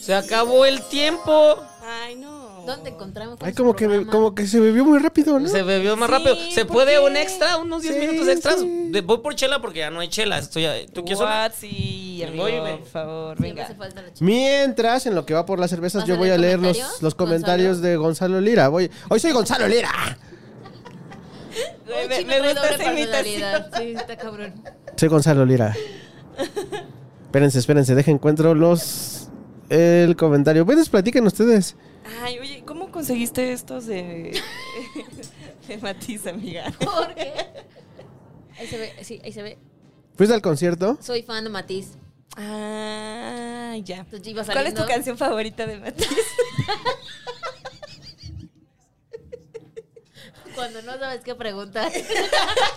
[SPEAKER 2] Se acabó el tiempo.
[SPEAKER 4] Ay, no.
[SPEAKER 3] ¿Dónde encontramos?
[SPEAKER 6] Ay, como que, me- como que se bebió muy rápido, ¿no?
[SPEAKER 2] Se bebió más
[SPEAKER 4] Sí,
[SPEAKER 2] rápido. ¿Se
[SPEAKER 4] ¿por
[SPEAKER 2] puede
[SPEAKER 4] qué?
[SPEAKER 2] un extra? Unos 10
[SPEAKER 6] Sí,
[SPEAKER 2] minutos extras.
[SPEAKER 6] sí.
[SPEAKER 2] De- Voy por chela porque ya no hay chela. Estoy, ¿Tú quieres una?
[SPEAKER 4] What? Sí,
[SPEAKER 2] Me
[SPEAKER 4] amigo,
[SPEAKER 2] voy, güey.
[SPEAKER 4] por favor,
[SPEAKER 3] Siempre
[SPEAKER 4] venga.
[SPEAKER 3] hace falta la chica.
[SPEAKER 6] Mientras, en lo que va por las cervezas,
[SPEAKER 3] ¿Vas
[SPEAKER 6] yo
[SPEAKER 3] a
[SPEAKER 6] voy a leer
[SPEAKER 3] leer
[SPEAKER 6] los,
[SPEAKER 3] comentarios,
[SPEAKER 6] los comentarios de Gonzalo Lira. Voy, hoy soy Gonzalo Lira.
[SPEAKER 4] Güey,
[SPEAKER 3] Uy,
[SPEAKER 4] me,
[SPEAKER 3] chino,
[SPEAKER 4] me
[SPEAKER 3] trae
[SPEAKER 4] gusta
[SPEAKER 3] doble
[SPEAKER 4] esa imitación.
[SPEAKER 3] personalidad. Sí, está cabrón.
[SPEAKER 6] Soy Gonzalo Lira. espérense, espérense, dejen encuentro los el comentario. Pues platiquen ustedes.
[SPEAKER 4] Ay, oye, ¿cómo conseguiste estos de, *laughs* de Matiz, amiga?
[SPEAKER 3] ¿Por qué? Ahí se ve, sí, ahí se ve.
[SPEAKER 6] ¿Fuiste al concierto?
[SPEAKER 3] Soy fan de Matiz.
[SPEAKER 4] Ah, ya.
[SPEAKER 3] Entonces yo iba
[SPEAKER 4] ¿Cuál es tu
[SPEAKER 3] saliendo.
[SPEAKER 4] canción favorita
[SPEAKER 3] *laughs*
[SPEAKER 4] de Matiz?
[SPEAKER 3] Cuando no sabes qué preguntar.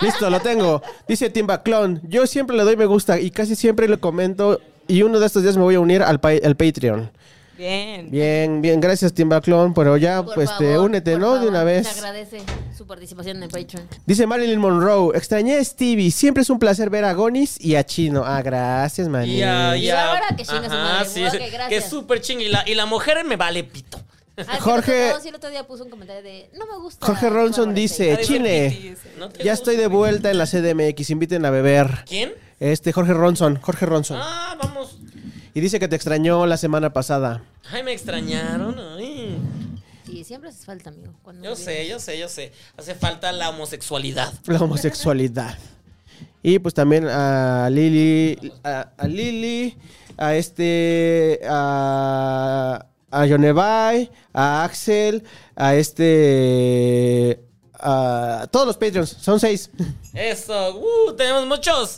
[SPEAKER 6] Listo, lo tengo. Dice Timba Clon. Yo siempre le doy me gusta y casi siempre lo comento. Y uno de estos días me voy a unir al, pa- al Patreon.
[SPEAKER 4] Bien.
[SPEAKER 6] Bien, bien, gracias Timba Clon. Pero ya,
[SPEAKER 3] Por
[SPEAKER 6] pues, te
[SPEAKER 3] favor,
[SPEAKER 6] únete,
[SPEAKER 3] por
[SPEAKER 6] ¿no? de
[SPEAKER 3] favor.
[SPEAKER 6] una vez.
[SPEAKER 3] Se agradece su participación en el Patreon.
[SPEAKER 6] Dice Marilyn Monroe, extrañé a Stevie, siempre es un placer ver a Gonis y a Chino. Ah, gracias, Marilyn.
[SPEAKER 2] Ya,
[SPEAKER 3] Y
[SPEAKER 2] ya.
[SPEAKER 3] ahora que chingue su
[SPEAKER 2] Ajá,
[SPEAKER 3] madre.
[SPEAKER 2] sí,
[SPEAKER 3] Ok,
[SPEAKER 2] sí,
[SPEAKER 3] gracias.
[SPEAKER 2] que es súper ching. Y la, y la mujer me vale pito.
[SPEAKER 3] Ah, sí,
[SPEAKER 6] Jorge-
[SPEAKER 3] el otro- no, sí, el otro día puso un comentario de no me gusta.
[SPEAKER 6] Jorge Ronson dice,
[SPEAKER 4] Ay,
[SPEAKER 6] Chine,
[SPEAKER 4] Matiz.
[SPEAKER 2] ¿No te
[SPEAKER 6] ya
[SPEAKER 2] gusta?
[SPEAKER 6] estoy de vuelta en la CDMX, inviten a beber.
[SPEAKER 2] ¿Quién?
[SPEAKER 6] Este, Jorge Ronson, Jorge Ronson.
[SPEAKER 2] Ah, vamos.
[SPEAKER 6] Y dice que te extrañó la semana pasada.
[SPEAKER 2] Ay, me extrañaron. Ay.
[SPEAKER 3] Sí, siempre haces falta, amigo. Cuando
[SPEAKER 2] Yo sé, yo sé, yo sé. Hace falta la homosexualidad.
[SPEAKER 6] La homosexualidad. Y pues también a Lili, a, a Lili, a este, a, a Yonevay, a Axel, a este, a todos los Patreons, son
[SPEAKER 3] *laughs*
[SPEAKER 6] seis.
[SPEAKER 2] Eso, uh, tenemos muchos.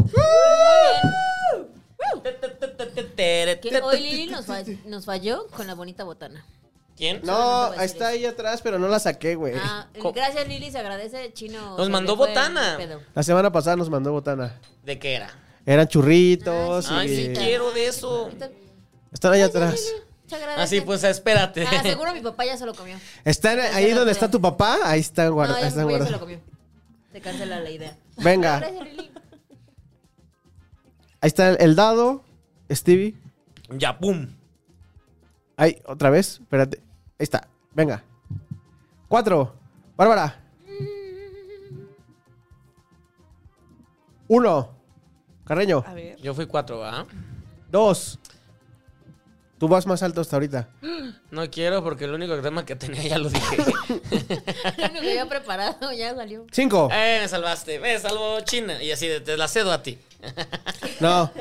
[SPEAKER 3] Que hoy Lili nos, fa- nos falló con la bonita botana.
[SPEAKER 2] ¿Quién?
[SPEAKER 6] No, está ahí atrás, pero no la saqué, güey.
[SPEAKER 3] Ah,
[SPEAKER 2] Eh, Co-
[SPEAKER 3] gracias Lili, se agradece. Chino.
[SPEAKER 2] Nos
[SPEAKER 3] se
[SPEAKER 2] mandó
[SPEAKER 3] le fue el
[SPEAKER 2] botana.
[SPEAKER 3] pedo.
[SPEAKER 6] La semana pasada nos mandó botana.
[SPEAKER 2] ¿De qué era?
[SPEAKER 6] Eran churritos
[SPEAKER 3] Ah,
[SPEAKER 2] Ay,
[SPEAKER 6] y...
[SPEAKER 2] sí quiero de eso.
[SPEAKER 6] Están ahí atrás.
[SPEAKER 3] Se agradece.
[SPEAKER 2] Así Ah, pues, espérate.
[SPEAKER 3] Ah, seguro mi papá ya se lo comió.
[SPEAKER 6] Están ahí
[SPEAKER 3] no
[SPEAKER 6] donde
[SPEAKER 3] creo.
[SPEAKER 6] está tu papá, ahí están, guarda-
[SPEAKER 3] no,
[SPEAKER 6] ahí
[SPEAKER 3] ya mi
[SPEAKER 6] están
[SPEAKER 3] papá ya
[SPEAKER 6] guardados.
[SPEAKER 3] se lo comió. Se cancela la idea. *laughs*
[SPEAKER 6] Venga.
[SPEAKER 3] Gracias Lili.
[SPEAKER 6] Ahí está el- el dado, Stevie.
[SPEAKER 2] *laughs* Ya, pum.
[SPEAKER 6] Ay, otra vez, espérate. Ahí está, venga. Cuatro. Bárbara. Uno. Carreño.
[SPEAKER 4] A ver.
[SPEAKER 2] Yo fui cuatro, ¿va?
[SPEAKER 6] Dos. Tú vas más alto hasta ahorita.
[SPEAKER 2] No quiero porque el único tema que tenía ya lo *laughs* dije.
[SPEAKER 3] Lo único que había preparado ya salió.
[SPEAKER 6] Cinco.
[SPEAKER 2] eh, me salvaste, me salvó China. Y así de, te la cedo a ti.
[SPEAKER 6] No.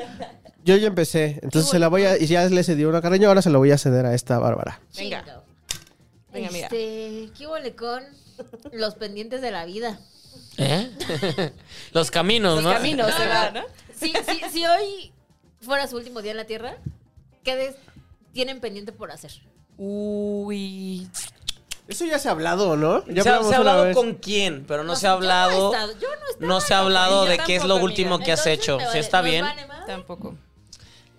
[SPEAKER 6] Yo ya empecé. Entonces se la voy a. Y ya le cedí una a Carreño, ahora se la voy a ceder a esta Bárbara.
[SPEAKER 4] Venga.
[SPEAKER 3] Chingo.
[SPEAKER 4] Venga, amiga.
[SPEAKER 3] Este, ¿qué huele con los pendientes de la vida?
[SPEAKER 2] ¿Eh? *laughs* Los caminos,
[SPEAKER 4] Los
[SPEAKER 2] ¿no?
[SPEAKER 4] caminos se va, ¿no?
[SPEAKER 3] Si, si, si hoy fuera su último día en la Tierra, ¿qué des- tienen pendiente por hacer?
[SPEAKER 4] Uy.
[SPEAKER 6] Eso ya se ha hablado, ¿no?
[SPEAKER 2] Se
[SPEAKER 6] Ya
[SPEAKER 2] ha,
[SPEAKER 6] hablamos
[SPEAKER 2] se ha
[SPEAKER 6] una
[SPEAKER 2] hablado
[SPEAKER 6] vez.
[SPEAKER 2] con quién, pero no se ha
[SPEAKER 3] yo no he
[SPEAKER 2] hablado.
[SPEAKER 3] estado- yo no estaba
[SPEAKER 2] No se ha
[SPEAKER 3] en la
[SPEAKER 2] hablado
[SPEAKER 4] Yo
[SPEAKER 2] de qué es lo
[SPEAKER 4] tampoco,
[SPEAKER 2] último
[SPEAKER 4] amiga.
[SPEAKER 2] que has
[SPEAKER 3] Entonces,
[SPEAKER 2] hecho.
[SPEAKER 3] me
[SPEAKER 2] Si
[SPEAKER 3] vale,
[SPEAKER 2] está
[SPEAKER 3] ¿nos
[SPEAKER 2] bien.
[SPEAKER 3] vale más?
[SPEAKER 4] Tampoco.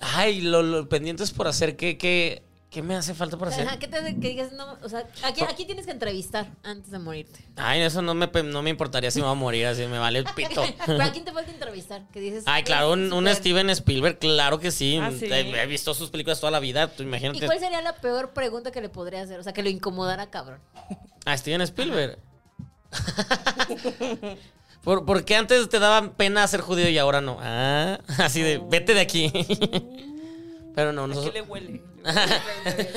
[SPEAKER 2] Ay, lo, lo pendientes por hacer que, que ¿Qué me hace falta por hacer?
[SPEAKER 3] Ajá, ¿qué te- que digas, no, o sea, aquí, aquí tienes que entrevistar antes de morirte.
[SPEAKER 2] Ay, eso no me, pe- no me importaría si me va a morir, así me vale el pito.
[SPEAKER 3] *laughs* ¿Pero a quién te falta entrevistar? Que dices,
[SPEAKER 2] Ay, claro, un, un
[SPEAKER 3] "Súper".
[SPEAKER 2] Steven Spielberg, claro que sí.
[SPEAKER 4] Este, Ah, sí.
[SPEAKER 2] He, he visto sus películas toda la vida, tú
[SPEAKER 3] ¿Y
[SPEAKER 2] imagínate.
[SPEAKER 3] cuál sería la peor pregunta que le podría hacer? O sea, que lo incomodara, cabrón. *laughs*
[SPEAKER 2] A Ah, Steven Spielberg. *laughs* ¿Por, por qué antes te daba pena ser judío y ahora no? Ah, así de, vete de aquí. *laughs* Pero no,
[SPEAKER 4] ¿A
[SPEAKER 2] no.
[SPEAKER 4] qué le huele?
[SPEAKER 3] Ah,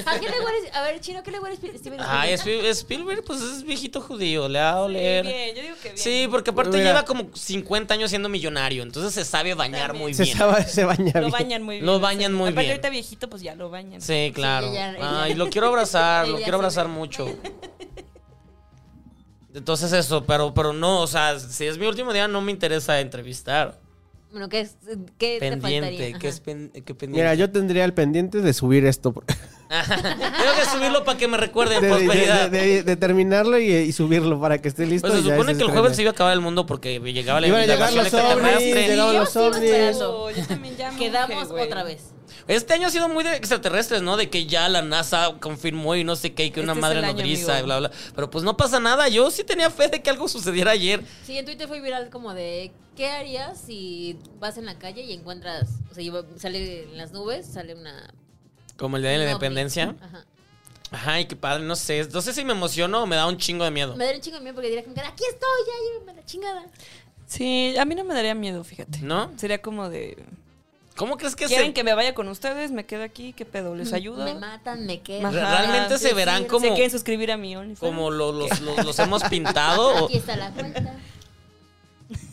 [SPEAKER 3] ¿A qué le hueles? A ver, Chino, ¿qué le hueles Steven Spielberg?
[SPEAKER 2] Ay, Spi- Spielberg, pues es viejito judío, le ha dado
[SPEAKER 4] Sí,
[SPEAKER 2] leer.
[SPEAKER 4] bien, yo digo que bien.
[SPEAKER 2] Sí, porque aparte
[SPEAKER 1] Mira.
[SPEAKER 2] lleva como 50 años siendo millonario, entonces se sabe bañar muy
[SPEAKER 1] Se,
[SPEAKER 2] bien.
[SPEAKER 1] sabe- se baña
[SPEAKER 4] Lo
[SPEAKER 1] bien.
[SPEAKER 4] bañan muy bien.
[SPEAKER 2] Lo bañan muy
[SPEAKER 4] Aparte,
[SPEAKER 2] bien.
[SPEAKER 4] ahorita viejito, pues ya lo bañan.
[SPEAKER 2] Sí, claro.
[SPEAKER 3] ella- ella-
[SPEAKER 2] Ay, lo quiero abrazar, lo
[SPEAKER 3] Ella
[SPEAKER 2] quiero abrazar
[SPEAKER 3] sabe.
[SPEAKER 2] mucho. Entonces eso, pero, pero no, o sea, si es mi último día no me interesa entrevistar.
[SPEAKER 3] Bueno, ¿qué, es- qué te
[SPEAKER 2] pendiente,
[SPEAKER 3] faltaría?
[SPEAKER 2] ¿qué
[SPEAKER 3] Ajá.
[SPEAKER 2] es pen- qué pendiente?
[SPEAKER 1] Mira, yo tendría el pendiente de subir esto. por-
[SPEAKER 2] Tengo que subirlo para que me
[SPEAKER 1] De,
[SPEAKER 2] recuerden
[SPEAKER 1] *laughs*
[SPEAKER 2] pues,
[SPEAKER 1] de-
[SPEAKER 2] prosperidad.
[SPEAKER 1] de- de- de terminarlo y, y subirlo para que esté listo.
[SPEAKER 2] pues se
[SPEAKER 1] y ya
[SPEAKER 2] supone que el
[SPEAKER 1] estrena.
[SPEAKER 2] jueves se iba a acabar el mundo porque llegaba la
[SPEAKER 1] Iban a llegar
[SPEAKER 2] invitación
[SPEAKER 1] los ovnis,
[SPEAKER 2] extraterrestre.
[SPEAKER 1] llegaban
[SPEAKER 3] Yo
[SPEAKER 1] los
[SPEAKER 3] sigo
[SPEAKER 1] ovnis.
[SPEAKER 3] esperando.
[SPEAKER 4] Oh, yo también ya me
[SPEAKER 3] Quedamos
[SPEAKER 4] urge, güey.
[SPEAKER 3] otra vez.
[SPEAKER 2] Este año ha sido muy de extraterrestres, ¿no? De que ya la NASA confirmó y no sé qué, y que una
[SPEAKER 4] Este es
[SPEAKER 2] madre
[SPEAKER 4] el año,
[SPEAKER 2] nodriza y
[SPEAKER 4] amigo.
[SPEAKER 2] bla, bla. Pero pues no pasa nada. Yo sí tenía fe de que algo sucediera ayer.
[SPEAKER 3] Sí, en Twitter fue viral como de ¿qué harías si vas en la calle y encuentras, o sea, lleva- sale en las nubes, sale una
[SPEAKER 2] Como el día de la
[SPEAKER 3] un ovni?
[SPEAKER 2] independencia.
[SPEAKER 3] Ajá.
[SPEAKER 2] Ay, qué padre, no sé. No sé si me emociono o me da un chingo de miedo.
[SPEAKER 3] Me daría un chingo de miedo porque diría como que aquí estoy, ya llévenme a la chingada.
[SPEAKER 4] Sí, a mí no me daría miedo, fíjate.
[SPEAKER 2] ¿No?
[SPEAKER 4] Sería como de.
[SPEAKER 2] ¿Cómo crees que
[SPEAKER 4] ¿Quieren
[SPEAKER 2] se...
[SPEAKER 4] que me vaya con ustedes? ¿Me quedo aquí? ¿Qué pedo? ¿Les ayudo?
[SPEAKER 3] Mm, Me matan, me
[SPEAKER 4] Ajá.
[SPEAKER 3] quedo.
[SPEAKER 2] Re- realmente se
[SPEAKER 3] sí,
[SPEAKER 2] verán
[SPEAKER 3] sí,
[SPEAKER 2] como,
[SPEAKER 4] ¿Se quieren suscribir a mi OnlyFans?
[SPEAKER 2] como lo- los, los- los hemos pintado? o
[SPEAKER 3] Aquí está la cuenta.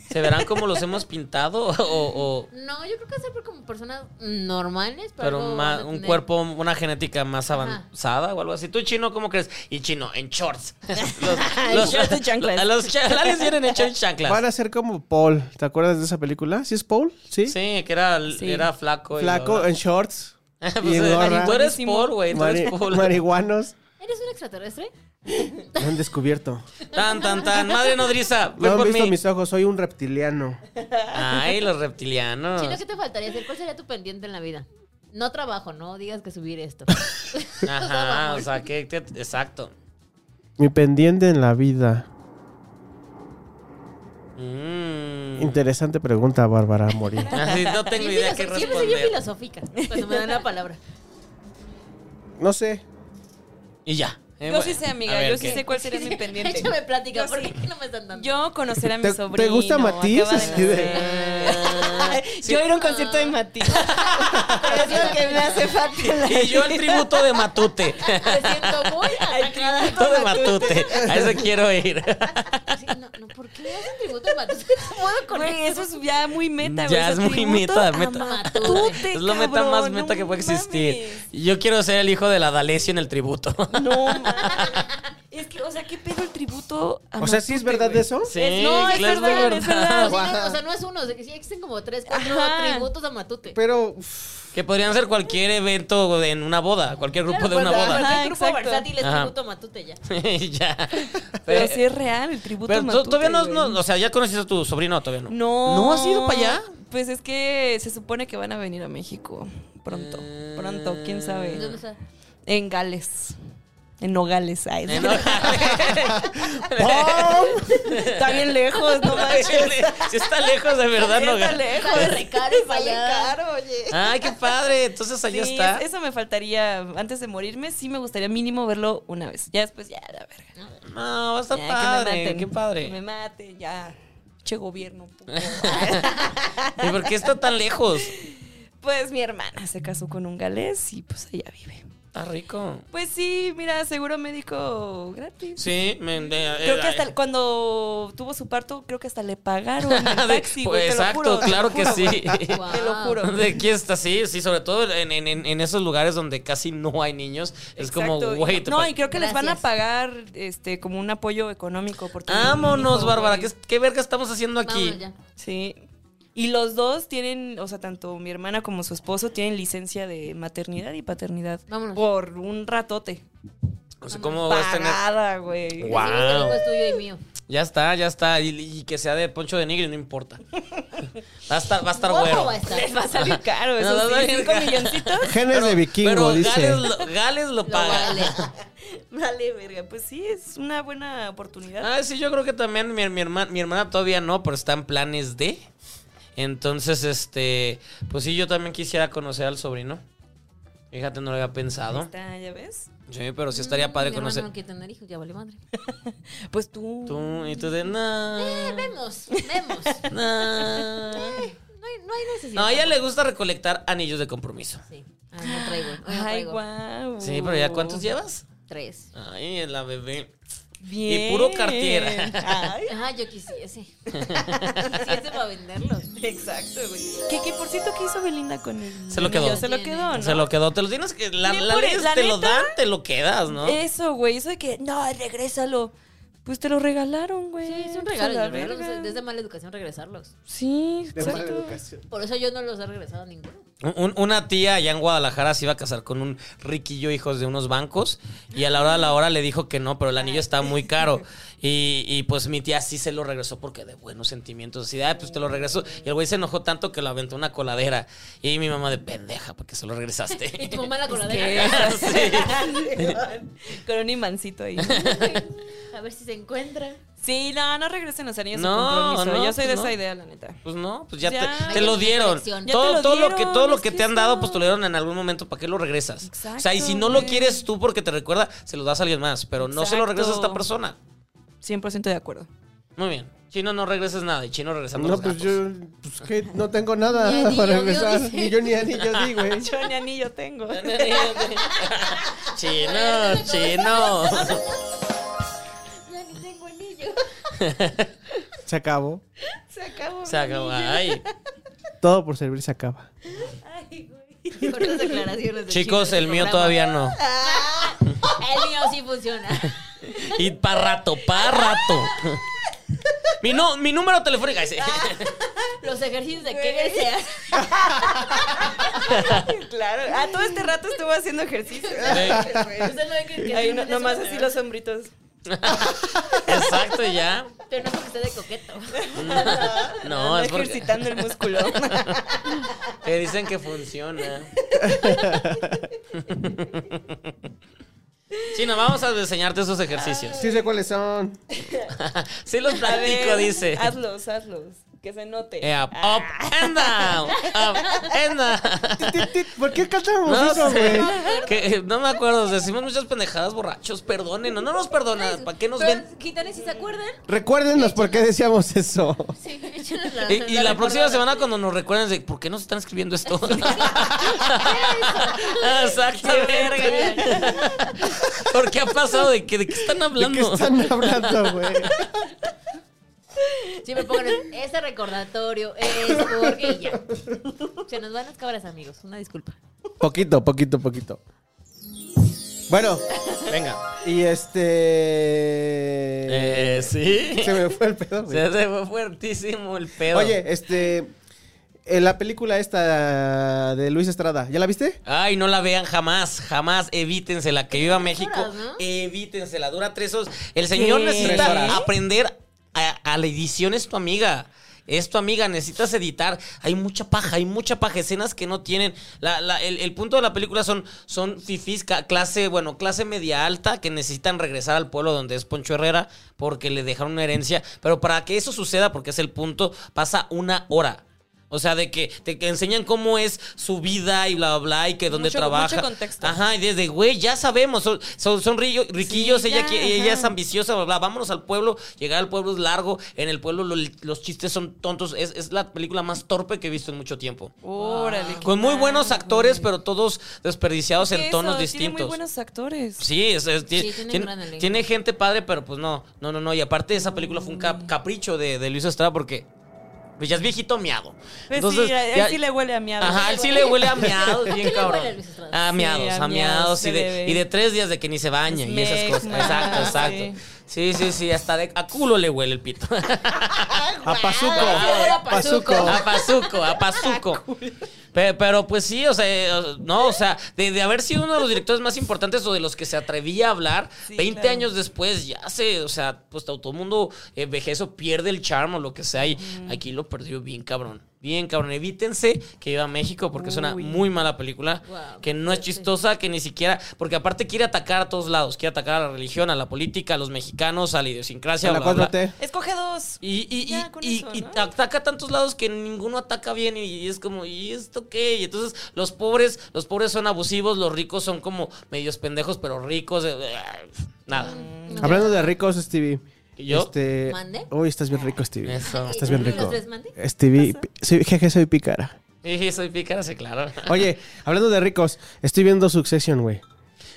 [SPEAKER 2] ¿Se verán como los hemos pintado? O, o-
[SPEAKER 3] No, yo creo que ser por como personas normales,
[SPEAKER 2] pero
[SPEAKER 3] algo
[SPEAKER 2] ma-
[SPEAKER 3] van a
[SPEAKER 2] un
[SPEAKER 3] tener.
[SPEAKER 2] cuerpo, una genética más
[SPEAKER 3] Ajá.
[SPEAKER 2] avanzada o algo así. ¿Tú, chino, cómo crees? Y chino, en shorts. Los,
[SPEAKER 4] shorts y chanclas.
[SPEAKER 2] Los chalales vienen hechos en chanclas.
[SPEAKER 1] Van a ser como Paul. ¿Te acuerdas de esa película? ¿Sí es Paul? Sí.
[SPEAKER 2] Sí, que era, era flaco. y
[SPEAKER 1] Flaco,
[SPEAKER 2] ahora-
[SPEAKER 1] en shorts.
[SPEAKER 2] *laughs* Pues,
[SPEAKER 1] y en gorra.
[SPEAKER 2] Tú eres Paul, güey. Tú eres
[SPEAKER 1] Mari-
[SPEAKER 2] Paul.
[SPEAKER 1] marihuanos.
[SPEAKER 3] ¿Eres un extraterrestre?
[SPEAKER 1] Me han descubierto.
[SPEAKER 2] Tan, tan, tan. Madre nodriza,
[SPEAKER 1] No
[SPEAKER 2] ven
[SPEAKER 1] han
[SPEAKER 2] por
[SPEAKER 1] visto
[SPEAKER 2] mí.
[SPEAKER 1] mis ojos. Soy un reptiliano.
[SPEAKER 2] Ay, los reptilianos.
[SPEAKER 3] Chino, ¿qué te faltaría hacer? ¿Cuál sería tu pendiente en la vida? No trabajo, no digas que
[SPEAKER 2] *laughs*
[SPEAKER 3] subir esto.
[SPEAKER 2] Ajá, o sea, que, que- exacto.
[SPEAKER 1] Mi pendiente en la vida.
[SPEAKER 2] Mm.
[SPEAKER 1] Interesante pregunta, Bárbara Mori.
[SPEAKER 2] Así
[SPEAKER 4] *laughs*
[SPEAKER 2] no tengo
[SPEAKER 3] Bien
[SPEAKER 2] idea qué
[SPEAKER 3] filoso- Siempre soy yo
[SPEAKER 2] responder.
[SPEAKER 3] filosófica cuando me dan la
[SPEAKER 2] *laughs*
[SPEAKER 3] palabra.
[SPEAKER 1] No sé.
[SPEAKER 2] Y ya. Eh,
[SPEAKER 4] Yo
[SPEAKER 2] bueno,
[SPEAKER 4] sí sé,
[SPEAKER 2] a
[SPEAKER 4] amiga.
[SPEAKER 2] ver,
[SPEAKER 4] yo sí
[SPEAKER 2] ¿qué?
[SPEAKER 4] sé cuál sería *laughs* mi pendiente.
[SPEAKER 3] Échame plática,
[SPEAKER 4] Yo
[SPEAKER 3] ¿por
[SPEAKER 4] sí.
[SPEAKER 3] qué no me están dando?
[SPEAKER 4] Yo conocer a mi
[SPEAKER 1] ¿Te- te
[SPEAKER 4] sobrino.
[SPEAKER 1] gusta Matiz?
[SPEAKER 4] acaba de
[SPEAKER 1] Así de-
[SPEAKER 4] nacer. Yo ir a un concierto de Matiz. es lo que me hace falta. en la
[SPEAKER 2] *laughs* Y yo el
[SPEAKER 4] vida.
[SPEAKER 2] tributo de
[SPEAKER 4] *laughs*
[SPEAKER 2] Matute.
[SPEAKER 3] Me
[SPEAKER 2] *laughs*
[SPEAKER 3] siento muy
[SPEAKER 4] Ah,
[SPEAKER 3] atacada.
[SPEAKER 2] Tributo de Matute. A eso quiero ir.
[SPEAKER 3] Sí, no, no, ¿por qué le hacen tributo a *laughs* Matute? ¿Cómo puedo con
[SPEAKER 4] Güey, eso
[SPEAKER 3] eso?
[SPEAKER 4] es ya muy meta, güey.
[SPEAKER 2] Ya es
[SPEAKER 4] ese
[SPEAKER 2] muy
[SPEAKER 4] tributo
[SPEAKER 2] meta,
[SPEAKER 4] a
[SPEAKER 2] meta. *laughs*
[SPEAKER 4] Matute,
[SPEAKER 2] Es la meta
[SPEAKER 4] cabrón,
[SPEAKER 2] más
[SPEAKER 4] no
[SPEAKER 2] meta que puede existir.
[SPEAKER 4] mames.
[SPEAKER 2] Yo quiero ser el hijo de la D'Alessio en el tributo.
[SPEAKER 4] No, mames. Es que, o sea, ¿qué pedo el tributo a
[SPEAKER 1] O sea, ¿sí es
[SPEAKER 4] Matute,
[SPEAKER 1] verdad
[SPEAKER 4] güey?
[SPEAKER 1] eso?
[SPEAKER 2] *laughs* Sí,
[SPEAKER 4] no, es
[SPEAKER 2] claro,
[SPEAKER 4] verdad, es verdad.
[SPEAKER 3] Sí, no, O sea, no es uno, sí existen como tres, cuatro
[SPEAKER 4] Ajá.
[SPEAKER 3] tributos a Matute.
[SPEAKER 1] Pero uf,
[SPEAKER 2] Que podrían ser cualquier evento en una boda, cualquier grupo de una
[SPEAKER 3] Claro,
[SPEAKER 2] boda.
[SPEAKER 4] Ajá,
[SPEAKER 3] Cualquier grupo
[SPEAKER 4] exacto.
[SPEAKER 3] versátil es
[SPEAKER 2] Ajá.
[SPEAKER 3] tributo a Matute ya.
[SPEAKER 2] *laughs* ya.
[SPEAKER 4] Pero sí es real el tributo
[SPEAKER 2] Pero
[SPEAKER 4] a
[SPEAKER 2] to-
[SPEAKER 4] Matute.
[SPEAKER 2] todavía no,
[SPEAKER 4] güey.
[SPEAKER 2] no- o sea, ya conociste a tu sobrino, todavía no.
[SPEAKER 4] No.
[SPEAKER 2] ¿No has ido para allá?
[SPEAKER 4] Pues es que se supone que van a venir a México pronto. Pronto, quién sabe.
[SPEAKER 3] ¿Dónde está?
[SPEAKER 4] En Gales. En Nogales. *laughs* Ay,
[SPEAKER 2] Eh, no. *laughs*
[SPEAKER 4] Está bien lejos, Oh, no manches.
[SPEAKER 2] Si está lejos, de *laughs* verdad,
[SPEAKER 4] Sí,
[SPEAKER 2] no.
[SPEAKER 4] está
[SPEAKER 3] Sale
[SPEAKER 4] lejos.
[SPEAKER 3] recaro y para allá.
[SPEAKER 4] oye.
[SPEAKER 2] Ay, qué padre. Entonces allá
[SPEAKER 4] Sí,
[SPEAKER 2] está.
[SPEAKER 4] es- eso me faltaría antes de morirme. Sí, me gustaría mínimo verlo una vez. Ya después, ya, la verga.
[SPEAKER 3] Ah,
[SPEAKER 2] No, va a estar
[SPEAKER 4] Ya, que me
[SPEAKER 2] padre.
[SPEAKER 4] maten,
[SPEAKER 2] Qué
[SPEAKER 4] Que
[SPEAKER 2] *laughs*
[SPEAKER 4] me
[SPEAKER 2] padre.
[SPEAKER 4] mate, ya. Che gobierno. puto.
[SPEAKER 2] *laughs* ¿Y por qué está tan lejos?
[SPEAKER 4] pues mi hermana se casó con un galés y pues ella vive.
[SPEAKER 2] Está rico.
[SPEAKER 4] Pues sí, mira, seguro médico gratis.
[SPEAKER 2] Sí, me. de-
[SPEAKER 4] Creo que
[SPEAKER 2] eh,
[SPEAKER 4] hasta el- cuando tuvo su parto, creo que hasta le pagaron
[SPEAKER 2] *laughs*
[SPEAKER 4] el taxi, güey,
[SPEAKER 2] Pues,
[SPEAKER 4] te lo
[SPEAKER 2] exacto,
[SPEAKER 4] juro, te lo
[SPEAKER 2] claro que
[SPEAKER 4] juro,
[SPEAKER 2] sí.
[SPEAKER 4] güey. *laughs* Te lo
[SPEAKER 3] Wow.
[SPEAKER 4] juro.
[SPEAKER 2] *laughs* De aquí está, sí, sí, sobre todo en, en- en- en esos lugares donde casi no hay niños. Es como,
[SPEAKER 4] Exacto.
[SPEAKER 2] güey, te
[SPEAKER 4] No,
[SPEAKER 2] pa-
[SPEAKER 4] y creo que les van a
[SPEAKER 3] Gracias.
[SPEAKER 4] pagar este como un apoyo económico. Porque
[SPEAKER 2] Vámonos,
[SPEAKER 4] hijo,
[SPEAKER 2] Bárbara. ¿qué,
[SPEAKER 4] güey.
[SPEAKER 2] qué verga estamos haciendo aquí?
[SPEAKER 3] Vámonos ya.
[SPEAKER 4] Sí. Y los dos tienen, o sea, tanto mi hermana como su esposo tienen licencia de maternidad y paternidad.
[SPEAKER 3] Vámonos.
[SPEAKER 4] Por un ratote.
[SPEAKER 2] O sea, ¿cómo vas a tener.?
[SPEAKER 4] Pagada, güey.
[SPEAKER 2] Guau.
[SPEAKER 3] Decimos que el hijo es tuyo y mío. *laughs*
[SPEAKER 2] Ya está, ya está. Y, y que sea de Poncho de Nigri, no importa. Va a estar, va a estar
[SPEAKER 3] Guapo
[SPEAKER 2] güero.
[SPEAKER 3] va a estar.
[SPEAKER 4] Les va a salir
[SPEAKER 2] *laughs*
[SPEAKER 4] caro,
[SPEAKER 2] No,
[SPEAKER 4] eso
[SPEAKER 2] no,
[SPEAKER 4] sí,
[SPEAKER 2] no, no.
[SPEAKER 4] cinco milloncitos.
[SPEAKER 1] Genes
[SPEAKER 2] Pero-
[SPEAKER 1] de vikingo,
[SPEAKER 2] pero
[SPEAKER 1] dice.
[SPEAKER 2] Gales lo, Gales lo
[SPEAKER 3] No,
[SPEAKER 2] paga.
[SPEAKER 3] vale.
[SPEAKER 4] Vale, verga, pues sí, es una buena oportunidad.
[SPEAKER 2] Ah, sí, yo creo que también mi, mi, hermana, mi hermana todavía no, pero está en planes de. Entonces, este, pues sí, yo también quisiera conocer al sobrino. Fíjate, no lo había pensado.
[SPEAKER 4] Está, ¿ya ves?
[SPEAKER 2] Sí, pero sí estaría padre
[SPEAKER 3] Mm, Mi hermano
[SPEAKER 2] conocer. Ah.
[SPEAKER 3] no quiere tener hijos, ya vale madre.
[SPEAKER 4] Pues tú.
[SPEAKER 2] Tú y tú de no.
[SPEAKER 3] Eh, vemos, vemos. *laughs*
[SPEAKER 2] No.
[SPEAKER 3] No hay, no hay necesidad.
[SPEAKER 2] No, a ella le gusta recolectar anillos de compromiso.
[SPEAKER 3] Sí. Ah, no traigo. hoy no
[SPEAKER 4] Ay,
[SPEAKER 3] traigo.
[SPEAKER 4] guau.
[SPEAKER 2] Sí, pero ya cuántos llevas?
[SPEAKER 3] Tres.
[SPEAKER 2] Ay, es la bebé.
[SPEAKER 4] Bien.
[SPEAKER 2] puro Cartier. *laughs*
[SPEAKER 4] Ay,
[SPEAKER 3] Ajá, yo quisiese. quisiese para venderlos.
[SPEAKER 4] exacto, güey. ¿Qué, qué por cierto que hizo Belinda con él?
[SPEAKER 2] Se lo quedó.
[SPEAKER 4] Se lo quedó, ¿no?
[SPEAKER 2] Se lo quedó, te lo tienes que la,
[SPEAKER 4] Bien
[SPEAKER 2] la
[SPEAKER 4] por-
[SPEAKER 2] ley es,
[SPEAKER 4] la
[SPEAKER 2] te lo
[SPEAKER 4] neta, Eh.
[SPEAKER 2] dan, te lo quedas, ¿no?
[SPEAKER 4] Eso, güey, eso de que, no, regrésalo. Pues te lo regalaron, güey.
[SPEAKER 3] Sí, es un
[SPEAKER 4] Pues a
[SPEAKER 3] regalo.
[SPEAKER 4] la
[SPEAKER 3] yo creo que
[SPEAKER 4] verga.
[SPEAKER 3] es- Es de mala educación regresarlos.
[SPEAKER 4] Sí,
[SPEAKER 1] De mala
[SPEAKER 4] exacto.
[SPEAKER 1] educación.
[SPEAKER 3] Por eso yo no los he regresado a ninguno.
[SPEAKER 2] Un- una tía allá en Guadalajara se iba a casar con un riquillo hijos de unos bancos y a la hora de la hora le dijo que no, pero el anillo estaba muy caro. Y, y, pues mi tía sí se lo regresó porque de buenos sentimientos. Así de, "Ay, pues te lo regreso. Y el güey se enojó tanto que lo aventó a una coladera. Y mi mamá de pendeja, porque se lo
[SPEAKER 3] Y
[SPEAKER 4] *laughs*
[SPEAKER 2] regresaste.
[SPEAKER 3] tu mamá en la *laughs*
[SPEAKER 4] ¿Qué?
[SPEAKER 3] coladera.
[SPEAKER 4] Sí. *laughs* Con un imancito ahí.
[SPEAKER 3] A ver si se encuentra.
[SPEAKER 4] Sí, no, no regresen los anillos
[SPEAKER 2] No,
[SPEAKER 4] a compromiso.
[SPEAKER 2] no,
[SPEAKER 4] Yo soy de
[SPEAKER 2] no.
[SPEAKER 4] esa idea, la neta.
[SPEAKER 2] Pues no, pues ya,
[SPEAKER 4] Ya.
[SPEAKER 2] te, te lo dieron.
[SPEAKER 3] Ya te
[SPEAKER 2] todo,
[SPEAKER 4] lo
[SPEAKER 2] todo lo que,
[SPEAKER 4] dieron,
[SPEAKER 2] todo lo
[SPEAKER 4] es
[SPEAKER 2] que
[SPEAKER 4] que
[SPEAKER 2] te han dado,
[SPEAKER 4] eso.
[SPEAKER 2] pues te lo dieron en algún momento. ¿Para qué lo regresas? o sea, y si
[SPEAKER 4] Exacto,
[SPEAKER 2] no lo
[SPEAKER 4] güey.
[SPEAKER 2] quieres tú porque te recuerda, se lo das a alguien más. Pero no se lo
[SPEAKER 4] Exacto.
[SPEAKER 2] regresas a esta persona.
[SPEAKER 4] 100% de acuerdo. *laughs*
[SPEAKER 2] Muy bien. Chino, no regreses nada. Y Chino regresando
[SPEAKER 1] No,
[SPEAKER 2] los
[SPEAKER 1] pues
[SPEAKER 2] gatos.
[SPEAKER 1] yo pues, ¿qué? no tengo
[SPEAKER 3] Ni
[SPEAKER 1] *laughs* nada *laughs*
[SPEAKER 3] anillo,
[SPEAKER 1] Ah, para
[SPEAKER 3] ¿vio?
[SPEAKER 1] empezar.
[SPEAKER 3] Dice.
[SPEAKER 1] Ni yo ni anillo di, güey.
[SPEAKER 4] Yo ni anillo tengo.
[SPEAKER 2] *laughs* chino, chino. *laughs*
[SPEAKER 3] Ya ni tengo anillo.
[SPEAKER 1] Se acabó.
[SPEAKER 4] Se acabó.
[SPEAKER 2] Se
[SPEAKER 4] *laughs*
[SPEAKER 2] acabó. Ay.
[SPEAKER 1] Todo por servir se acaba.
[SPEAKER 3] Ay, güey. Fuertes declaraciones. de
[SPEAKER 2] Chicos,
[SPEAKER 3] Chino en
[SPEAKER 2] el mío
[SPEAKER 3] programa.
[SPEAKER 2] todavía no.
[SPEAKER 3] Ah, el mío sí funciona.
[SPEAKER 2] Y pa' rato, pa' rato. *laughs* Mi, no, mi número telefónico. Ay, sí. *laughs*
[SPEAKER 3] Los ejercicios de qué deseas.
[SPEAKER 4] *laughs* Claro. Ah, todo este rato estuvo
[SPEAKER 1] *laughs*
[SPEAKER 4] haciendo ejercicio.
[SPEAKER 3] Usted no ve que- que
[SPEAKER 4] Ahí
[SPEAKER 3] no-
[SPEAKER 4] no- nomás así los sombritos.
[SPEAKER 2] Exacto, ya.
[SPEAKER 3] Pero no es porque esté de coqueto.
[SPEAKER 2] No, es porque
[SPEAKER 4] ejercitando el músculo.
[SPEAKER 2] te dicen *laughs* que funciona. Chino, vamos a enseñarte esos ejercicios.
[SPEAKER 1] Sí sé cuáles son.
[SPEAKER 2] Sí los
[SPEAKER 4] A
[SPEAKER 2] platico,
[SPEAKER 4] ver,
[SPEAKER 2] dice.
[SPEAKER 4] Hazlos, hazlos. Que se note.
[SPEAKER 2] Yeah, up and down. Up and down.
[SPEAKER 1] Tit, tit. ¿Por qué cantamos
[SPEAKER 2] No,
[SPEAKER 1] eso,
[SPEAKER 2] sé.
[SPEAKER 1] güey?
[SPEAKER 2] Que, eh, no me acuerdo, decimos muchas pendejadas borrachos, perdonen, no, no nos perdonan, ¿para qué nos
[SPEAKER 3] Pero,
[SPEAKER 2] ven?
[SPEAKER 3] Gitanes, si se acuerdan,
[SPEAKER 2] *laughs*
[SPEAKER 1] Recuérdenos por qué decíamos eso.
[SPEAKER 3] *laughs* sí, échenos la.
[SPEAKER 2] Y, Eh, y la próxima semana cuando nos recuerden, de, ¿por qué nos están escribiendo esto? *laughs*
[SPEAKER 3] *laughs*
[SPEAKER 2] Exactamente. ¿Por qué ha pasado? ¿De qué, de qué están
[SPEAKER 1] ¿De qué
[SPEAKER 2] hablando?
[SPEAKER 1] están hablando, güey?
[SPEAKER 3] Si me pongan ese recordatorio es porque y ya. Se nos van las cabras, amigos. Una disculpa.
[SPEAKER 1] Poquito, poquito, poquito. Bueno,
[SPEAKER 2] Venga.
[SPEAKER 1] y este.
[SPEAKER 2] *laughs* Eh, sí.
[SPEAKER 1] Se me fue el pedo, güey.
[SPEAKER 2] Se se fue fuertísimo el pedo.
[SPEAKER 1] Oye, este. eh, la película esta de Luis Estrada, ¿ya la viste?
[SPEAKER 2] Ay, no la vean jamás, jamás, evítensela, que viva México,
[SPEAKER 3] horas, ¿no?
[SPEAKER 2] evítensela, dura tres horas. El señor necesita
[SPEAKER 1] Tres horas.
[SPEAKER 2] aprender a, a la edición, es tu amiga. Es tu amiga, necesitas editar. Hay mucha paja, hay mucha paja, escenas que no tienen. La- la- el, el punto de la película son, son fifís, ca- clase, bueno, clase media alta que necesitan regresar al pueblo donde es Poncho Herrera porque le dejaron una herencia. Pero para que eso suceda, porque es el punto, pasa una hora. O sea, de que te que enseñan cómo es su vida y bla, bla, bla, y que dónde
[SPEAKER 4] Mucho-
[SPEAKER 2] trabaja.
[SPEAKER 4] mucho contexto.
[SPEAKER 2] Ajá, y desde, güey, ya sabemos, son, son, son rillo- riquillos,
[SPEAKER 4] Sí,
[SPEAKER 2] ella,
[SPEAKER 4] ya,
[SPEAKER 2] qui- ella es
[SPEAKER 4] ajá.
[SPEAKER 2] ambiciosa, bla, bla, vámonos al pueblo, llegar al pueblo es largo, en el pueblo lo- los chistes son tontos, es, es la película más torpe que he visto en mucho tiempo.
[SPEAKER 4] Órale. qué
[SPEAKER 2] Con muy
[SPEAKER 4] mal,
[SPEAKER 2] buenos
[SPEAKER 4] güey.
[SPEAKER 2] actores, pero todos desperdiciados en
[SPEAKER 4] Eso,
[SPEAKER 2] tonos
[SPEAKER 4] Tiene muy
[SPEAKER 2] distintos.
[SPEAKER 4] buenos actores.
[SPEAKER 2] Sí, es- es- tiene,
[SPEAKER 3] tiene un
[SPEAKER 2] tiene-
[SPEAKER 3] gran elenco.
[SPEAKER 2] tiene gente padre, pero pues no, no, no, no. Y aparte esa película fue un
[SPEAKER 4] Mm.
[SPEAKER 2] cap- capricho de, de Luis Estrada porque pues ya es viejito miado.
[SPEAKER 4] Pues
[SPEAKER 2] Entonces,
[SPEAKER 4] sí, a él
[SPEAKER 2] ya-
[SPEAKER 4] sí le huele a miado.
[SPEAKER 2] Ajá, él sí le huele a miados, bien
[SPEAKER 3] le
[SPEAKER 2] cabrón.
[SPEAKER 3] huele a Luis Estrada?
[SPEAKER 2] a
[SPEAKER 4] Sí,
[SPEAKER 2] miados,
[SPEAKER 4] a
[SPEAKER 2] a miados.
[SPEAKER 4] miados,
[SPEAKER 2] Y de,
[SPEAKER 4] bebé.
[SPEAKER 2] y de tres días de que ni se baña y esas cosas.
[SPEAKER 4] Smegma,
[SPEAKER 2] Exacto, exacto.
[SPEAKER 4] sí.
[SPEAKER 2] Sí, sí, sí, hasta de, a culo le huele el pito.
[SPEAKER 1] A Pazuco.
[SPEAKER 3] Seguro a
[SPEAKER 1] Pazuco. Ah,
[SPEAKER 3] Pazuco.
[SPEAKER 2] A
[SPEAKER 4] *laughs* Ah,
[SPEAKER 2] Pazuco, a Pazuco. Pero, pero, pues sí, o sea, eh, o- no, o sea, de, de haber sido uno de los directores más importantes o de los que se atrevía a hablar,
[SPEAKER 4] Sí,
[SPEAKER 2] 20
[SPEAKER 4] claro.
[SPEAKER 2] años después ya se, o sea, pues todo el mundo envejece o pierde el charmo o lo que sea y aquí lo perdió bien cabrón. Bien, cabrón, evítense que iba a México porque es una
[SPEAKER 4] Uy.
[SPEAKER 2] muy mala película,
[SPEAKER 3] Guau,
[SPEAKER 2] que no es
[SPEAKER 3] sí, sí.
[SPEAKER 2] chistosa, que ni siquiera, porque aparte quiere atacar a todos lados, quiere atacar a la religión, a la política, a los mexicanos, a la idiosincrasia,
[SPEAKER 1] A la
[SPEAKER 2] bla, bla, bla.
[SPEAKER 1] 4T.
[SPEAKER 4] Escoge dos.
[SPEAKER 2] Y, y- y-
[SPEAKER 4] Ya, con
[SPEAKER 2] y-
[SPEAKER 4] eso,
[SPEAKER 2] y
[SPEAKER 4] ¿no?
[SPEAKER 2] ataca a tantos lados que ninguno ataca bien y, es como, ¿y esto qué? Y entonces los pobres, los pobres son abusivos, los ricos son como medios pendejos, pero ricos. eh, eh, nada.
[SPEAKER 4] Mm.
[SPEAKER 3] Mm.
[SPEAKER 1] Hablando de ricos, Stevie.
[SPEAKER 2] ¿Y yo?
[SPEAKER 1] Este,
[SPEAKER 3] ¿Mande?
[SPEAKER 1] Uy, estás bien rico, Stevie.
[SPEAKER 2] Eso.
[SPEAKER 1] Estás bien rico.
[SPEAKER 3] ¿Los tres mande?
[SPEAKER 1] Stevie, pi- soy, jeje, soy pícara.
[SPEAKER 2] Y soy pícara, sí, claro.
[SPEAKER 1] Oye, hablando de ricos, estoy viendo Succession, güey.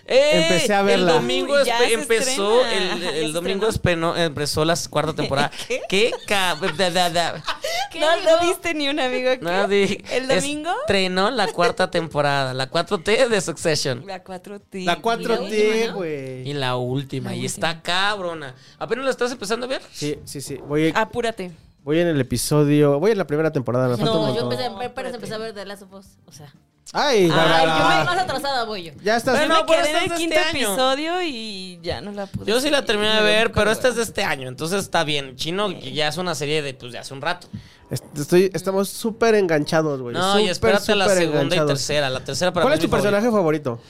[SPEAKER 2] ¡Ey!
[SPEAKER 1] Empecé a verla.
[SPEAKER 2] Eh, El domingo
[SPEAKER 4] Uy, ya
[SPEAKER 2] espe-
[SPEAKER 4] se
[SPEAKER 2] empezó,
[SPEAKER 4] estrena.
[SPEAKER 2] el,
[SPEAKER 4] Ya
[SPEAKER 2] el
[SPEAKER 4] se
[SPEAKER 2] domingo espenó- empezó la
[SPEAKER 4] *laughs*
[SPEAKER 2] cuarta temporada. ¿Qué? cab- da, da, da.
[SPEAKER 3] ¿Qué
[SPEAKER 4] No,
[SPEAKER 3] digo?
[SPEAKER 4] no viste ni un amigo aquí.
[SPEAKER 2] No, di-
[SPEAKER 4] ¿El domingo?
[SPEAKER 2] Estrenó la cuarta temporada, la 4T de Succession.
[SPEAKER 4] La 4T.
[SPEAKER 1] La
[SPEAKER 3] última,
[SPEAKER 1] 4T,
[SPEAKER 3] ¿no?
[SPEAKER 1] güey.
[SPEAKER 2] Y la última, y está cabrona. ¿Apenas la estás empezando a ver?
[SPEAKER 1] Sí, sí, sí. Voy,
[SPEAKER 2] Ah.
[SPEAKER 4] Apúrate.
[SPEAKER 1] voy en el episodio. Voy en la primera temporada, me falta un
[SPEAKER 3] No, yo
[SPEAKER 1] montón.
[SPEAKER 3] empecé, apenas empecé a ver de Last of Us. O sea,
[SPEAKER 1] Ay,
[SPEAKER 3] ay, yo
[SPEAKER 1] Bárbara.
[SPEAKER 3] voy más atrasada, voy yo.
[SPEAKER 1] Ya estás.
[SPEAKER 2] Bueno,
[SPEAKER 4] Yo me
[SPEAKER 2] pero
[SPEAKER 4] quedé
[SPEAKER 2] esta es
[SPEAKER 4] en el
[SPEAKER 2] de
[SPEAKER 4] quinto
[SPEAKER 2] este año.
[SPEAKER 4] episodio y ya no la
[SPEAKER 1] Pues
[SPEAKER 4] pude.
[SPEAKER 2] Yo sí la terminé de
[SPEAKER 4] Me dio
[SPEAKER 2] ver,
[SPEAKER 4] un
[SPEAKER 2] pero
[SPEAKER 4] huevo.
[SPEAKER 2] esta es de este año, entonces está bien. Chino que ya es una serie de, pues, de hace un rato.
[SPEAKER 1] Est- Estoy, estamos súper enganchados, güey.
[SPEAKER 2] No, y
[SPEAKER 1] Súper,
[SPEAKER 2] espérate la
[SPEAKER 1] súper
[SPEAKER 2] segunda y
[SPEAKER 1] enganchados.
[SPEAKER 2] tercera. La tercera para
[SPEAKER 1] ¿Cuál
[SPEAKER 2] mí
[SPEAKER 1] es tu
[SPEAKER 2] mi favorita.
[SPEAKER 1] personaje favorito?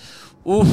[SPEAKER 2] Uf,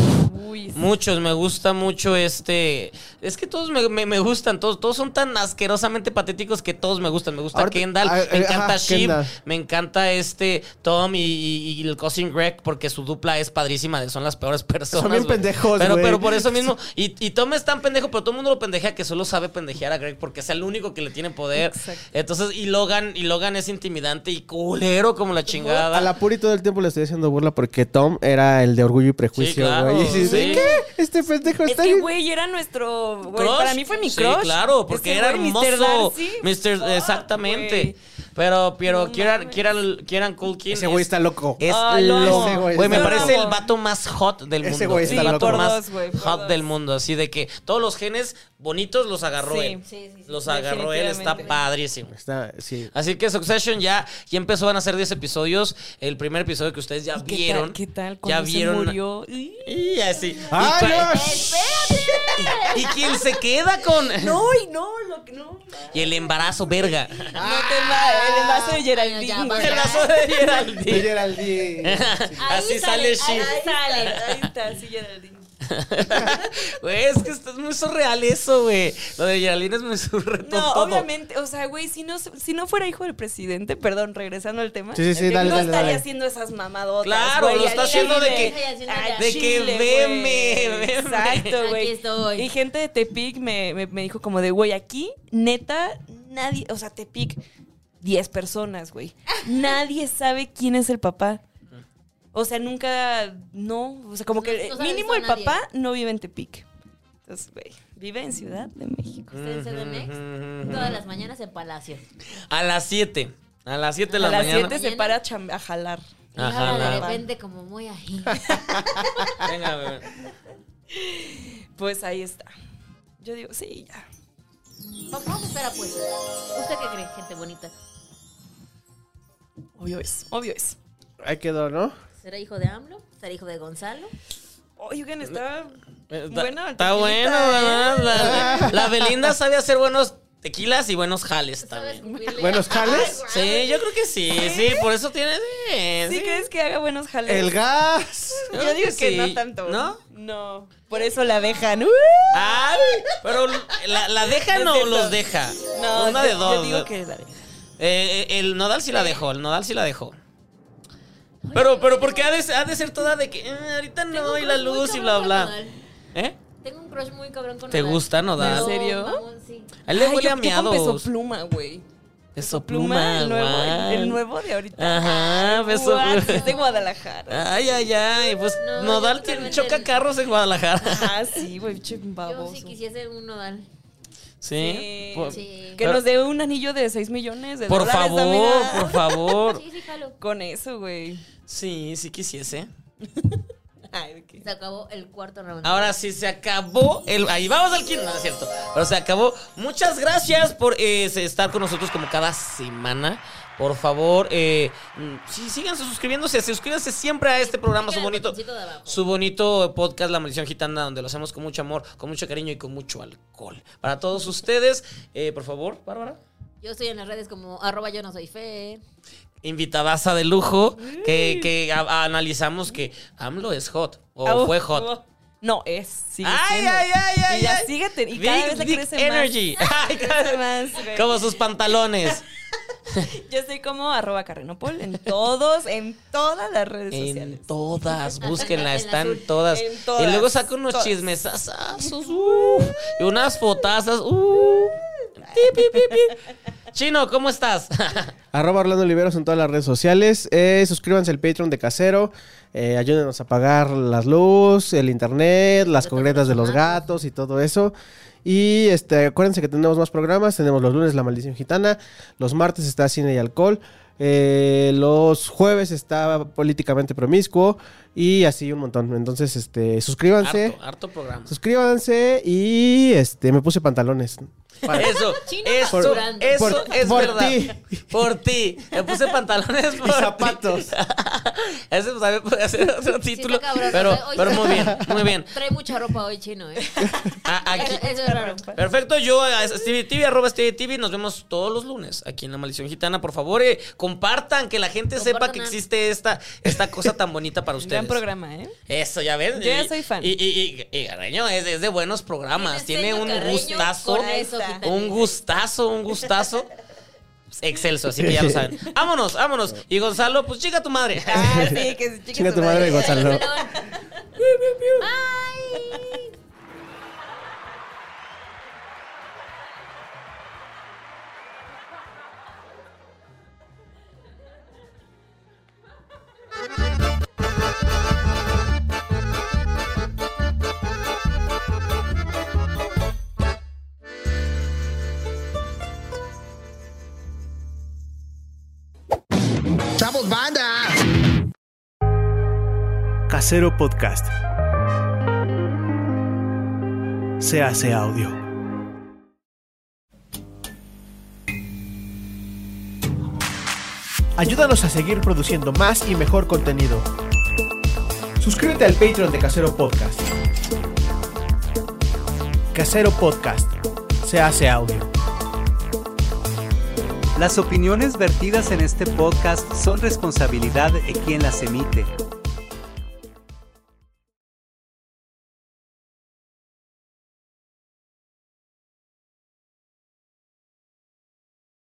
[SPEAKER 4] Uy, sí.
[SPEAKER 2] muchos, me gusta mucho este... Es que todos me, me- me gustan, todos, todos son tan asquerosamente patéticos que todos me gustan. Me gusta
[SPEAKER 1] Ahorita-
[SPEAKER 2] Kendall,
[SPEAKER 1] ah,
[SPEAKER 2] me
[SPEAKER 1] eh,
[SPEAKER 2] encanta
[SPEAKER 1] ajá,
[SPEAKER 2] Shiv,
[SPEAKER 1] Kendall.
[SPEAKER 2] me encanta este Tom y, y- y el Cousin Greg porque su dupla es padrísima, de- son las peores personas.
[SPEAKER 1] Son bien
[SPEAKER 2] güey.
[SPEAKER 1] pendejos,
[SPEAKER 2] Pero,
[SPEAKER 1] güey.
[SPEAKER 2] pero por eso
[SPEAKER 1] *laughs*
[SPEAKER 2] mismo, y, y Tom es tan pendejo, pero todo el mundo lo pendejea que solo sabe pendejear a Greg porque es el único que le tiene poder. Entonces, y Logan, y Logan es intimidante y culero como la chingada.
[SPEAKER 1] A la Puri todo el tiempo le estoy haciendo burla porque Tom era el de orgullo y
[SPEAKER 2] Sí,
[SPEAKER 1] prejuicio,
[SPEAKER 2] claro,
[SPEAKER 1] güey. Y dices,
[SPEAKER 2] sí.
[SPEAKER 1] ¿qué? Este pendejo
[SPEAKER 4] Es
[SPEAKER 1] está
[SPEAKER 4] que,
[SPEAKER 1] bien.
[SPEAKER 4] güey, era nuestro. güey,
[SPEAKER 2] Crush.
[SPEAKER 4] para mí fue mi
[SPEAKER 2] Sí,
[SPEAKER 4] crush.
[SPEAKER 2] claro, porque
[SPEAKER 4] Ese
[SPEAKER 2] era
[SPEAKER 4] güey, Mr.
[SPEAKER 2] hermoso.
[SPEAKER 4] Darcy,
[SPEAKER 2] Mr.
[SPEAKER 4] fuck,
[SPEAKER 2] exactamente.
[SPEAKER 4] güey.
[SPEAKER 2] Pero, pero
[SPEAKER 4] No
[SPEAKER 2] Kieran,
[SPEAKER 4] mames.
[SPEAKER 2] Kieran, Kieran Culkin
[SPEAKER 1] Ese güey
[SPEAKER 2] es-
[SPEAKER 1] está loco.
[SPEAKER 2] Es
[SPEAKER 4] Ah, lo
[SPEAKER 2] loco.
[SPEAKER 4] amo.
[SPEAKER 1] Ese güey
[SPEAKER 2] Güey, me
[SPEAKER 1] está
[SPEAKER 2] parece
[SPEAKER 4] loco.
[SPEAKER 2] el vato más hot del
[SPEAKER 1] Ese
[SPEAKER 2] mundo.
[SPEAKER 1] güey
[SPEAKER 2] es
[SPEAKER 1] está
[SPEAKER 2] el vato
[SPEAKER 1] loco. Por
[SPEAKER 2] más
[SPEAKER 4] dos, güey, por
[SPEAKER 2] hot
[SPEAKER 4] dos.
[SPEAKER 2] del mundo. Así de que todos los genes bonitos los agarró
[SPEAKER 4] Sí.
[SPEAKER 2] él.
[SPEAKER 3] Sí, sí, sí,
[SPEAKER 2] los agarró él, está
[SPEAKER 4] definitivamente.
[SPEAKER 2] padrísimo.
[SPEAKER 1] Está, sí.
[SPEAKER 2] Así que Succession ya, ya empezó, van a ser 10 episodios. El primer episodio que ustedes ya
[SPEAKER 4] ¿Y Pues, ¿Qué
[SPEAKER 2] vieron.
[SPEAKER 4] tal? ¿Qué tal?
[SPEAKER 2] Ya
[SPEAKER 4] Cuando se
[SPEAKER 2] vieron.
[SPEAKER 4] murió. Uy.
[SPEAKER 2] Y así.
[SPEAKER 1] ¡Ay,
[SPEAKER 2] y, cua-
[SPEAKER 1] no!
[SPEAKER 2] y quién se queda con.
[SPEAKER 4] No, y no, lo que no.
[SPEAKER 2] Y el embarazo, verga.
[SPEAKER 1] Ah,
[SPEAKER 4] No te va, el enlace de
[SPEAKER 3] ya,
[SPEAKER 4] Geraldine. güey.
[SPEAKER 2] El embarazo de
[SPEAKER 1] Soy
[SPEAKER 2] Geraldine.
[SPEAKER 1] Geraldine.
[SPEAKER 2] *laughs* Así sale
[SPEAKER 3] ahí
[SPEAKER 2] Shiv.
[SPEAKER 3] sale.
[SPEAKER 4] Ahí está, sí, Geraldine.
[SPEAKER 2] Güey, es que esto es muy surreal eso, güey. Lo de Geraldine es muy surreal.
[SPEAKER 4] No,
[SPEAKER 2] todo.
[SPEAKER 4] obviamente, o sea, güey, si no, si no fuera hijo del presidente, perdón, regresando al tema,
[SPEAKER 1] Sí, sí, sí, dale,
[SPEAKER 4] no
[SPEAKER 1] dale,
[SPEAKER 4] estaría
[SPEAKER 1] dale.
[SPEAKER 4] haciendo esas mamadotas.
[SPEAKER 2] Claro,
[SPEAKER 4] güey,
[SPEAKER 2] lo
[SPEAKER 4] al
[SPEAKER 2] está haciendo de
[SPEAKER 4] chile.
[SPEAKER 2] que-
[SPEAKER 4] Al
[SPEAKER 2] de que
[SPEAKER 4] chile,
[SPEAKER 2] veme,
[SPEAKER 4] güey.
[SPEAKER 2] veme.
[SPEAKER 4] Exacto,
[SPEAKER 3] Aquí
[SPEAKER 4] güey.
[SPEAKER 3] estoy.
[SPEAKER 4] Y gente de Tepic me, me, me dijo como de, güey, aquí, neta, nadie, o sea, Tepic, 10
[SPEAKER 3] *laughs*
[SPEAKER 4] personas, güey. Nadie sabe quién es el papá. O sea, nunca, no, o sea, como
[SPEAKER 3] No-
[SPEAKER 4] que
[SPEAKER 3] no
[SPEAKER 4] eh,
[SPEAKER 3] sabes
[SPEAKER 4] mínimo
[SPEAKER 3] a
[SPEAKER 4] el
[SPEAKER 3] nadie.
[SPEAKER 4] papá no vive en Tepic. Entonces, güey, vive en Ciudad de México.
[SPEAKER 3] Usted en CDMX, todas las mañanas en Palacio.
[SPEAKER 2] A las 7. A las 7 de la
[SPEAKER 4] a las
[SPEAKER 2] mañana.
[SPEAKER 4] 7 se para a, cham- a jalar.
[SPEAKER 3] Y
[SPEAKER 2] Ajá,
[SPEAKER 3] ahora de
[SPEAKER 2] la-
[SPEAKER 3] repente como
[SPEAKER 2] *laughs*
[SPEAKER 3] muy ahí.
[SPEAKER 2] Venga, bebé.
[SPEAKER 4] Pues ahí está. Yo digo, sí, ya.
[SPEAKER 3] Vamos a esperar pues. ¿Usted qué cree, gente bonita?
[SPEAKER 4] Obvio es, obvio es.
[SPEAKER 1] Ahí quedó, ¿no?
[SPEAKER 3] ¿Será hijo de AMLO? ¿Será hijo de Gonzalo?
[SPEAKER 4] Oigan, está
[SPEAKER 2] Eh, Está,
[SPEAKER 4] bueno. el
[SPEAKER 2] está
[SPEAKER 4] tequilita,
[SPEAKER 2] bueno,
[SPEAKER 4] ¿eh?
[SPEAKER 2] ¿verdad? La, la Belinda sabe hacer buenos tequilas y buenos jales
[SPEAKER 3] ¿Sabes
[SPEAKER 2] también. *laughs*
[SPEAKER 1] Buenos jales.
[SPEAKER 2] Sí, yo creo que sí, sí, por eso tiene. Sí,
[SPEAKER 4] ¿Sí
[SPEAKER 2] sí.
[SPEAKER 4] crees que haga buenos jales?
[SPEAKER 1] El gas.
[SPEAKER 2] Yo
[SPEAKER 4] Yo digo
[SPEAKER 2] creo
[SPEAKER 4] que
[SPEAKER 2] sí.
[SPEAKER 4] no tanto.
[SPEAKER 2] ¿No? Ah,
[SPEAKER 4] No. Por eso la dejan. ¡Uh!
[SPEAKER 2] Ay, pero la, la deja
[SPEAKER 4] No
[SPEAKER 2] no
[SPEAKER 4] es cierto.
[SPEAKER 2] los deja.
[SPEAKER 4] No,
[SPEAKER 2] Una
[SPEAKER 4] Uh, yo-
[SPEAKER 2] de dos.
[SPEAKER 4] Yo digo que la dejan.
[SPEAKER 2] Eh, eh, el Nodal sí la dejó, el Nodal sí la dejó. Pero, pero, porque ha de, ha de ser toda de que eh, ahorita no, y la luz y bla, bla. ¿Eh?
[SPEAKER 3] Tengo un crush muy cabrón con
[SPEAKER 2] ¿Te
[SPEAKER 3] Nodal.
[SPEAKER 2] gusta Nodal?
[SPEAKER 3] No,
[SPEAKER 4] ¿En serio?
[SPEAKER 3] mamón, sí.
[SPEAKER 2] A él le
[SPEAKER 4] Ay,
[SPEAKER 2] huele
[SPEAKER 4] yo-
[SPEAKER 2] a
[SPEAKER 4] yo con Peso
[SPEAKER 2] miados.
[SPEAKER 4] pluma, güey.
[SPEAKER 2] Peso pluma,
[SPEAKER 4] el nuevo, el, el
[SPEAKER 2] guau.
[SPEAKER 4] nuevo de ahorita.
[SPEAKER 2] Ajá, peso
[SPEAKER 4] What? Es de
[SPEAKER 2] pluma.
[SPEAKER 4] Guadalajara.
[SPEAKER 2] Ay, ay, ay. Pues
[SPEAKER 3] No,
[SPEAKER 2] Nodal
[SPEAKER 3] yo
[SPEAKER 2] tiene,
[SPEAKER 3] totalmente
[SPEAKER 2] choca
[SPEAKER 3] no.
[SPEAKER 2] carros en Guadalajara. *laughs*
[SPEAKER 4] Ah, sí, güey, che
[SPEAKER 2] Ah,
[SPEAKER 3] Yo
[SPEAKER 4] baboso.
[SPEAKER 3] sí quisiese un Nodal.
[SPEAKER 2] Sí. por,
[SPEAKER 3] Sí.
[SPEAKER 4] Que nos dé un anillo de 6 millones de
[SPEAKER 2] por
[SPEAKER 4] dólares. dame
[SPEAKER 2] favor,
[SPEAKER 4] nada.
[SPEAKER 2] por favor.
[SPEAKER 3] Sí, sí, jalo.
[SPEAKER 4] Con eso, güey.
[SPEAKER 2] Sí, sí quisiese.
[SPEAKER 3] Se acabó el cuarto round.
[SPEAKER 2] Ahora sí se acabó el. Ahí vamos al quinto. No, no es cierto. Pero se acabó. Muchas gracias por eh, estar con nosotros como cada semana. Por favor, eh, mm, sí, síganse suscribiéndose. Suscríbanse siempre a este programa, su
[SPEAKER 3] Píquenle al
[SPEAKER 2] bonito,
[SPEAKER 3] botoncito de abajo.
[SPEAKER 2] su bonito podcast, La Maldición Gitana, donde lo hacemos con mucho amor, con mucho cariño y con mucho alcohol. Para todos ustedes, eh, por favor, Bárbara.
[SPEAKER 3] Yo estoy en las redes como arroba yo no soy fe.
[SPEAKER 2] invitadaza de lujo que, que a- a- analizamos que AMLO es hot o
[SPEAKER 4] Ah,
[SPEAKER 2] fue
[SPEAKER 4] uh,
[SPEAKER 2] hot.
[SPEAKER 4] uh, No, es. sigue
[SPEAKER 2] Ay,
[SPEAKER 4] siendo.
[SPEAKER 2] ay, ay, ay,
[SPEAKER 4] Ella
[SPEAKER 2] ay.
[SPEAKER 4] sigue ten- y cada
[SPEAKER 2] Big
[SPEAKER 4] vez le
[SPEAKER 2] Dick
[SPEAKER 4] crece más.
[SPEAKER 2] Energy.
[SPEAKER 4] *laughs*
[SPEAKER 2] Ay, cada-
[SPEAKER 4] más, güey.
[SPEAKER 2] Como sus
[SPEAKER 3] *laughs*
[SPEAKER 2] pantalones.
[SPEAKER 4] Yo estoy como arroba carrenopol en todos, en todas las redes
[SPEAKER 2] En
[SPEAKER 4] sociales.
[SPEAKER 3] *laughs*
[SPEAKER 2] todas, búsquenla,
[SPEAKER 3] En
[SPEAKER 2] están
[SPEAKER 3] azul.
[SPEAKER 2] todas.
[SPEAKER 4] En todas,
[SPEAKER 2] Y luego saca unos
[SPEAKER 4] todas.
[SPEAKER 2] chismesazazos, uf, y unas fotazas,
[SPEAKER 3] *laughs*
[SPEAKER 2] uf. Pi, pi, pi, pi. Chino, ¿cómo estás? *laughs*
[SPEAKER 1] Arroba Orlando Oliveros en todas las redes sociales. Eh, suscríbanse al Patreon de Casero. Eh, ayúdenos a pagar las luz, el internet, las concretas de los gatos y todo eso. Y este, acuérdense que tenemos más programas. Tenemos los lunes La Maldición Gitana. Los martes está Cine y Alcohol. eh, los jueves está Políticamente Promiscuo. Y así un montón. Entonces, este, suscríbanse.
[SPEAKER 2] harto, harto programa.
[SPEAKER 1] Pues, Suscríbanse y este me puse pantalones.
[SPEAKER 2] Eso,
[SPEAKER 3] *laughs* Chino
[SPEAKER 2] eso,
[SPEAKER 3] facturando.
[SPEAKER 2] eso
[SPEAKER 1] Por-
[SPEAKER 2] es
[SPEAKER 1] por
[SPEAKER 2] verdad.
[SPEAKER 1] ti.
[SPEAKER 2] *laughs* Por ti. Me puse
[SPEAKER 1] *laughs*
[SPEAKER 2] pantalones por ti.
[SPEAKER 1] zapatos.
[SPEAKER 2] *laughs* Ese pues, también puede ser otro título.
[SPEAKER 3] está cabrón,
[SPEAKER 2] pero,
[SPEAKER 3] o sea, hoy
[SPEAKER 2] pero
[SPEAKER 3] sí.
[SPEAKER 2] muy
[SPEAKER 3] *laughs*
[SPEAKER 2] bien, muy bien.
[SPEAKER 3] Trae mucha ropa hoy chino,
[SPEAKER 2] *laughs*
[SPEAKER 3] ¿eh?
[SPEAKER 2] A- aquí-
[SPEAKER 3] Eso, eso es raro. pues.
[SPEAKER 2] Perfecto, yo a Stevie TV, arroba Stevie TV, nos vemos todos los lunes aquí en La Maldición Gitana. Por favor, eh, compartan, que la gente sepa que
[SPEAKER 3] Compartan.
[SPEAKER 2] existe esta, esta cosa tan bonita para ustedes.
[SPEAKER 4] *laughs* Gran programa, ¿eh?
[SPEAKER 2] Eso, ya ven.
[SPEAKER 4] Yo ya
[SPEAKER 2] Y-
[SPEAKER 4] soy fan.
[SPEAKER 2] Y, y, y- y Garreño es, es de buenos programas.
[SPEAKER 3] Tiene
[SPEAKER 2] Tiene un
[SPEAKER 3] sello Carreño
[SPEAKER 2] gustazo.
[SPEAKER 3] con eso, Gitana.
[SPEAKER 2] Un gustazo, un gustazo. Excelso, así que ya lo saben. Vámonos, vámonos. Y Gonzalo, pues chica tu madre.
[SPEAKER 4] Ah, sí, que se
[SPEAKER 1] Chinga tu madre, Gonzalo.
[SPEAKER 3] Bye.
[SPEAKER 8] ¡Chavos, banda!
[SPEAKER 9] Casero Podcast. Se hace audio.
[SPEAKER 6] Ayúdanos a seguir produciendo más y mejor contenido. Suscríbete al Patreon de Casero Podcast. Casero Podcast. Se hace audio.
[SPEAKER 10] Las opiniones vertidas en este podcast son responsabilidad de quien las emite.